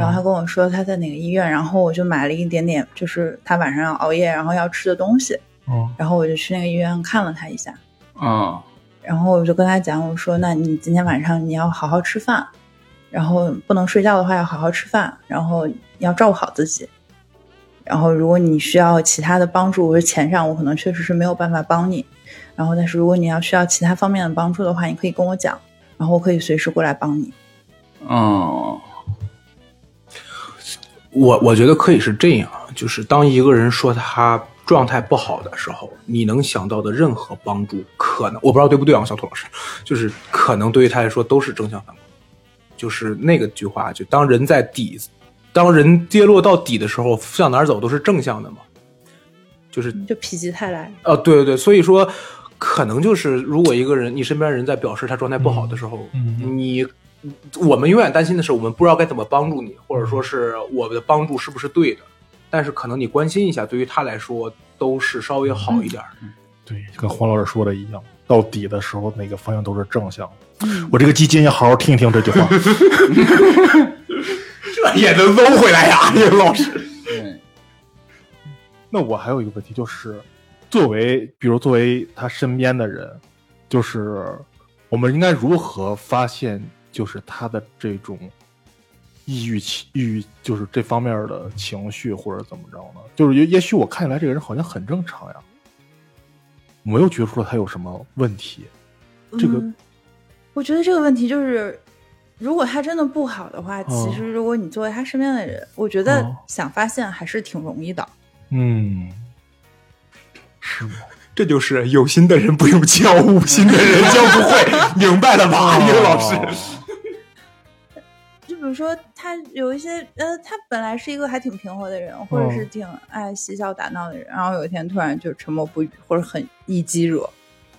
[SPEAKER 3] 然后他跟我说他在哪个医院，然后我就买了一点点，就是他晚上要熬夜，然后要吃的东西，
[SPEAKER 1] 哦，
[SPEAKER 3] 然后我就去那个医院看了他一下，
[SPEAKER 2] 啊，
[SPEAKER 3] 然后我就跟他讲，我说那你今天晚上你要好好吃饭，然后不能睡觉的话要好好吃饭，然后要照顾好自己。然后如果你需要其他的帮助，或者钱上我可能确实是没有办法帮你，然后但是如果你要需要其他方面的帮助的话，你可以跟我讲，然后我可以随时过来帮你。
[SPEAKER 2] 嗯，
[SPEAKER 4] 我我觉得可以是这样，啊就是当一个人说他状态不好的时候，你能想到的任何帮助，可能我不知道对不对啊，小土老师，就是可能对于他来说都是正向反馈。就是那个句话，啊就当人在底，当人跌落到底的时候，向哪儿走都是正向的嘛。就是
[SPEAKER 3] 嗯就否极泰来，
[SPEAKER 4] 啊，对对对，所以说，可能就是如果一个人，你身边人在表示他状态不好的时候，
[SPEAKER 1] 嗯嗯
[SPEAKER 4] 你我们永远担心的是，我们不知道该怎么帮助你，或者说是我的帮助是不是对的。但是可能你关心一下，对于他来说都是稍微好一点儿。
[SPEAKER 1] 对，跟黄老师说的一样，到底的时候哪个方向都是正向的。我这个基金要好好听一听这句话。 <laughs>
[SPEAKER 4] 这嗯 <laughs> 也能搂回来呀、叶老师。
[SPEAKER 2] 对，
[SPEAKER 1] 那我还有一个问题就是，作为比如作为他身边的人，就是我们应该如何发现就是他的这种抑郁情抑郁就是这方面的情绪或者怎么着呢？就是也也许我看起来这个人好像很正常呀，我没有觉出来他有什么问题。这个
[SPEAKER 3] 嗯我觉得这个问题就是，如果他真的不好的话，
[SPEAKER 1] 哦
[SPEAKER 3] 其实如果你作为他身边的人，我觉得
[SPEAKER 1] 哦
[SPEAKER 3] 想发现还是挺容易的。
[SPEAKER 1] 嗯，是吗？
[SPEAKER 4] 这就是有心的人不用教，无心的人教不会，明白了吧，叶老
[SPEAKER 2] 哦
[SPEAKER 4] 师？
[SPEAKER 3] 就比如说，他有一些呃，他本来是一个还挺平和的人，或者是挺爱嬉笑打闹的人，然后有一天突然就沉默不语，或者很易激惹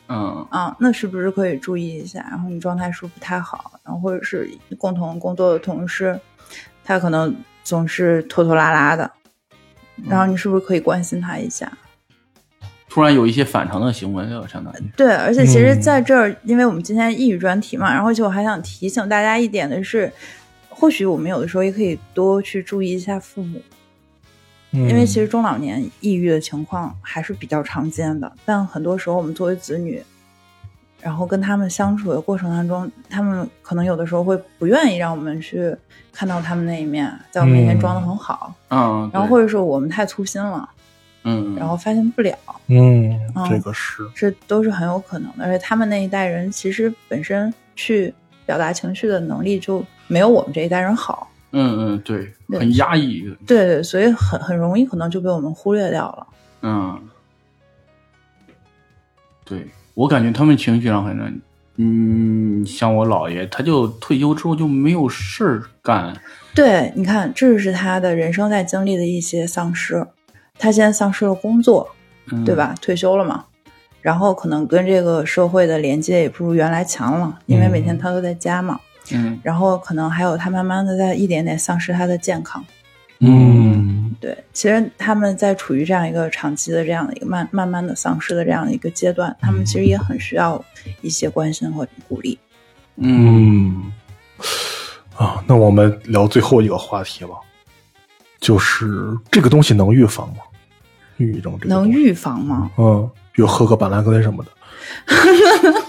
[SPEAKER 2] 嗯
[SPEAKER 3] 啊，那是不是可以注意一下？然后你状态是不是不太好，然后或者是共同工作的同事，他可能总是拖拖拉拉的，然后你是不是可以关心他一下？
[SPEAKER 2] 突然有一些反常的行为了，相当于，
[SPEAKER 3] 对，而且其实
[SPEAKER 1] 嗯
[SPEAKER 3] 在这儿，因为我们今天抑郁专题嘛，然后其实我还想提醒大家一点的是，或许我们有的时候也可以多去注意一下父母。因为其
[SPEAKER 2] 嗯
[SPEAKER 3] 实中老年抑郁的情况还是比较常见的，但很多时候我们作为子女，然后跟他们相处的过程当中，他们可能有的时候会不愿意让我们去看到他们那一面，在我们面前装的很好，
[SPEAKER 2] 嗯，
[SPEAKER 3] 然后
[SPEAKER 2] 对
[SPEAKER 3] 或者说我们太粗心了，
[SPEAKER 2] 嗯，
[SPEAKER 3] 然后发现不了，
[SPEAKER 1] 嗯，
[SPEAKER 3] 嗯
[SPEAKER 1] 这个是
[SPEAKER 3] 这都是很有可能的。而且他们那一代人其实本身去表达情绪的能力就没有我们这一代人好，
[SPEAKER 2] 嗯嗯，对，
[SPEAKER 3] 对
[SPEAKER 2] 很压抑，
[SPEAKER 3] 对对，所以很很容易可能就被我们忽略掉了。
[SPEAKER 2] 嗯，对我感觉他们情绪上可能，嗯，像我姥爷，他就退休之后就没有事儿干，
[SPEAKER 3] 对，你看，这是他的人生在经历的一些丧失。他现在丧失了工作，
[SPEAKER 2] 嗯、
[SPEAKER 3] 对？吧？退休了嘛，然后可能跟这个社会的连接也不如原来强了，因为每天
[SPEAKER 1] 嗯
[SPEAKER 3] 他都在家嘛。
[SPEAKER 2] 嗯
[SPEAKER 3] 然后可能还有他慢慢的在一点点丧失他的健康。
[SPEAKER 1] 嗯
[SPEAKER 3] 对，其实他们在处于这样一个长期的这样的一个慢慢慢的丧失的这样的一个阶段，他们其实也很需要一些关心和鼓励。
[SPEAKER 2] 嗯
[SPEAKER 1] 嗯，啊，那我们聊最后一个话题吧，就是这个东西能预防吗？抑郁症这个东
[SPEAKER 3] 能
[SPEAKER 1] 西
[SPEAKER 3] 预防吗？
[SPEAKER 1] 嗯，比如喝个板蓝根什么
[SPEAKER 3] <laughs>
[SPEAKER 1] 的，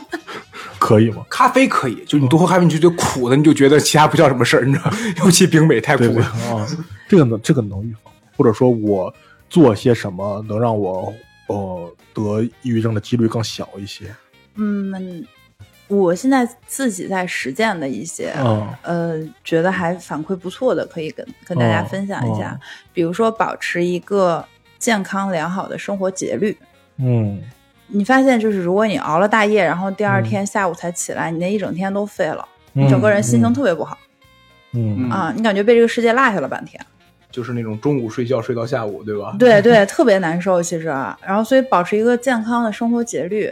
[SPEAKER 1] 可以吗？
[SPEAKER 4] 咖啡可以，就你多喝咖啡，你就觉得苦的，你就觉得其他不叫什么事儿，你知道？ <laughs> 尤其冰美太
[SPEAKER 1] <laughs>
[SPEAKER 4] 苦
[SPEAKER 1] 对
[SPEAKER 4] 了。
[SPEAKER 1] 不对
[SPEAKER 3] <laughs>
[SPEAKER 1] 啊？这个能这个能预防吗，或者说我做些什么能让我呃得抑郁症的几率更小一些？
[SPEAKER 3] 嗯，我现在自己在实践的一些，
[SPEAKER 1] 嗯
[SPEAKER 3] 呃，觉得还反馈不错的，可以跟跟大家
[SPEAKER 1] 哦
[SPEAKER 3] 分享一下。
[SPEAKER 1] 哦
[SPEAKER 3] 比如说，保持一个健康良好的生活节律。
[SPEAKER 1] 嗯
[SPEAKER 3] 你发现，就是如果你熬了大夜，然后第二
[SPEAKER 1] 嗯
[SPEAKER 3] 天下午才起来，你那一整天都废了，
[SPEAKER 1] 嗯
[SPEAKER 3] 你整个人心情
[SPEAKER 1] 嗯
[SPEAKER 3] 特别不好、啊
[SPEAKER 1] 嗯
[SPEAKER 2] 嗯
[SPEAKER 3] 啊，你感觉被这个世界落下了半天。
[SPEAKER 4] 就是那种中午睡觉睡到下午，对
[SPEAKER 1] 啊
[SPEAKER 4] 吧？
[SPEAKER 3] 对对，特别难受其实。啊然后所以保持一个健康的生活节律，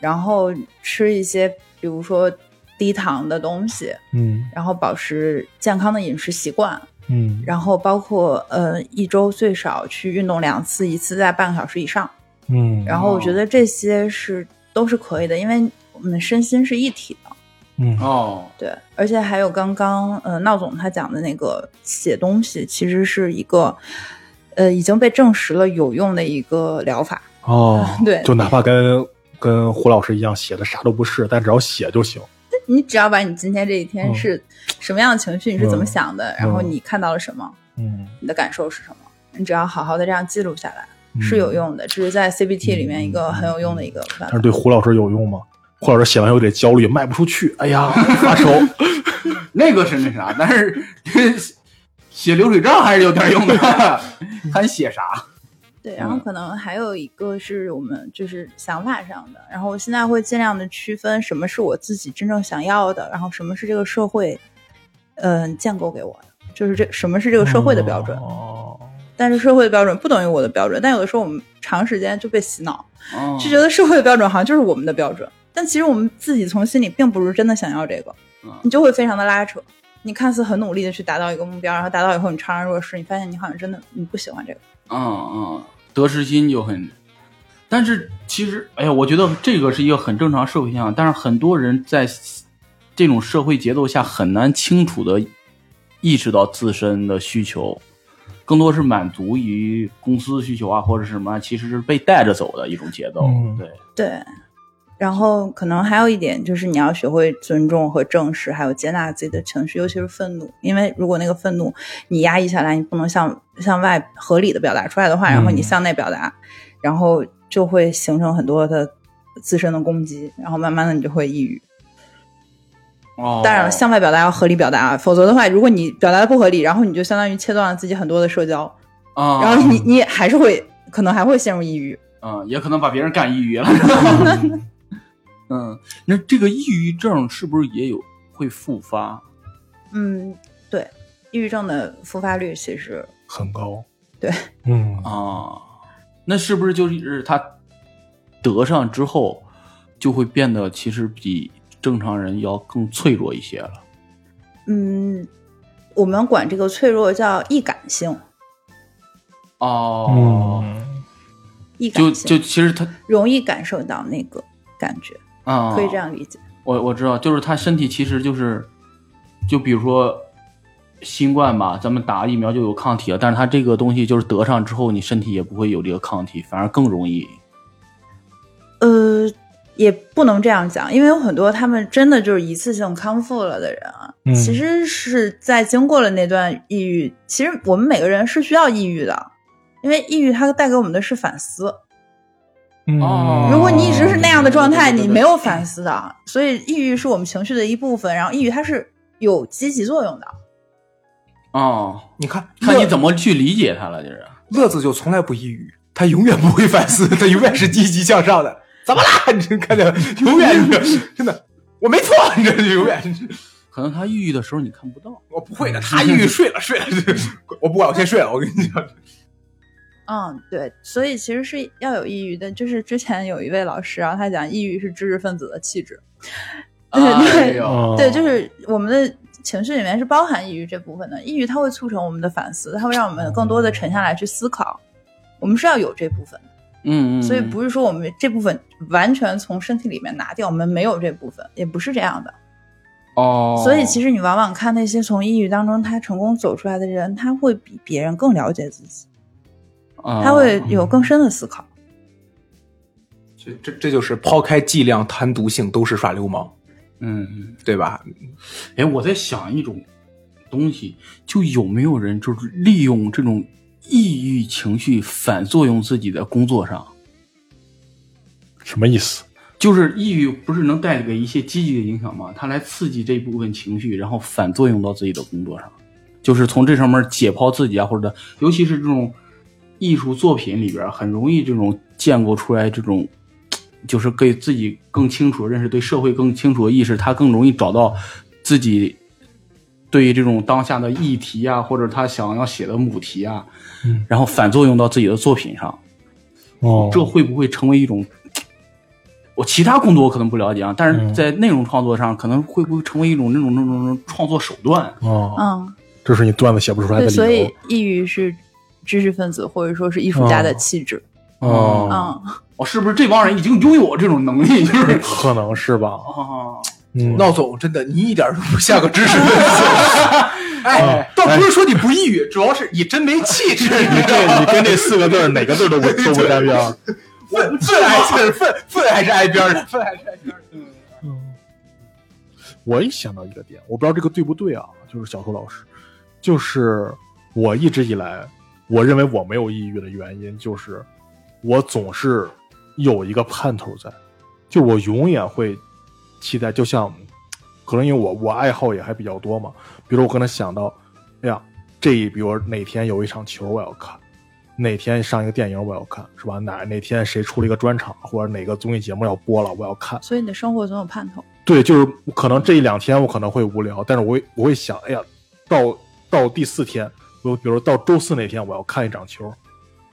[SPEAKER 3] 然后吃一些比如说低糖的东西，
[SPEAKER 1] 嗯
[SPEAKER 3] 然后保持健康的饮食习惯，
[SPEAKER 1] 嗯
[SPEAKER 3] 然后包括呃一周最少去运动两次，一次在半个小时以上。
[SPEAKER 1] 嗯
[SPEAKER 3] 然后我觉得这些是都是可以的，因为我们身心是一体的。
[SPEAKER 1] 嗯
[SPEAKER 2] 哦，
[SPEAKER 3] 对，而且还有刚刚呃闹总他讲的那个写东西，其实是一个呃已经被证实了有用的一个疗法。
[SPEAKER 1] 哦，
[SPEAKER 3] 对
[SPEAKER 1] 就哪怕跟跟胡老师一样写的啥都不是，但只要写就行。
[SPEAKER 3] 你只要把你今天这一天是什么样的情绪，你是怎么想的，然后
[SPEAKER 1] 哦嗯
[SPEAKER 3] 你看到了什么，
[SPEAKER 1] 嗯，
[SPEAKER 3] 你的感受是什么，你只要好好的这样记录下来。是
[SPEAKER 1] 嗯
[SPEAKER 3] 有。用的，这是在 CBT 里面一个很有用的一个办
[SPEAKER 1] 但是
[SPEAKER 3] 法。
[SPEAKER 1] 对胡老师有用吗？胡老师写完有点焦虑，卖不出去，哎呀，发愁。
[SPEAKER 2] 那个是那啥，但是 <laughs> 写流水账还是有点用的，
[SPEAKER 3] <laughs>
[SPEAKER 2] 看你写啥。
[SPEAKER 3] 对，然后
[SPEAKER 2] 嗯
[SPEAKER 3] 可能还有一个是我们就是想法上的，然后我现在会尽量的区分什么是我自己真正想要的，然后什么是这个社会，嗯、建构给我的，就是这什么是这个 <laughs> 社会的标准。
[SPEAKER 1] 哦，
[SPEAKER 3] 但是社会的标准不等于我的标准，但有的时候我们长时间就被洗脑，
[SPEAKER 2] 哦
[SPEAKER 3] 就觉得社会的标准好像就是我们的标准，但其实我们自己从心里并不是真的想要这个
[SPEAKER 2] 嗯，
[SPEAKER 3] 你就会非常的拉扯。你看似很努力的去达到一个目标，然后达到以后你怅然若失，你发现你好像真的你不喜欢这个。
[SPEAKER 2] 嗯嗯，得失心就很，但是其实，哎呀，我觉得这个是一个很正常社会现象，但是很多人在这种社会节奏下很难清楚的意识到自身的需求，更多是满足于公司需求啊或者是什么，其实是被带着走的一种节奏。
[SPEAKER 1] 嗯
[SPEAKER 2] 对，
[SPEAKER 3] 对，然后可能还有一点就是你要学会尊重和正视，还有接纳自己的情绪，尤其是愤怒，因为如果那个愤怒你压抑下来，你不能向向外合理的表达出来的话，然后你
[SPEAKER 1] 嗯
[SPEAKER 3] 向内表达，然后就会形成很多的自身的攻击，然后慢慢的你就会抑郁。
[SPEAKER 2] 哦，
[SPEAKER 3] 当然了，向外表达要合理表达啊，否则的话，如果你表达的不合理，然后你就相当于切断了自己很多的社交，
[SPEAKER 2] 啊，
[SPEAKER 3] 然后你你也还是会可能还会陷入抑郁。
[SPEAKER 2] 嗯，也可能把别人干抑郁了。 <laughs>
[SPEAKER 1] 嗯
[SPEAKER 2] 嗯，那这个抑郁症是不是也有会复发？
[SPEAKER 3] 嗯，对，抑郁症的复发率其实
[SPEAKER 1] 很高。
[SPEAKER 3] <laughs> 对，
[SPEAKER 1] 嗯，
[SPEAKER 2] 啊，那是不是就是他得上之后，就会变得其实比正常人要更脆弱一些了？
[SPEAKER 3] 嗯，我们管这个脆弱叫易感性，
[SPEAKER 2] 哦，
[SPEAKER 1] 嗯
[SPEAKER 3] 易感
[SPEAKER 2] 就
[SPEAKER 3] 性
[SPEAKER 2] 就其实他
[SPEAKER 3] 容易感受到那个感觉，
[SPEAKER 2] 啊，
[SPEAKER 3] 可以这，样理解。
[SPEAKER 2] 我我知道，就是他身体其实就是，就比如说。新冠吧，咱们打疫苗就有抗体了，但是它这个东西就是得上之后，你身体也不会有这个抗体，反而更容易
[SPEAKER 3] 呃，也不能这样讲，因为有很多他们真的就是一次性康复了的人啊，
[SPEAKER 1] 嗯
[SPEAKER 3] 其实是在经过了那段抑郁。其实我们每个人是需要抑郁的，因为抑郁它带给我们的是反思。
[SPEAKER 2] 哦
[SPEAKER 3] 如果你一直是那样的状态，
[SPEAKER 2] 对对对对
[SPEAKER 3] 你没有反思的，所以抑郁是我们情绪的一部分，然后抑郁它是有积极作用的。
[SPEAKER 2] 哦。
[SPEAKER 4] 你看，
[SPEAKER 2] 看你
[SPEAKER 4] 乐
[SPEAKER 2] 怎么去理解它了，就是。
[SPEAKER 4] 乐子就从来不抑郁，他永远不会反思，他永远是积极向上的。怎么啦？你这看见没有永远是真的，我没错，你这永远是。
[SPEAKER 2] 可能他抑郁的时候你看不到。
[SPEAKER 4] 我不会的，他抑郁睡了睡了，我不管，我先睡了。我跟你讲，
[SPEAKER 3] 嗯，对，所以其实是要有抑郁的。就是之前有一位老师，然后他讲抑郁是知识分子的气质， <laughs> 对对、
[SPEAKER 1] 哦
[SPEAKER 3] 嗯对，就是我们的情绪里面是包含抑郁这部分的。抑郁它会促成我们的反思，它会让我们更多的沉下来去思考。我们是要有这部分的，
[SPEAKER 2] 嗯嗯，
[SPEAKER 3] 所以不是说我们这部分完全从身体里面拿掉，我们没有这部分，也不是这样的。
[SPEAKER 2] 哦，
[SPEAKER 3] 所以其实你往往看那些从抑郁当中他成功走出来的人，他会比别人更了解自己，他
[SPEAKER 2] 他
[SPEAKER 3] 会有更深的思考。
[SPEAKER 4] 这这这就是抛开剂量、贪毒性都是耍流氓，
[SPEAKER 2] 嗯嗯，
[SPEAKER 4] 对吧？
[SPEAKER 2] 哎，我在想一种东西，就有没有人就是利用这种抑郁情绪反作用自己的工作上，
[SPEAKER 1] 什么意思？
[SPEAKER 2] 就是抑郁不是能带给一些积极的影响吗？它来刺激这部分情绪，然后反作用到自己的工作上，就是从这上面解剖自己啊，或者尤其是这种艺术作品里边，很容易这种建构出来这种，就是给自己更清楚的认识，对社会更清楚的意识，他更容易找到自己对于这种当下的议题啊，或者他想要写的母题啊，
[SPEAKER 1] 嗯
[SPEAKER 2] 然后反作用到自己的作品上，
[SPEAKER 1] 哦
[SPEAKER 2] 这会不会成为一种？我其他工作我可能不了解啊，但是
[SPEAKER 1] 嗯
[SPEAKER 2] 在内容创作上，可能会不会成为一种那种那种那种创作手段？
[SPEAKER 1] 哦，
[SPEAKER 3] 嗯，
[SPEAKER 1] 这是你段子写不出来的
[SPEAKER 3] 对，
[SPEAKER 1] 理由。
[SPEAKER 3] 所以抑郁是知识分子或者说是艺术家的
[SPEAKER 1] 哦
[SPEAKER 3] 气质，
[SPEAKER 1] 哦，
[SPEAKER 3] 嗯，
[SPEAKER 2] 哦，是不是这帮人已经拥有我这种能力？就是 <laughs>
[SPEAKER 1] 可能是吧。
[SPEAKER 2] 啊，
[SPEAKER 1] 嗯，
[SPEAKER 4] 闹总，真的，你一点儿都不像个知识分子。 <laughs> 哎，倒不是说你不抑郁，主要是你真没气 <laughs> 质。
[SPEAKER 1] 你这你跟这四个字儿哪个字儿都不都不沾边儿。
[SPEAKER 4] 愤愤还是愤愤还是挨边儿的，愤还是挨边儿的。
[SPEAKER 1] 我也想到一个点，我不知道这个对不对啊，就是小涂老师，就是我一直以来，我认为我没有抑郁的原因，就是我总是有一个盼头在，就我永远会期待，就像可能因为我我爱好也还比较多嘛，比如我可能想到，哎呀，这一比如哪天有一场球我要看。哪天上一个电影我要看，是吧？哪哪天谁出了一个专场，或者哪个综艺节目要播了，我要看。
[SPEAKER 3] 所以你的生活总有盼头，
[SPEAKER 1] 对，就是可能这一两天我可能会无聊，但是我会我会想，哎呀，到到第四天，我比如到周四那天我要看一场球，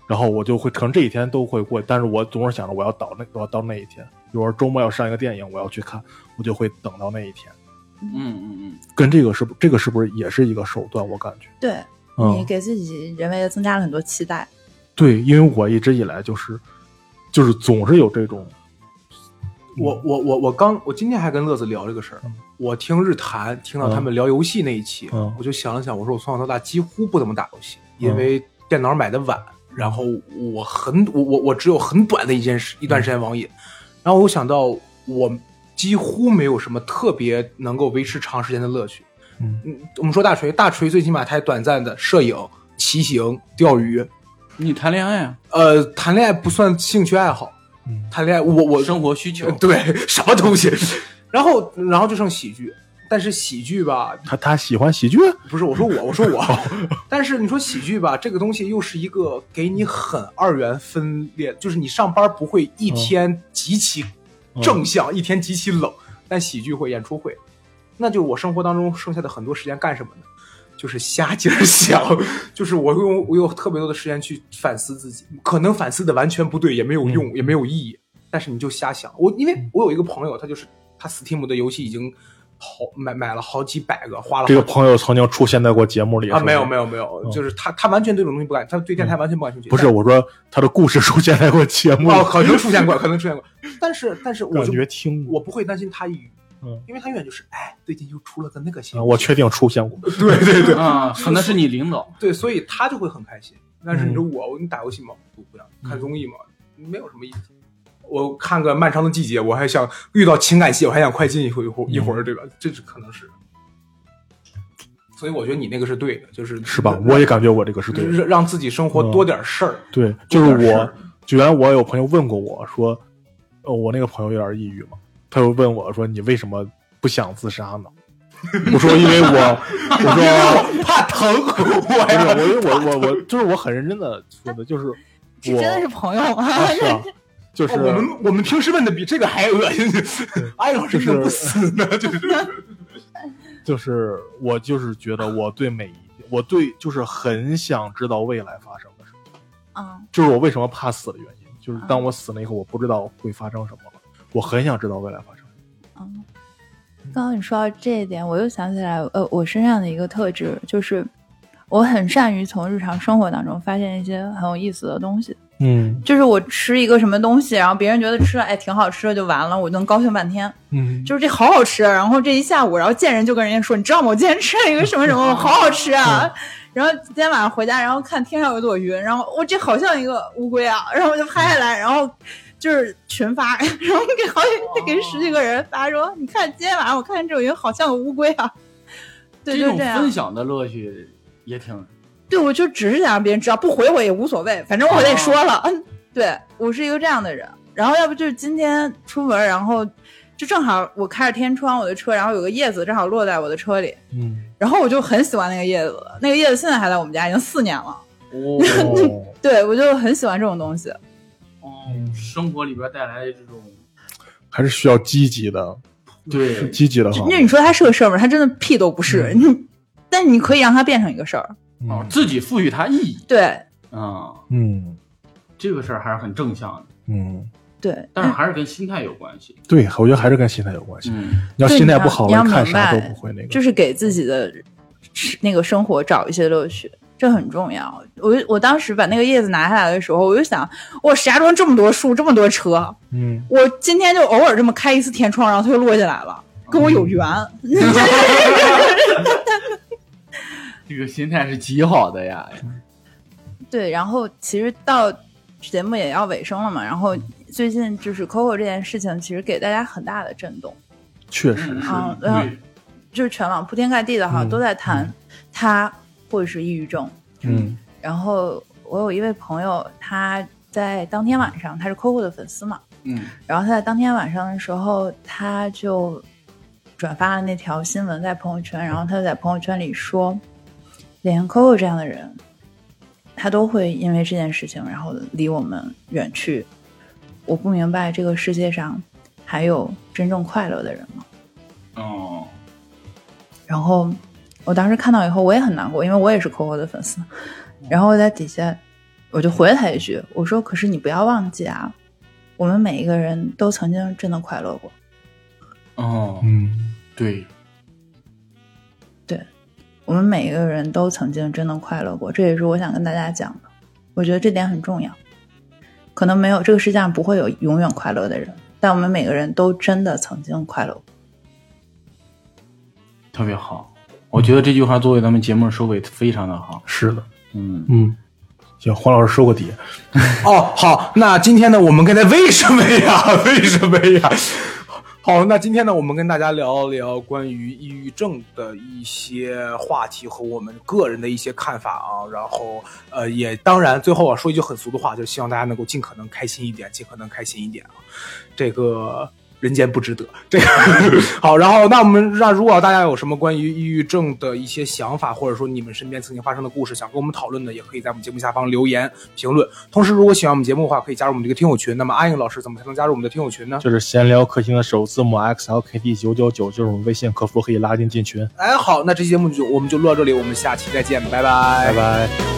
[SPEAKER 1] 然后我就会可能这一天都会过，但是我总是想着我要到那我要到那一天，比如说周末要上一个电影，我要去看，我就会等到那一天。
[SPEAKER 2] 嗯嗯嗯，
[SPEAKER 1] 跟这个是不这个是不是也是一个手段？我感觉，
[SPEAKER 3] 对。你
[SPEAKER 1] 嗯，
[SPEAKER 3] 给自己人为的增加了很多期待，
[SPEAKER 1] 对，因为我一直以来就是就是总是有这种，嗯
[SPEAKER 4] 我我我我刚我今天还跟乐子聊这个事儿，我听日坛听到他们聊游戏那一期，
[SPEAKER 1] 嗯
[SPEAKER 4] 我就想了想，我说我从小到大几乎不怎么打游戏，因为电脑买的晚，然后我很我我我只有很短的一件时一
[SPEAKER 1] 嗯
[SPEAKER 4] 段时间网瘾，然后我想到我几乎没有什么特别能够维持长时间的乐趣。
[SPEAKER 1] 嗯
[SPEAKER 4] 嗯，我们说大锤，大锤最起码他还短暂的摄影、骑行、钓鱼，
[SPEAKER 2] 你谈恋爱啊，
[SPEAKER 4] 呃，谈恋爱不算兴趣爱好，
[SPEAKER 1] 嗯
[SPEAKER 4] 谈恋爱我我
[SPEAKER 2] 生活需求，
[SPEAKER 4] 对，什么东西？ <laughs> 然后，然后就剩喜剧，但是喜剧吧，
[SPEAKER 1] 他他喜欢喜剧，
[SPEAKER 4] 不是
[SPEAKER 1] <laughs>
[SPEAKER 4] 我说我，我说我，但是你说喜剧吧，这个东西又是一个给你很二元分裂，就是你上班不会一天极其正向，
[SPEAKER 1] 嗯
[SPEAKER 4] 一天极其冷，但喜剧会，演出会，那就是我生活当中剩下的很多时间干什么呢？就是瞎劲儿想， <laughs> 就是我会用我有特别多的时间去反思自己，可能反思的完全不对，也没有
[SPEAKER 1] 嗯
[SPEAKER 4] 用，也没有意义。但是你就瞎想，我因为我有一个朋友，他就是他 Steam 的游戏已经好买买了好几百个，花了好
[SPEAKER 1] 这个朋友曾经出现在过节目里
[SPEAKER 4] 啊，没有没
[SPEAKER 1] 有。
[SPEAKER 4] 有没有，就是他他完全对这种东西不感，他对电台完全不感兴
[SPEAKER 1] 哦
[SPEAKER 4] 趣。
[SPEAKER 1] 嗯不是
[SPEAKER 4] 但
[SPEAKER 1] 我说，他的故事出现在过节目里
[SPEAKER 4] 哦，可能出现过，可能出现过，但是但是我
[SPEAKER 1] 感
[SPEAKER 4] 就
[SPEAKER 1] 觉听过
[SPEAKER 4] 我不会担心他抑郁
[SPEAKER 1] 嗯，
[SPEAKER 4] 因为他永远就是哎，最近又出了个那个新
[SPEAKER 1] 啊，
[SPEAKER 4] 闻，
[SPEAKER 1] 我确定出现过。
[SPEAKER 4] 对对
[SPEAKER 1] <laughs>
[SPEAKER 2] <laughs>
[SPEAKER 4] 对
[SPEAKER 2] 啊，可能是你领导，
[SPEAKER 4] 对，所以他就会很开心。但是你说
[SPEAKER 1] 嗯
[SPEAKER 4] 我，你打游戏吗？不不想看综艺吗？没有什么意思。我看个漫长的季节，我还想遇到情感戏，我还想快进一会儿一会儿一会
[SPEAKER 1] 嗯
[SPEAKER 4] 儿，对吧？这是可能是。所以我觉得你那个是对的，就是
[SPEAKER 1] 是吧？我也感觉我这个是对的。
[SPEAKER 4] 让让自己生活
[SPEAKER 1] 嗯
[SPEAKER 4] 多点事儿，
[SPEAKER 1] 对，就是
[SPEAKER 4] 有点事
[SPEAKER 1] 我
[SPEAKER 4] 儿，
[SPEAKER 1] 居然我有朋友问过我说，呃，我那个朋友有点抑郁嘛，他就问我说，你为什么不想自杀呢？ <laughs> 我说因为我，我
[SPEAKER 4] <laughs>
[SPEAKER 1] 说
[SPEAKER 4] 怕疼我
[SPEAKER 1] 不是，
[SPEAKER 4] 呀。
[SPEAKER 1] 我因为我我我就是我很认真的说的，就是
[SPEAKER 3] 这真的是
[SPEAKER 1] 我
[SPEAKER 3] 朋友吗？
[SPEAKER 1] 啊是啊，就是
[SPEAKER 4] 哦我们我们平时问的比这个还恶心， <laughs> 哎，老师
[SPEAKER 1] 就是
[SPEAKER 4] 怎么不死呢？就是
[SPEAKER 1] 就是我就是觉得我对每一我对就是很想知道未来发生的事。
[SPEAKER 3] <laughs> 嗯，
[SPEAKER 1] 就是我为什么怕死的原因，就是当我死了以后，我不知道会发生什么了，我很想知道未来发生什么。
[SPEAKER 3] 刚刚你说到这一点，我又想起来，呃，我身上的一个特质就是，我很善于从日常生活当中发现一些很有意思的东西。
[SPEAKER 1] 嗯
[SPEAKER 3] 就是我吃一个什么东西，然后别人觉得吃了哎挺好吃的就完了，我就能高兴半天。
[SPEAKER 1] 嗯，
[SPEAKER 3] 就是这好好吃，啊然后这一下午，然后见人就跟人家说，你知道吗？我今天吃了一个什么什么，
[SPEAKER 2] 嗯
[SPEAKER 3] 好好吃啊。 <laughs> 然后今天晚上回家，然后看天上有一朵云，然后我这好像一个乌龟啊，然后我就拍下来，然后就是群发， <laughs> 然后给好几给十几个人发说，你看今天晚上我看见这朵云好像个乌龟啊。 <laughs> 对，啊
[SPEAKER 2] 这种
[SPEAKER 3] 就是这
[SPEAKER 2] 分
[SPEAKER 3] 样。
[SPEAKER 2] 享的乐趣也挺，
[SPEAKER 3] 对，我就只是想让别人知道，不回我也无所谓，反正我得说了。 <laughs> 嗯，对我是一个这样的人。然后要不就是今天出门，然后就正好我开着天窗，我的车，然后有个叶子正好落在我的车里，
[SPEAKER 1] 嗯，
[SPEAKER 3] 然后我就很喜欢那个叶子，那个叶子现在还在我们家，已经四年了。
[SPEAKER 2] <laughs> 哦
[SPEAKER 3] 对我就很喜欢这种东西。
[SPEAKER 2] 哦，生活里边带来的这种，
[SPEAKER 1] 还是需要积极的，
[SPEAKER 2] 对
[SPEAKER 1] 积极的哈。
[SPEAKER 3] 那你说它是个事儿吗？它真的屁都不是。 <laughs> 但你可以让它变成一个事儿。
[SPEAKER 2] 哦，自己赋予它意义
[SPEAKER 3] 对
[SPEAKER 2] 啊，
[SPEAKER 1] 嗯
[SPEAKER 2] 这个事儿还是很正向的，
[SPEAKER 1] 嗯，
[SPEAKER 3] 对，
[SPEAKER 2] 但是还是跟心态有关系。
[SPEAKER 1] 对，我觉得还是跟心态有关系。
[SPEAKER 2] 嗯，
[SPEAKER 1] 你要
[SPEAKER 3] 对
[SPEAKER 1] 心态
[SPEAKER 3] 你要
[SPEAKER 1] 不好
[SPEAKER 3] 你
[SPEAKER 1] 了，
[SPEAKER 3] 要
[SPEAKER 1] 看
[SPEAKER 3] 明
[SPEAKER 1] 啥都
[SPEAKER 3] 白
[SPEAKER 1] 不会那个。
[SPEAKER 3] 就是给自己的是那个生活找一些乐趣，这很重要。我我当时把那个叶子拿下来的时候，我就想，我石家庄这么多树，这么多车，
[SPEAKER 1] 嗯，
[SPEAKER 3] 我今天就偶尔这么开一次天窗，然后它就落下来了，跟我有缘。
[SPEAKER 1] 嗯
[SPEAKER 2] 这个心态是极好的呀。
[SPEAKER 3] <laughs> 对，然后其实到节目也要尾声了嘛，然后最近就是 Coco 这件事情，其实给大家很大的震动，
[SPEAKER 1] 确实是。
[SPEAKER 3] 啊
[SPEAKER 2] 对
[SPEAKER 3] 嗯就是全网铺天盖地的哈、
[SPEAKER 1] 嗯
[SPEAKER 3] 都在谈他会是抑郁症。
[SPEAKER 1] 嗯
[SPEAKER 3] 然后我有一位朋友，他在当天晚上，他是 Coco 的粉丝嘛，
[SPEAKER 2] 嗯
[SPEAKER 3] 然后他在当天晚上的时候，他就转发了那条新闻在朋友圈，然后他就在朋友圈里说，连 Coco 这样的人，他都会因为这件事情，然后离我们远去。我不明白这个世界上还有真正快乐的人吗？
[SPEAKER 2] 哦，
[SPEAKER 3] 然后我当时看到以后，我也很难过，因为我也是 Coco 的粉丝。然后我在底下我就回了他一句，我说：“可是你不要忘记啊，我们每一个人都曾经真的快乐过。
[SPEAKER 2] 哦，
[SPEAKER 1] 嗯
[SPEAKER 2] 对，
[SPEAKER 3] 我们每一个人都曾经真的快乐过，这也是我想跟大家讲的。我觉得这点很重要。可能没有这个世界上不会有永远快乐的人，但我们每个人都真的曾经快乐过。
[SPEAKER 2] 特别好。我觉得这句话作为咱们节目的收尾非常的好。
[SPEAKER 1] 是的。
[SPEAKER 2] 嗯，
[SPEAKER 1] 嗯，行，黄老师收个底。
[SPEAKER 4] 哦，好，那今天呢，我们跟大家为什么呀？ <laughs> 为什么呀？好，那今天呢，我们跟大家聊聊关于抑郁症的一些话题和我们个人的一些看法啊。然后，呃，也当然，最后啊，说一句很俗的话，就是希望大家能够尽可能开心一点，尽可能开心一点啊。这个人间不值得。这个 <laughs> 好，然后那我们让如果大家有什么关于抑郁症的一些想法，或者说你们身边曾经发生的故事，想跟我们讨论的，也可以在我们节目下方留言评论。同时，如果喜欢我们节目的话，可以加入我们这个听友群。那么，阿颖老师怎么才能加入我们的听友群呢？
[SPEAKER 1] 就是闲聊克星的首字母 XLKT 九九九，就是我们微信客服可以拉进进群。
[SPEAKER 4] 哎，好，那这期节目就我们就录到这里，我们下期再见，拜
[SPEAKER 1] 拜
[SPEAKER 4] 拜
[SPEAKER 1] 拜。